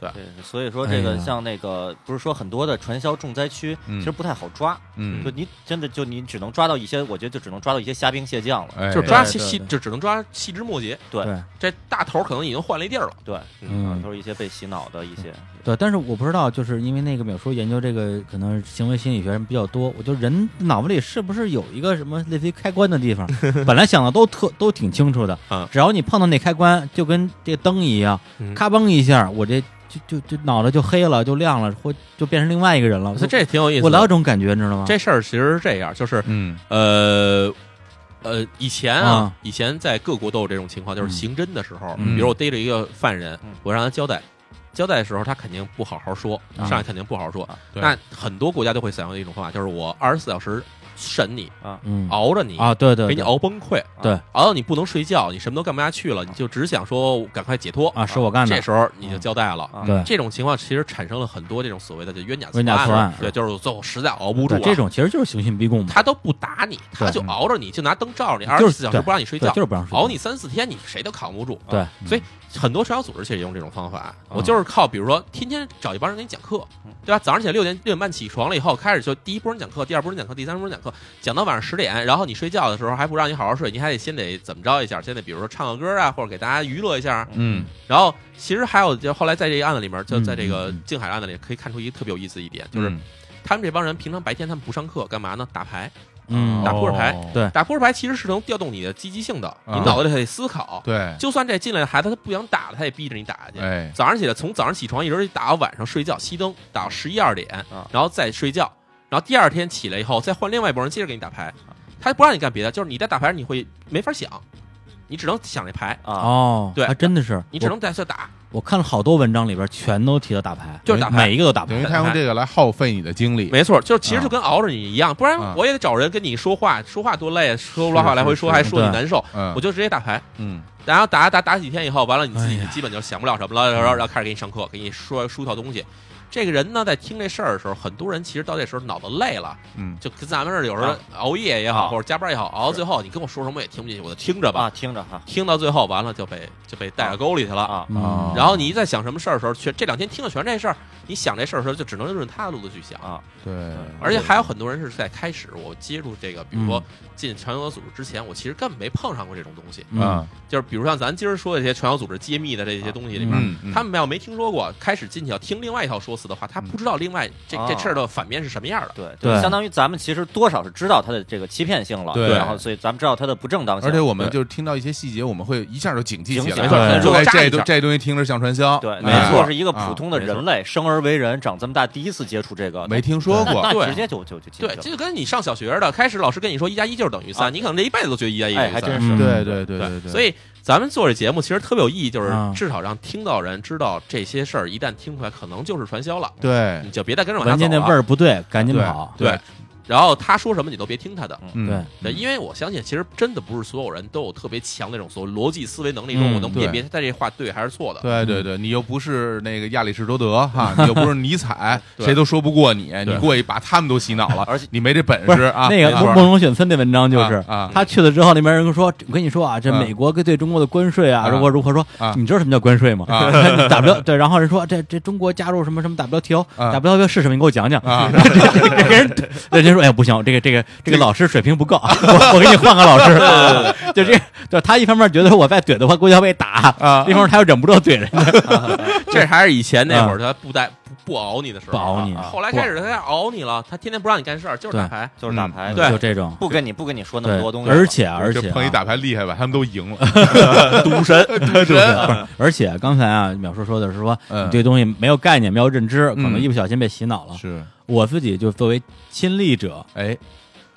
D: 对
C: 所以说这
A: 哎
C: 个
A: 呀
C: 像那个不是说很多的传销重灾区，
B: 嗯
C: 其实不太好抓，
B: 嗯
C: 就，你真的就你只能抓到一些，我觉得就只能抓到一些虾兵蟹将了，
B: 哎
D: 就是抓
A: 对
D: 细
A: 对
D: 细，
A: 对
D: 就只能抓细枝末节。
C: 对
A: 对
D: 这大头可能已经换了一地儿了。
C: 对，
A: 嗯
C: 啊都是一些被洗脑的一些，
A: 对，但是我不知道，就是因为那个淼叔研究这个可能行为心理学人比较多，我就人脑子里是不是有一个什么类似于开关的地方？本来想的都特都挺清楚的
D: 啊，
A: 只要你碰到那开关，就跟这个灯一样，
D: 嗯
A: 咔嘣一下，我这就就就脑袋就黑了，就亮了，或就变成另外一个人了。
D: 所以这挺有意思的。
A: 我老有这种感觉，你知道吗？
D: 这事儿其实是这样，就是
B: 嗯
D: 呃呃，以前啊
A: 啊，
D: 以前在各国都有这种情况，就是
A: 嗯
D: 刑侦的时候，
A: 嗯
D: 比如我逮着一个犯人
C: 嗯，
D: 我让他交代。交代的时候，他肯定不好好说，
A: 啊
D: 上来肯定不好好说
C: 啊。
B: 对
D: 那很多国家都会采用一种方法，就是我二十四小时审你，
A: 嗯
D: 熬着你，
A: 啊，对对
D: 给你
A: 对
D: 熬崩溃，
A: 对
D: 熬到你不能睡觉，你什么都干不下去了，你就只想说赶快解脱
A: 啊，嗯是我干的
D: 这，时候你就交代了。
C: 啊
A: 对
D: 这种情况其实产生了很多这种所谓的就冤假
A: 冤假错案
D: 案，对，就是最后实在熬不住
A: 对
D: 了，
A: 这种其实就是刑讯逼供嘛，
D: 他都不打你，他就熬着你，就拿灯照着你，二
A: 就
D: 十
A: 是
D: 四小时不让你睡
A: 对
D: 觉
A: 就，是不让睡
D: 熬
A: 觉
D: 你三四天，你谁都扛不住。
A: 对，嗯
D: 所以很多社交组织其实也用这种方法。啊我就是靠，比如说天天找一帮人给你讲课，对吧？早上起来六点六点半起床了以后，开始就第一波人讲课，第二波人讲课，第三波人讲课，讲到晚上十点，然后你睡觉的时候还不让你好好睡，你还得先得怎么着一下，先得比如说唱个歌啊，或者给大家娱乐一下，
B: 嗯
D: 然后其实还有，就后来在这个案子里面，就在这个
B: 嗯嗯嗯
D: 静海案子里，可以看出一个特别有意思一点，就是
B: 嗯
D: 他们这帮人平常白天他们不上课，干嘛呢？打牌，
A: 嗯
D: 打扑克牌
B: 哦
A: 对
D: 打扑克牌其实是能调动你的积极性的，你
B: 啊
D: 脑袋里得思考。
B: 对，
D: 就算这进来的孩子他不想打了，他也逼着你打下去。 <laughs>
B: 哎，
D: 早上起来，从早上起床一直打到晚上睡觉，熄灯打到十一二点
C: 啊，
D: 然后再睡觉，然后第二天起来以后再换另外一拨人接着给你打牌，
B: 啊
D: 他不让你干别的，就是你在打牌你会没法想，你只能想这牌，
C: 啊，
A: 哦，
D: 对
A: 还真的是，
D: 你只
A: 我
D: 能在这打。
A: 我看了好多文章里边全都提到打牌，
D: 就是打牌
A: 每一个都打
B: 等于
A: 牌。
B: 他用这个来耗费你的精力，
D: 没错，就是其实就跟熬着你一样，不然
B: 啊
D: 我也得找人跟你说话，说话多累，说不拉话来回说
B: 是
D: 还说你
A: 对
D: 难受，
B: 嗯，
D: 我就直接打牌，
B: 嗯
D: 然后打打打几天以后，完了你自
A: 哎
D: 己
A: 呀
D: 基本就想不了什么了，然后然后开始给你上课，给你说输套东西。这个人呢，在听这事儿的时候，很多人其实到这时候脑子累了，
B: 嗯，
D: 就跟咱们这儿有时候
C: 啊
D: 熬夜也好，
C: 啊
D: 或者加班也好，熬到最后你跟我说什么我也听不进去，我就听着
C: 啊，
D: 吧，
C: 听着哈
D: 听到最后完了就被就被带到沟里去了。
C: 啊，
A: 嗯
D: 然后你一在想什么事儿的时候，全这两天听的全是这事儿，你想这事儿的时候就只能顺着他的路子去想。
C: 啊
B: 对，
D: 而且还有很多人是在开始我接触这个，比如说进传销组织之前，我其实根本没碰上过这种东西。
A: 嗯，
B: 啊
D: 就是比如像咱今儿说的这些传销组织揭秘的这些东西里面，
B: 嗯，嗯
D: 他们要没听说过，开始进去要听另外一套说辞的话，他不知道另外这
C: 啊
D: 这事儿的反面是什么样的。
C: 对
A: 对
C: 相当于咱们其实多少是知道它的这个欺骗性了，
B: 对
C: 然后所以咱们知道它的不正当性，
B: 而且我们就是听到一些细节，我们会一下就警惕
C: 警
B: 起
C: 醒
B: 来，
A: 对
B: 哎
D: 如果
B: 哎
D: 扎
B: 这
D: 一
B: 东
D: 下
B: 这东西听着像传销，
C: 对，没
B: 哎
C: 错，是一个
B: 啊
C: 普通的
D: 没错
C: 人类生而为人，长这么大第一次接触这个，
B: 没听说过，
C: <laughs> 那
D: 对
C: 直接就就就进去
D: 对
C: 了，
D: 这就跟你上小学的，开始老师跟你说一加一就是等于
C: 啊
D: 三，你可能这一辈子都觉得一加一等
C: 哎，
D: 于
C: 还真
D: 三。
C: 是
A: 嗯
B: 对对对
D: 对
B: 对，
D: 所以咱们做这节目其实特别有意义，就是
A: 啊
D: 至少让听到人知道这些事儿，一旦听出来可能就是传销了，
B: 对
D: 你就别再跟着往下
A: 闻
D: 走
A: 见那
D: 了
A: 味。儿不对，赶紧
B: 对
A: 跑。
D: 对，然后他说什么你都别听他的。
B: 嗯
A: 对
D: 对，因为我相信，其实真的不是所有人都有特别强那种所谓逻辑思维能力，
A: 嗯
D: 说我能辨
B: 对
D: 别他这话对还是错的。
B: 对对对，你又不是那个亚里士多德哈，你又不是尼采，
D: 对
B: 谁都说不过你，你
D: 对
B: 过去把他们都洗脑了，
C: 而且
B: 你没这本
A: 不
B: 事
A: 是
B: 啊。
A: 那个
B: 没
A: 慕
B: 错
A: 慕容雪村那文章就是
B: 啊啊，
A: 他去了之后，那边人说：“我跟你说啊，这
B: 嗯
A: 美国跟对中国的关税啊，
B: 啊
A: 如何如何说
B: 啊？
A: 你知道什么叫关税吗 <laughs>
B: 啊？
A: 打不了对，然后人说这这中国加入什么什么 WTO，
B: 啊
A: WTO 是什么？你给我讲讲。
B: 啊
A: <laughs> 这给人，人家说：“哎，不行，这个这个这个老师水平不够，啊我我给你换个老师。” <laughs> 就这，就他一方面觉得我再怼的话，估计要被打；，
B: 啊
A: 一方面他又忍不住怼人家。
D: <laughs> 这还是以前那会儿他不带不不熬你的时
A: 嗯
D: 候，
A: 不熬你
D: 啊后来开始他熬你了，他天天不让你干事儿，就是打牌。
C: 就是打牌，
B: 嗯
D: 对
A: 就这种，
C: 不跟你哎不跟你说那么
A: 对
C: 多东，西了，
A: 而且而且
B: 就
A: 啊
B: 碰一打牌厉害吧，他们都赢了。
D: 赌神，
A: 对不是而且刚才啊，淼叔说的是说，
B: 嗯
A: 你对东西没有概念，没有认知，可能
B: 嗯
A: 一不小心被洗脑了。
B: 是，
A: 我自己就作为亲历者，
B: 哎，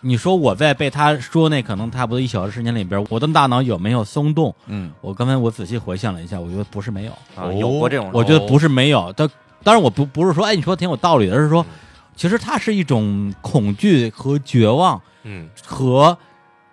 A: 你说我在被他说那可能差不多一小时时间里边，我的大脑有没有松动？
B: 嗯，
A: 我刚才我仔细回想了一下，我觉得不是没有，
B: 哦
C: 啊有过这种，
A: 我觉得不是没有。但当然我不不是说，哎，你说挺有道理的，而是
B: 嗯
A: 说，其实它是一种恐惧和绝望
D: 嗯，
A: 和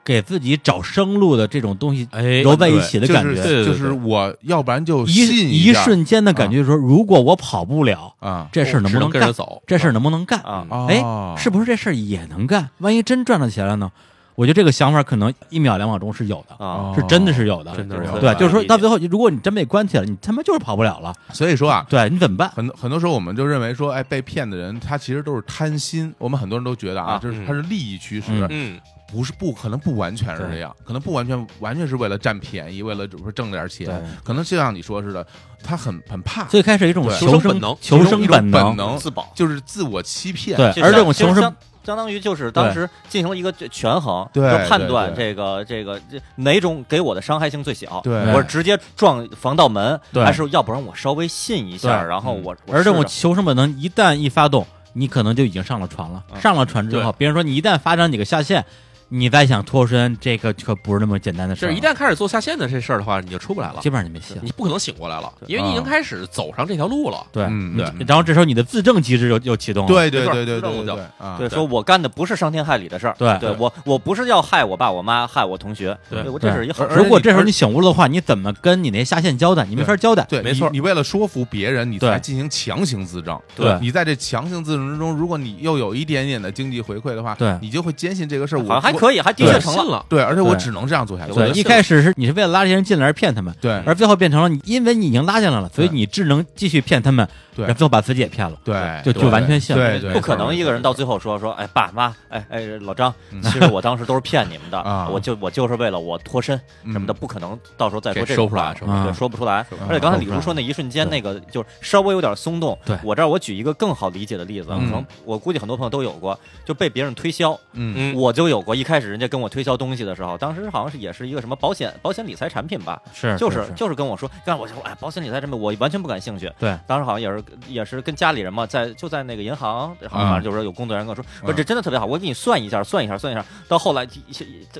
A: 给自己找生路的这种东西
D: 哎
A: 揉在一起的
B: 就
A: 感
B: 是
A: 觉。
B: 就是我要呃不然就信
A: 一一
B: 下
A: 瞬间的感觉说，如果我跑不了，
B: 啊
A: 这事儿能不
D: 只能跟
A: 干
D: 着？走？
A: 这事儿能不能干？
C: 啊
B: 哦
A: 哎，是不是这事儿也能干？万一真赚了钱了呢？我觉得这个想法可能一秒两秒钟是有的，
C: 啊，
A: 是真的是有的。
D: 哦真的
C: 对
D: 是
C: 对
A: 对，就是说
C: 对
A: 到最后，如果你真被关起来，你他妈就是跑不了了，
B: 所以说啊，
A: 对你怎么办？
B: 很多很多时候我们就认为说，哎，被骗的人他其实都是贪心。我们很多人都觉得啊，
C: 啊
B: 就是
D: 嗯
B: 他是利益驱使，
A: 嗯
D: 嗯，
B: 不是不可能不完全是这样，可能不完全完全是为了占便宜，为了只是挣点钱，可能就像你说似的，他很很怕，
A: 最开始有一种
B: 对
A: 求
D: 求生本能
A: 求
B: 一
A: 生
B: 种本
A: 能，
B: 能
C: 自保，
B: 就是自我欺骗。
A: 对
C: 其，实
A: 而这
C: 相
A: 种
C: 其实
A: 求生
C: 相相当于就是当时进行了一个权衡，
B: 对
C: 就判断
B: 对
C: 这个这个这哪种给我的伤害性最小，
B: 对
C: 我是直接撞防盗门，
A: 对
C: 还是要不然我稍微信一下，
A: 对
C: 然后我我
A: 而这
C: 试
A: 种
D: 啊
C: 着
A: 求生本能一旦一发动，你可能就已经上了船了。
D: 嗯
A: 上了船之后，别人说你一旦发展几个下线，你再想脱身，这个可不是那么简单的事
D: 就
A: 儿
D: 是
A: 了。
D: 一旦开始做下线的这事儿的话，你就出不来了
A: 基，本上就没戏了。
D: 你不可能醒过来了，因为你已经
B: 啊
D: 开始走上这条路了。
A: 对，
B: 嗯
A: 你
B: 对
A: 然后这时候你的自证机制又又启动了。
B: 对对
D: 没错
B: 对对
D: 知道
B: 对
D: 我就
B: 对啊！
C: 对，说我干的不是伤天害理的事儿，
A: 对
C: 对我我不是要害我爸我妈害我同学，
D: 对
C: 我
A: 对
C: 这是一好
B: 而
C: 事
B: 且
A: 如果
B: 你
A: 这时候你醒悟了的话，你怎么跟你那下线交代？你没法交代。
B: 对，
D: 没错
B: 你，你为了说服别人，你才
A: 对
B: 进行强行自证。
A: 对
B: 你在这强行自证之中，如果你又有一点点的经济回馈的话，
A: 对
B: 你就会坚信这个事儿，
C: 好像
B: 我
C: 还可以，还的确成
D: 信
C: 了。
D: 了，
B: 对，而且我
A: 对
B: 只能这样做下去。
A: 对，
B: 我就
A: 一开始是你是为了拉这些人进来而骗他们，
B: 对
A: 而最后变成了你，因为你已经拉进来了，所以
B: 对
A: 你只能继续骗他们，
B: 对
A: 然后最后把自己也骗了，
B: 对，
A: 就
B: 对
A: 就完全信了
B: 对对，
C: 不可能
B: 对
C: 一个人到最后说说，哎，爸妈，哎哎，老张
B: 嗯，
C: 其实我当时都是骗你们的，
B: 啊
C: 我就我就是为了我脱身什么的，
B: 嗯
C: 不可能到时候再说
D: 给
C: 这
D: 收
C: 种
D: 出
C: 话
D: 来，收
A: 出来
C: 对，说不出来。
B: 来
C: 而且刚才李
A: 说不
C: 叔
A: 出
C: 说那一瞬间，
A: 对
C: 那个就是稍微有点松动。
A: 对
C: 我这儿我举一个更好理解的例子，可
B: 嗯
C: 能我估计很多朋友都有过，就被别人推销，
B: 嗯
D: 嗯，
C: 我就有过。一开始人家跟我推销东西的时候，当时好像是也是一个什么保险保险理财产品吧，
A: 是
C: 就是就是跟我说，但是我就说哎，保险理财产品我完全不感兴趣。
A: 对，
C: 当时好像也是也是跟家里人嘛，在就在那个银行，好像
B: 嗯
C: 反正就是有工作人员跟我说，说
B: 嗯
C: 这真的特别好，我给你算一下，算一下，算一下。到后来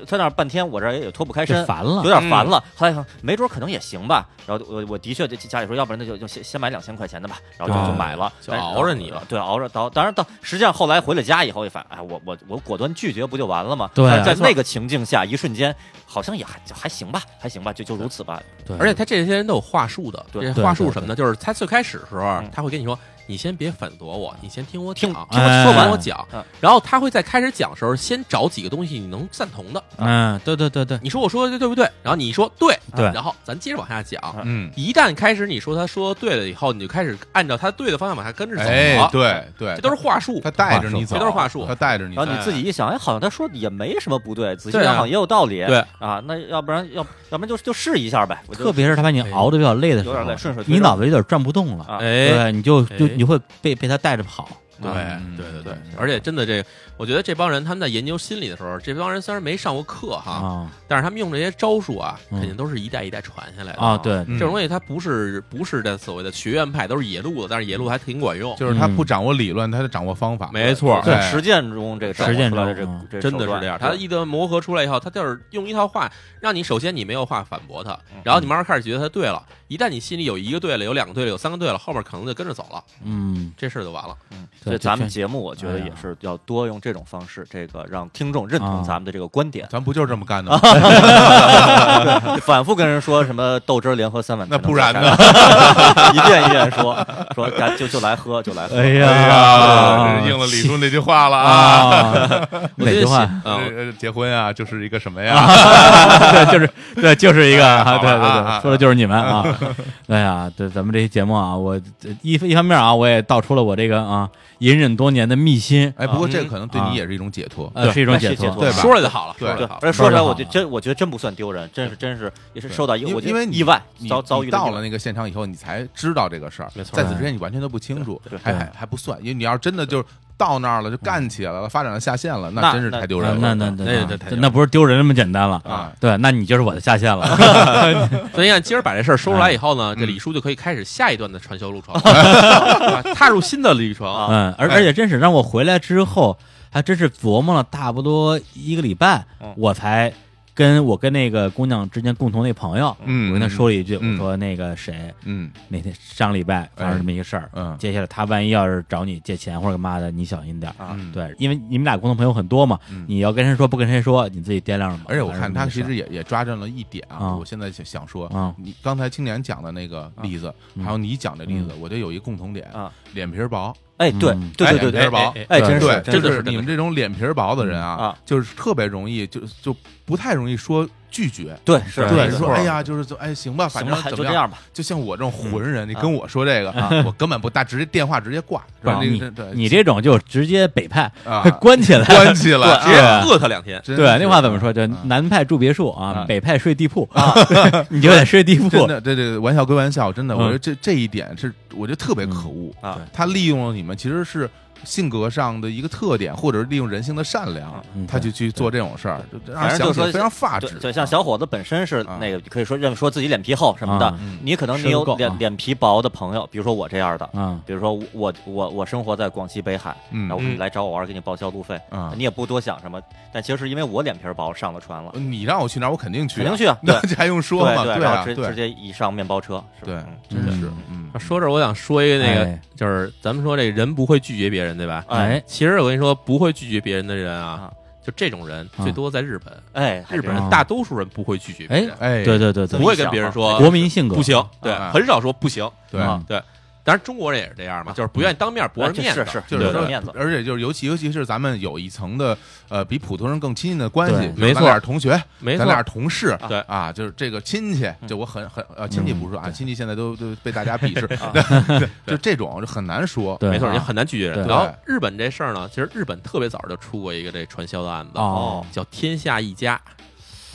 C: 他那儿半天，我这儿也脱不开身
A: 就，烦了
C: 有，点烦了。后来想，没准儿可能也行吧。然后我我的确就家里说，要不然那就就先先买两千块钱的吧。然后就
A: 对
C: 就买了，
D: 就
C: 但是呃
D: 熬着你了。
C: 对，熬着到当然到实际上后来回了家以后也反哎，我我我果断拒绝不就完了吗？
A: 对
C: 但是在
A: 没
C: 那个情境下，一瞬间好像也还就还行吧，还行吧，就就如此吧。
A: 对，
B: 嗯
D: 而且他这些人都有话术的，
C: 对
D: 这
A: 对
D: 话术
A: 对
D: 什么的，就是他最开始的时候
C: 嗯，
D: 他会跟你说：“你先别反驳我，你先听我
C: 听
B: 嗯
D: 讲，
A: 听我说完
D: 我讲。
B: 哎
C: 嗯”
D: 然后他会在开始讲的时候，先找几个东西你能赞同的，
A: 嗯，对对对对，
D: 你说我说的对不对？然后你说对，
A: 对
D: 然后咱接着往下讲。
B: 嗯，
D: 一旦开始你说他说对了以后，你就开始按照他对的方向往下跟着走
B: 哎，
D: 了。
B: 对对，
D: 这都是话术
B: 他，带着你走，啊
D: 这都是话术
B: 他带着你
C: 然
B: 走
C: 后。你自己一想，哎，好像他说的也没什么不对，仔细
D: 对啊
C: 想想也有道理。
D: 对
C: 啊，那要不然要要不然就就试一下呗。我就
A: 特别是他把你熬的比较累的时
C: 有点累，
A: 候，
C: 顺水推
A: 你
C: 舟
A: 脑子有点转不动了，
C: 啊，
D: 哎，
A: 对，你就就
D: 哎
A: 你会被被他带着跑，啊
D: 对
B: 嗯
D: 对对对
B: 嗯，
D: 而且真的这，我觉得这帮人他们在研究心理的时候，这帮人虽然没上过课哈，
A: 啊
D: 但是他们用这些招数啊，
A: 嗯
D: 肯定都是一代一代传下来的
A: 啊，。对，
B: 嗯
D: 这种东西它不是不是这所谓的学院派，都是野路子，但是野路还挺管用，
B: 就是他不掌握理论，他就掌握方法。
D: 没错
B: 对。
C: 在啊实践中这个
A: 实践
C: 掌握出来
A: 中
C: 的这这
D: 嗯真的是这样。他
C: 他
D: 一旦磨合出来以后，他就是用一套话，让你首先你没有话反驳他，然后你慢慢开始觉得他对了。一旦你心里有一个对了，有两个对了，有三个对了，后面可能就跟着走了，
A: 嗯，
D: 这事儿就完了。
C: 所以
A: 对，
C: 咱们
A: 这
C: 节目，我觉得
A: 哎呀
C: 也是要多用这种方式，这个让听众认
A: 啊
C: 同咱们的这个观点
A: <laughs>
B: 咱不就是这么干的吗？
C: 反复跟人说什么豆汁儿联合三碗，
B: 那不然呢
C: 呢？ <laughs> 一遍一遍说说，咱就就来喝，就来喝。
A: 哎呀
B: 哎呀，应了李叔那句话了啊！
A: 啊， <laughs> 哪句话？
D: 嗯，
B: 呃结婚啊，就是一个什么呀？
A: <laughs> 对，就是对，就是一个，
B: 好
A: 啊，
B: 吧
A: 对对
B: 啊啊
A: 对，说的就是你们
B: <laughs>
A: 啊。对啊，对咱们这期节目啊，我这一一方面啊，我也道出了我这个啊隐忍多年的秘辛，
B: 哎，不过
C: 嗯
B: 这可能对
A: 啊
B: 你也是一种解脱。
A: 呃，是一种解
C: 是解脱
A: 脱。
B: 对吧
D: 说了就好了，
B: 对
D: 说了
C: 对
D: 就，好了。
C: 而且说出来，我
A: 说得
C: 就
A: 好
C: 真我觉得真不算丢人，真是真是也是受到意，
B: 因
C: 我
B: 为
C: 觉
B: 因
C: 得
B: 为你
C: 意外
B: 你
C: 遭遭
B: 你
C: 遇的
B: 到
C: 意
B: 了
C: 外
B: 那个现场以后，你才知道这个事儿。
D: 没错
B: 在此之前你完全都不清楚
C: 对对，
B: 还还还不算，因为你要真的就是到那儿了，就干起来了，发展到下线了，
C: 那
B: 真是太丢人
A: 啊
B: 了。
A: 那那
D: 那
A: 那
D: 那太
A: 那不是丢人那么简单了
B: 啊！
A: 对，那你就是我的下线了。
B: <laughs>
D: 所以你看，今儿把这事儿说出来以后呢，
B: 嗯
D: 这李叔就可以开始下一段的传销路程，啊踏入新的旅程。
C: 啊
A: 嗯，而
B: 哎
A: 而且真是让我回来之后，还真是琢磨了差不多一个礼拜
C: 嗯，
A: 我才跟我跟那个姑娘之间共同那朋友，
B: 嗯
A: 我跟她说了一句，我
B: 嗯
A: 说那个谁，
B: 嗯
A: 那天上礼拜发生这么一个事儿，
B: 嗯
A: 接下来他万一要是找你借钱或者干嘛的，你小心点儿。
C: 啊，
B: 嗯，
A: 对，因为你们俩共同朋友很多嘛，
B: 嗯
A: 你要跟谁说不跟谁说，你自己掂量着吧。
B: 而且我看他其实
A: 也
B: 也也抓准了一点啊，
A: 啊
B: 我现在想想说
A: 啊，
B: 你刚才青年讲的那个例子，
A: 嗯
B: 还有你讲的例子，我觉得有一共同点
C: 啊，
B: 脸皮儿薄，
C: 哎，对
A: 嗯
C: 对
B: 哎
C: 对对
B: 脸皮儿
C: 对，
B: 薄。
C: 哎，真
B: 对
C: 是，
B: 就
C: 真
B: 是
C: 是
B: 你们这种脸皮儿薄的人
C: 嗯
B: 啊
C: 啊，
B: 就是特别容易就就不太容易说拒绝。
C: 对是
B: 对，
C: 没
B: 你
C: 错
B: 说哎呀，就是就哎行吧，反
C: 行
B: 正
C: 吧，
B: 怎
C: 就
B: 么
C: 这
B: 样，
C: 样吧，
B: 就像我这种混人，你
C: 啊
B: 跟我说这个，
C: <laughs>
B: 我根本不大，直接电话直接挂。是吧
A: 不是
B: 那个对
A: 你这种就直接北派
B: <laughs> 啊
A: <laughs> 关起来。
B: 关起来
D: 直接
B: 啊，
D: 饿他两天，
B: 真
A: 对，
B: 是
A: 那话怎么说？就
B: 啊
A: 南派住别墅啊
B: 啊，
A: 北派睡地铺啊， <laughs> 你就得睡地铺
B: 真。的，这这玩笑归玩笑，真的，
A: 嗯
B: 我觉得这这一点是我觉得特别可恶
C: 嗯啊
A: 对
B: 他利用了你们其实是性格上的一个特点，或者是利用人性的善良，
A: 嗯
B: 他就去做这种事儿，就让
C: 反
B: 人
C: 正
B: 想
C: 就
B: 起来
C: 说
B: 非常发
C: 对
B: 指。
C: 对，像小伙子本身是
B: 啊
C: 那个可以说认说自己脸皮厚什么的
A: 啊，
B: 嗯
C: 你可能你
A: 吃得
C: 有
A: 够啊
C: 脸脸皮薄的朋友，比如说我这样的，
A: 啊，
C: 比如说我我我生活在广西北海，
B: 嗯
C: 然后我
D: 嗯
C: 来找我玩，给你报销路费，
B: 啊，
C: 你也不多想什么，但其实是因为我脸皮薄上了船了，
B: 你让我去哪儿，我肯定去啊，
C: 嗯肯定去啊
B: 那 <laughs> 这还用说吗？
C: 对，然
B: 啊，
C: 后直直
B: 对，
C: 接一上面包车，是吧
B: 对
C: 嗯
B: 真是
A: 嗯，
B: 嗯，
D: 说这儿我想说一个那个
A: 哎，
D: 就是咱们说这人不会拒绝别人，对吧？
A: 哎，
D: 其实我跟你说，不会拒绝别人的人啊
C: 啊，
D: 就这种人
A: 啊
D: 最多在日本。
C: 哎，还
D: 日本
C: 真是
D: 人大多数人不会拒绝别人，
B: 哎，
A: 对对对对
D: 不，会跟别人说
A: 啊国民性格
D: 不行，对
B: 啊，
D: 很少说不行。
B: 对，
A: 啊
D: 对，当然中国人也是这样嘛，就是不愿意当面驳人
C: 哎这
D: 面子，
C: 啊是是
B: 就是
C: 有
B: 说
C: 点面子，
B: 而且就是尤其尤其是咱们有一层的呃比普通人更亲近的关系
A: 对，
B: 比如
D: 没
B: 咱
D: 错
B: 俩是同学，
D: 没
B: 咱
D: 错嗯
B: 俩是同事，
D: 对
B: 啊，就是这个亲戚，就我很很呃亲戚不是
D: 嗯
B: 说啊，亲戚现在都都被大家鄙视，
C: 啊
D: <laughs>
B: 对对就这种就很难说，
A: 对
D: 没错，
B: 啊
D: 你很难拒绝人。
A: 对
D: 然后日本这事儿呢，其实日本特别早就出过一个这传销的案子，
A: 哦
D: 叫“天下一家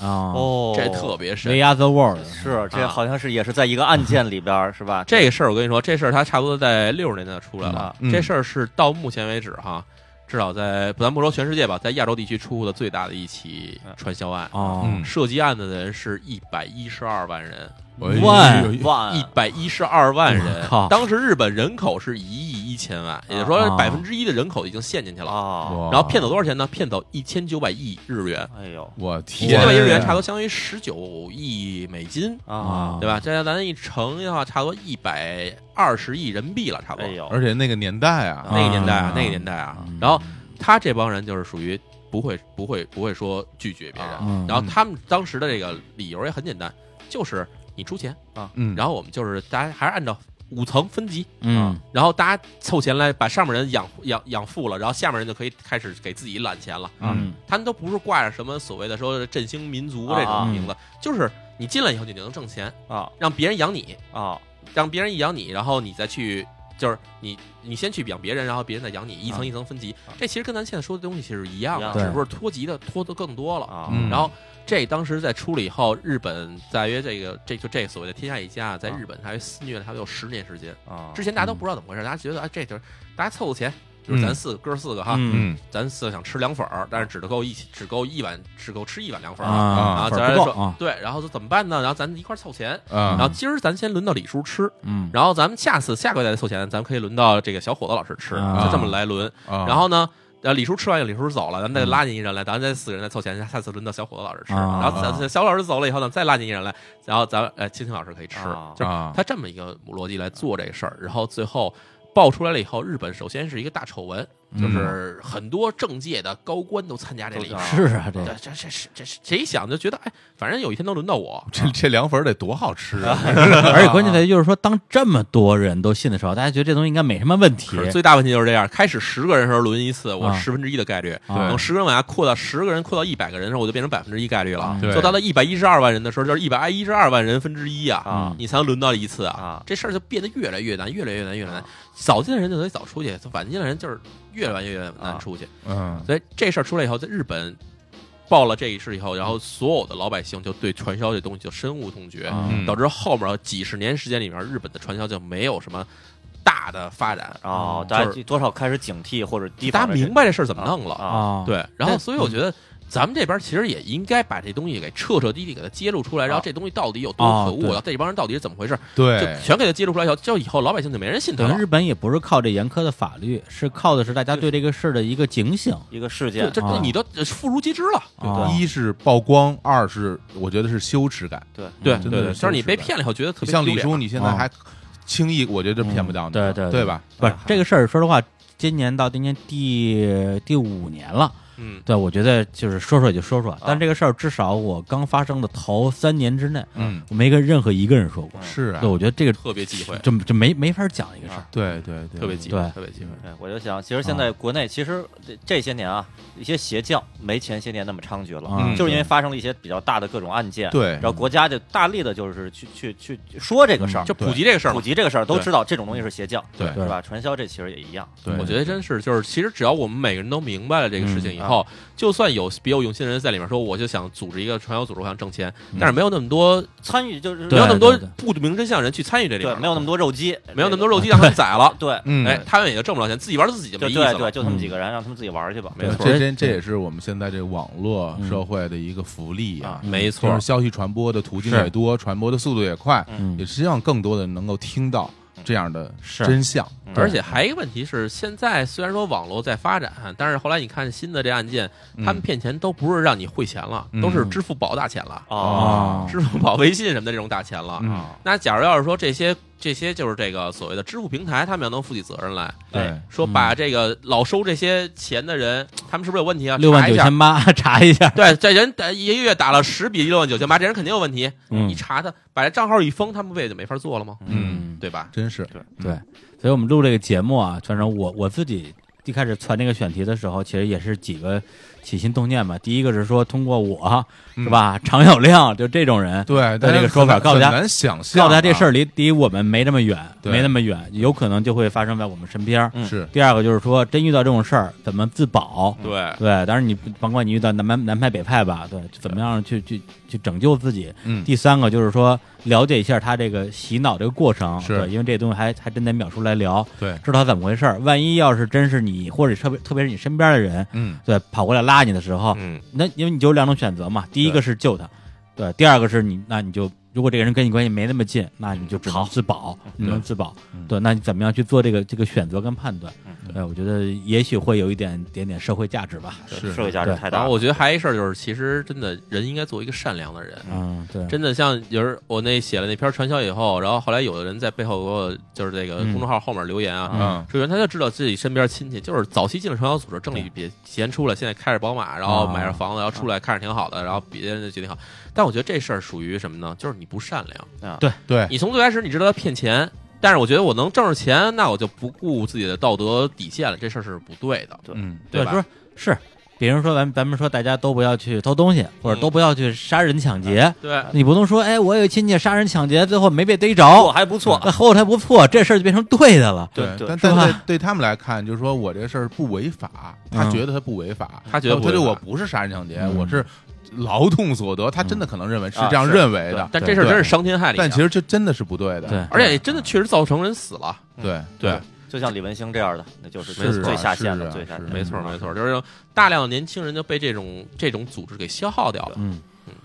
A: 啊
C: 哦”，
D: 这特别深。
A: ，We are the world，
C: 是这
D: 啊
C: 好像是也是在一个案件里边儿是吧？
D: 这个事儿我跟你说，这事儿他差不多在六十年代出来了。
B: 嗯
D: 这事儿是到目前为止哈，至少在咱不说全世界吧，在亚洲地区出过的最大的一起传销案。
A: 哦，
B: 嗯
D: 涉及案子的人是一百一十二万人，
A: 万
B: 哎呦
C: 万
D: <laughs> 一百一十二万人
A: 我靠。
D: 当时日本人口是一亿一千万，也就是说
A: 啊
D: 百分之一的人口已经陷进去了。
C: 啊，
B: 哇
D: 然后骗走多少钱呢？骗走一千九百亿日元，
C: 哎呦
B: 我
D: 一
B: 天，啊
D: 千九百亿日元差不多相当于十九亿美金，
A: 啊
C: 啊，
D: 对吧？这咱一乘的话，差不多一百二十亿人民币了，差不
C: 哎
D: 多。
C: 呦，
B: 而且那个年代啊，
D: 那个年代
A: 啊
D: 啊，那个年代啊
A: 嗯。
D: 然后他这帮人就是属于不会不会不会说拒绝别人，
A: 嗯
D: 然后他们当时的这个理由也很简单，就是你出钱，
B: 嗯，
D: 然后我们就是大家还是按照五层分级，啊
A: 嗯
D: 然后大家凑钱来把上面人养养养富了，然后下面人就可以开始给自己揽钱了。
A: 嗯
D: 他们都不是挂着什么所谓的说振兴民族这
C: 啊
D: 种名字，就是你进来以后你就能挣钱，
C: 啊
D: 让别人养你，
C: 啊
D: 让别人一养你，然后你再去就是你你先去养别人，然后别人再养你，一层一层分级。这其实跟咱现在说的东西其实一样
C: 一
D: 的，
C: 样
A: 啊对
D: 只不过脱级的脱的更多了。
C: 啊
B: 嗯
D: 然后这当时在出了以后，日本大约这个这就这所谓的天下一家，在
C: 啊
D: 日本大约肆虐了差不多有十年时间。
C: 啊，
D: 之前大家都不知道怎么回事，大家觉得啊，这就是大家凑凑钱，就是咱四个哥儿四个哈，
A: 嗯
B: 嗯
D: 咱四个想吃凉粉儿，但是只够一起，只够一碗，只够吃一碗凉粉儿啊。
A: 啊
D: 啊，
A: 粉
D: 咱
A: 儿
D: 说
A: 不够啊，
D: 对，然后说怎么办呢？然后咱一块儿凑钱，
B: 啊
D: 嗯然后今儿咱先轮到李叔吃，
A: 嗯，
D: 然后咱们下次下个月再凑钱，咱们可以轮到这个小伙子老师吃，
A: 啊
D: 就这么来轮。
B: 啊
D: 然后呢，呃，李叔吃完，李叔走了，咱们再拉进一人来，咱们再四个人再凑钱，下次轮到小伙子老师吃。
A: 啊
D: 然后咱小伙子老师走了以后呢，再拉进一人来，然后咱们呃青青老师可以吃，
C: 啊
D: 就是
B: 啊
D: 他这么一个逻辑来做这事儿，然后最后爆出来了以后，日本首先是一个大丑闻，就是很多政界的高官都参加这里
C: 都。
A: 是啊，这
D: 这
A: 个
D: 这这是这是谁想就觉得哎，反正有一天能轮到我，
B: 这这凉粉儿得多好吃啊！
D: <laughs>
A: 而且关键在于就是说，当这么多人都信的时候，大家觉得这东西应该没什么问题
D: 可是最大问题就是这样，开始十个人的时候轮一次，我
A: 啊
D: 十分之一的概率；
A: 对
D: 等十个人往下扩到十个人扩到一百个人的时候，我就变成百分之一概率了
A: 啊。
B: 对
D: 做到了一百一十二万人的时候，就是一百一十二万人分之一啊，
A: 啊
C: 啊
D: 你才能轮到一次啊
C: 啊。
D: 这事儿就变得越来越难，越来越难，越来越难
C: 啊。
D: 早进的人就得早出去，晚进的人就是越来越
A: 啊
D: 难出去。
B: 嗯，
D: 所以这事儿出来以后，在日本报了这一事以后，然后所有的老百姓就对传销这东西就深恶痛绝。
A: 啊
B: 嗯
D: 导致后面几十年时间里面，日本的传销就没有什么大的发展，
A: 嗯
C: 哦，
D: 就
C: 大
D: 是
C: 家就多少开始警惕或者提
D: 大
C: 防
D: 家
C: 了这
D: 明白这事儿怎么弄了。
C: 啊
A: 啊，
D: 对，然后所以我觉得咱们这边其实也应该把这东西给彻彻底底给它揭露出来，然后这东西到底有多可
A: 啊
D: 恶，
A: 对
D: 然后这帮人到底是怎么回事，就
B: 对，
D: 全给它揭露出来以后，就以后老百姓就没人信他
A: 等于
D: 了
A: 日。本也不是靠这严苛的法律，是靠的是大家对这个事儿的一个警醒。
C: 一个事
D: 就
C: 件，
D: 这
A: 啊
D: 这你都妇孺皆知了，
A: 啊
B: 一是曝光，二是我觉得是羞耻感。
C: 对
D: 对
B: 嗯
D: 对
B: 真的
D: 对，
B: 是
D: 就是你被骗了以后觉得特
B: 你
D: 别
B: 像
D: 丢
B: 李
D: 脸
B: 叔，你现在
A: 啊嗯
B: 还轻易，我觉得骗不到你，
A: 对对
B: 对吧？
A: 不是这个事儿，说实话，今年到今年第第五年了。
D: 嗯，
A: 对，我觉得就是说说也就说说，但这个事儿至少我刚发生的头三年之内，
B: 嗯，
A: 我没跟任何一个人说过。
B: 是啊
A: 对，，我觉得这个
D: 特别忌讳，
A: 就就没没法讲这个事儿。
B: 对对嗯对，
D: 特别忌讳
A: 对，
D: 特别忌讳。
C: 对，我就想，其实现在国内其实这这些年啊，一些邪教没前些年那么猖獗了，
A: 嗯
C: 啊就是因为发生了一些比较大的各种案件，，
B: 对
C: 然后国家就大力的就是去去去去说这个事儿，
A: 嗯
D: 就普及这个事儿嘛
C: 普，及这个事儿，都
D: 对
C: 知道这种东西是邪教，
B: 对
C: 是吧？传销这其实也一样，
B: 对，
D: 我觉得真是，就是其实只要我们每个人都明白了这个事情以后，就算有别有用心人在里面说，我就想组织一个传销组织，我想挣钱，但是没有那么多，
C: 参与就是
D: 没
A: 对
D: 有那么多
A: 对
D: 不明真相的人去参与这里
C: 对
D: 面，，
C: 没有那么多肉鸡，
D: 没有那么多肉鸡让他们宰了，
C: 对，
B: 嗯，
D: 哎，他们也就挣不了钱，自己玩自己就
C: 就
D: 没意
C: 对
D: 思
C: 对，
D: 了。
C: 就他们几个人，让他们自己玩去吧，
D: 没错
B: 这这这也是我们现在这个网络
A: 嗯
B: 社会的一个福利啊
C: 啊，
D: 没
B: 就
D: 错
B: 是，消息传播的途径
A: 是
B: 越多，传播的速度也快，
A: 嗯
B: 也，希望更多的人能够听到这样的
A: 是
B: 真相。
C: 嗯
D: 而且还有一个问题是，现在虽然说网络在发展，但是后来你看新的这案件，他们骗钱都不是让你汇钱了，
B: 嗯
D: 都是支付宝大钱了，
C: 哦，
A: 啊
C: 啊
D: <laughs> 支付宝、微信什么的这种大钱了。
B: 嗯
D: 那假如要是说这些这些就是这个所谓的支付平台，他们要能负起责任来，
B: 对，
A: 嗯
D: 说把这个老收这些钱的人，他们是不是有问题啊？
A: 六万
D: 查
A: 九
D: 一下
A: 千八， <laughs> 查一下，
D: 对，这人打一个月打了十笔六万九千八，这人肯定有问题。
A: 嗯
D: 一查他，把这账号一封，他们不也就没法做了吗？
B: 嗯，
D: 对吧？
B: 真是
A: 嗯对，所以我们录这个节目啊，全程我我自己一开始传这个选题的时候，其实也是几个起心动念吧。第一个是说通过我是吧，常有亮就这种人，
B: 对，
A: 在
B: 但
A: 这个说法告诉大
B: 很
A: 家
B: 难想象
A: 告
B: 啊，
A: 诉大家这事儿离离我们没那么远，
B: 对
A: 没那么远，有可能就会发生在我们身边。
B: 是
A: 第二个就是说，真遇到这种事儿怎么自保？
D: 对，
A: 对，当然你甭管你遇到南派南派北派吧，对，怎么样去去去拯救自己。
B: 嗯
A: 第三个就是说了解一下他这个洗脑这个过程，
B: 是
A: 对，因为这东西还还真得秒叔来聊，
B: 对，
A: 知道怎么回事儿。万一要是真是你或者特别特别是你身边的人，
B: 嗯
A: 对，跑过来拉你的时候，
D: 嗯，
A: 那因为你就有两种选择嘛，第一个是救他，对，第二个是你，那你就如果这个人跟你关系没那么近，那你就只能自保，只能自保，对，那你怎么样去做这个这个选择跟判断？对，我觉得也许会有一点点点社会价值吧。
B: 是
C: 社会价值
A: 对
C: 太
D: 然
C: 大
D: 后
C: 了。
D: 我觉得还有一事儿就是，其实真的人应该做一个善良的人。
A: 嗯，对，
D: 真的像有人我那写了那篇传销以后，然后后来有的人在背后给我就是这个
A: 嗯
D: 公众号后面留言啊，
B: 嗯
D: 说原来他就知道自己身边亲戚就是早期进了传销组织，挣了一笔钱出来，现在开着宝马，然后买着房子，然后出来看着挺好的，然后别人就觉得挺好。但我觉得这事儿属于什么呢？就是你不善良。
C: 啊
B: 对，
D: 你从最开始你知道他骗钱，但是我觉得我能挣着钱，那我就不顾自己的道德底线了，这事儿是不对的。
B: 嗯
A: 对，
D: 吧
A: 说是，比如说咱咱们说大家都不要去偷东西，或者都不要去杀人抢劫，
D: 对，
A: 你不能说，哎，我有亲戚杀人抢劫，最后没被逮着，
C: 我哦还不错，
A: 那后台不错，这事儿就变成嗯对的了。
C: 对对
B: 但
A: 是
B: 但
A: 吧
B: 对对他们来看，就是说我这事儿不违法，他
A: 嗯
B: 觉得他不违法，
D: 他觉得不
B: 他对
D: 违法
B: 我不是杀人抢劫，
A: 嗯
B: 我是劳动所得，他真的可能认为是
C: 啊
B: 这样
C: 是
B: 认为的
C: 对，
D: 但这事儿
B: 对
D: 真是伤天害理啊。
B: 但其实这真的是不对的，
A: 对
D: 而且也真的确实造成人死了。
B: 对
D: 对，
C: 就像李文星这样的，那就是
B: 是
C: 最
B: 啊
C: 最下线
B: 是啊
C: 的，最下
B: 是
C: 线
B: 啊
C: 的。
D: 没错，没错，就是大量的年轻人就被这种这种组织给消耗掉了。
A: 嗯，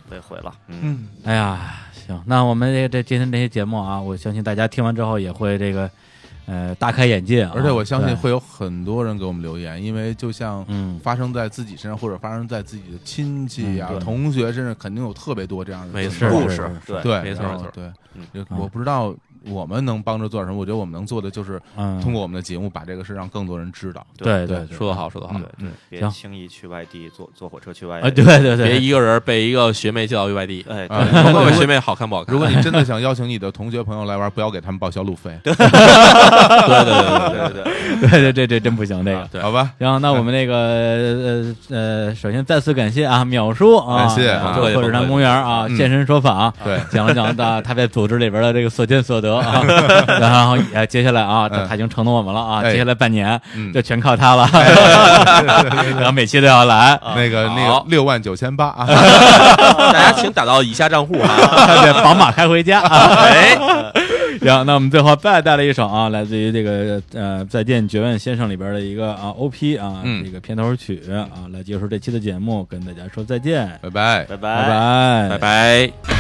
C: 被毁了。嗯，
B: 嗯，
A: 哎呀，行，那我们这这今天这些节目啊，我相信大家听完之后也会这个呃大开眼界、啊，
B: 而且我相信
A: 对，
B: 会有很多人给我们留言，因为就像
A: 嗯，
B: 发生在自己身上，或者发生在自己的亲戚呀、
A: 嗯对
B: 同学身上，肯定有特别多这样的
D: 没
B: 情
D: 错
B: 况
A: 是
C: 故
A: 是
C: 事
A: 是
C: 对
B: 对，
D: 没错
B: 然
D: 没
B: 后
D: 错
B: 对
C: 嗯，
B: 就我不知道我们能帮着做点什么，我觉得我们能做的就是
A: 嗯，
B: 通过我们的节目把这个事让更多人知道。
A: 对
B: 对嗯
A: 对，
D: 说得好，说得好
C: 对，对，别
A: 行
C: 轻易去外地，坐坐火车去外
A: 啊，
C: 地。
A: 对对对，
D: 别一个人被一个学妹叫到外地，
C: 哎，
D: <laughs>
B: 啊
C: 对
D: 甭管学妹好看不好看。
B: <laughs> 如果你真的想邀请你的同学朋友来玩，不要给他们报销路费，
C: <laughs> 对对对对对对，
A: 对对对这真不行，这个。
D: 对
B: 好吧？
A: 行，那我们那个呃呃，首先再次感谢啊，淼叔啊，
B: 感谢
A: 啊
B: 啊
A: 做
D: 不客气
A: 火车站
D: 不客气
A: 公园啊，
B: 嗯
A: 现身说法，
B: 对，
A: 讲了讲他他在组织里边的这个所见所得
B: <laughs>
A: 啊，然后也接下来啊，他
B: 嗯
A: 他已经承诺我们了啊，
B: 哎
A: 接下来半年
B: 嗯哎
A: 就全靠他了， <laughs> 然后每期都要来，
B: 那个那
D: 好
B: 个六万九千八啊，
D: 大家请打到以下账户啊。
A: 他在宝马开回家。哎，行，那我们最后再带来一首啊，来自于这个呃《再见绝望先生》里边的一个啊 OP 啊，
B: 嗯
A: 这个片头曲啊，来结束这期的节目，跟大家说再见，
B: 拜拜。
C: 拜拜
A: 拜拜
D: 拜。拜。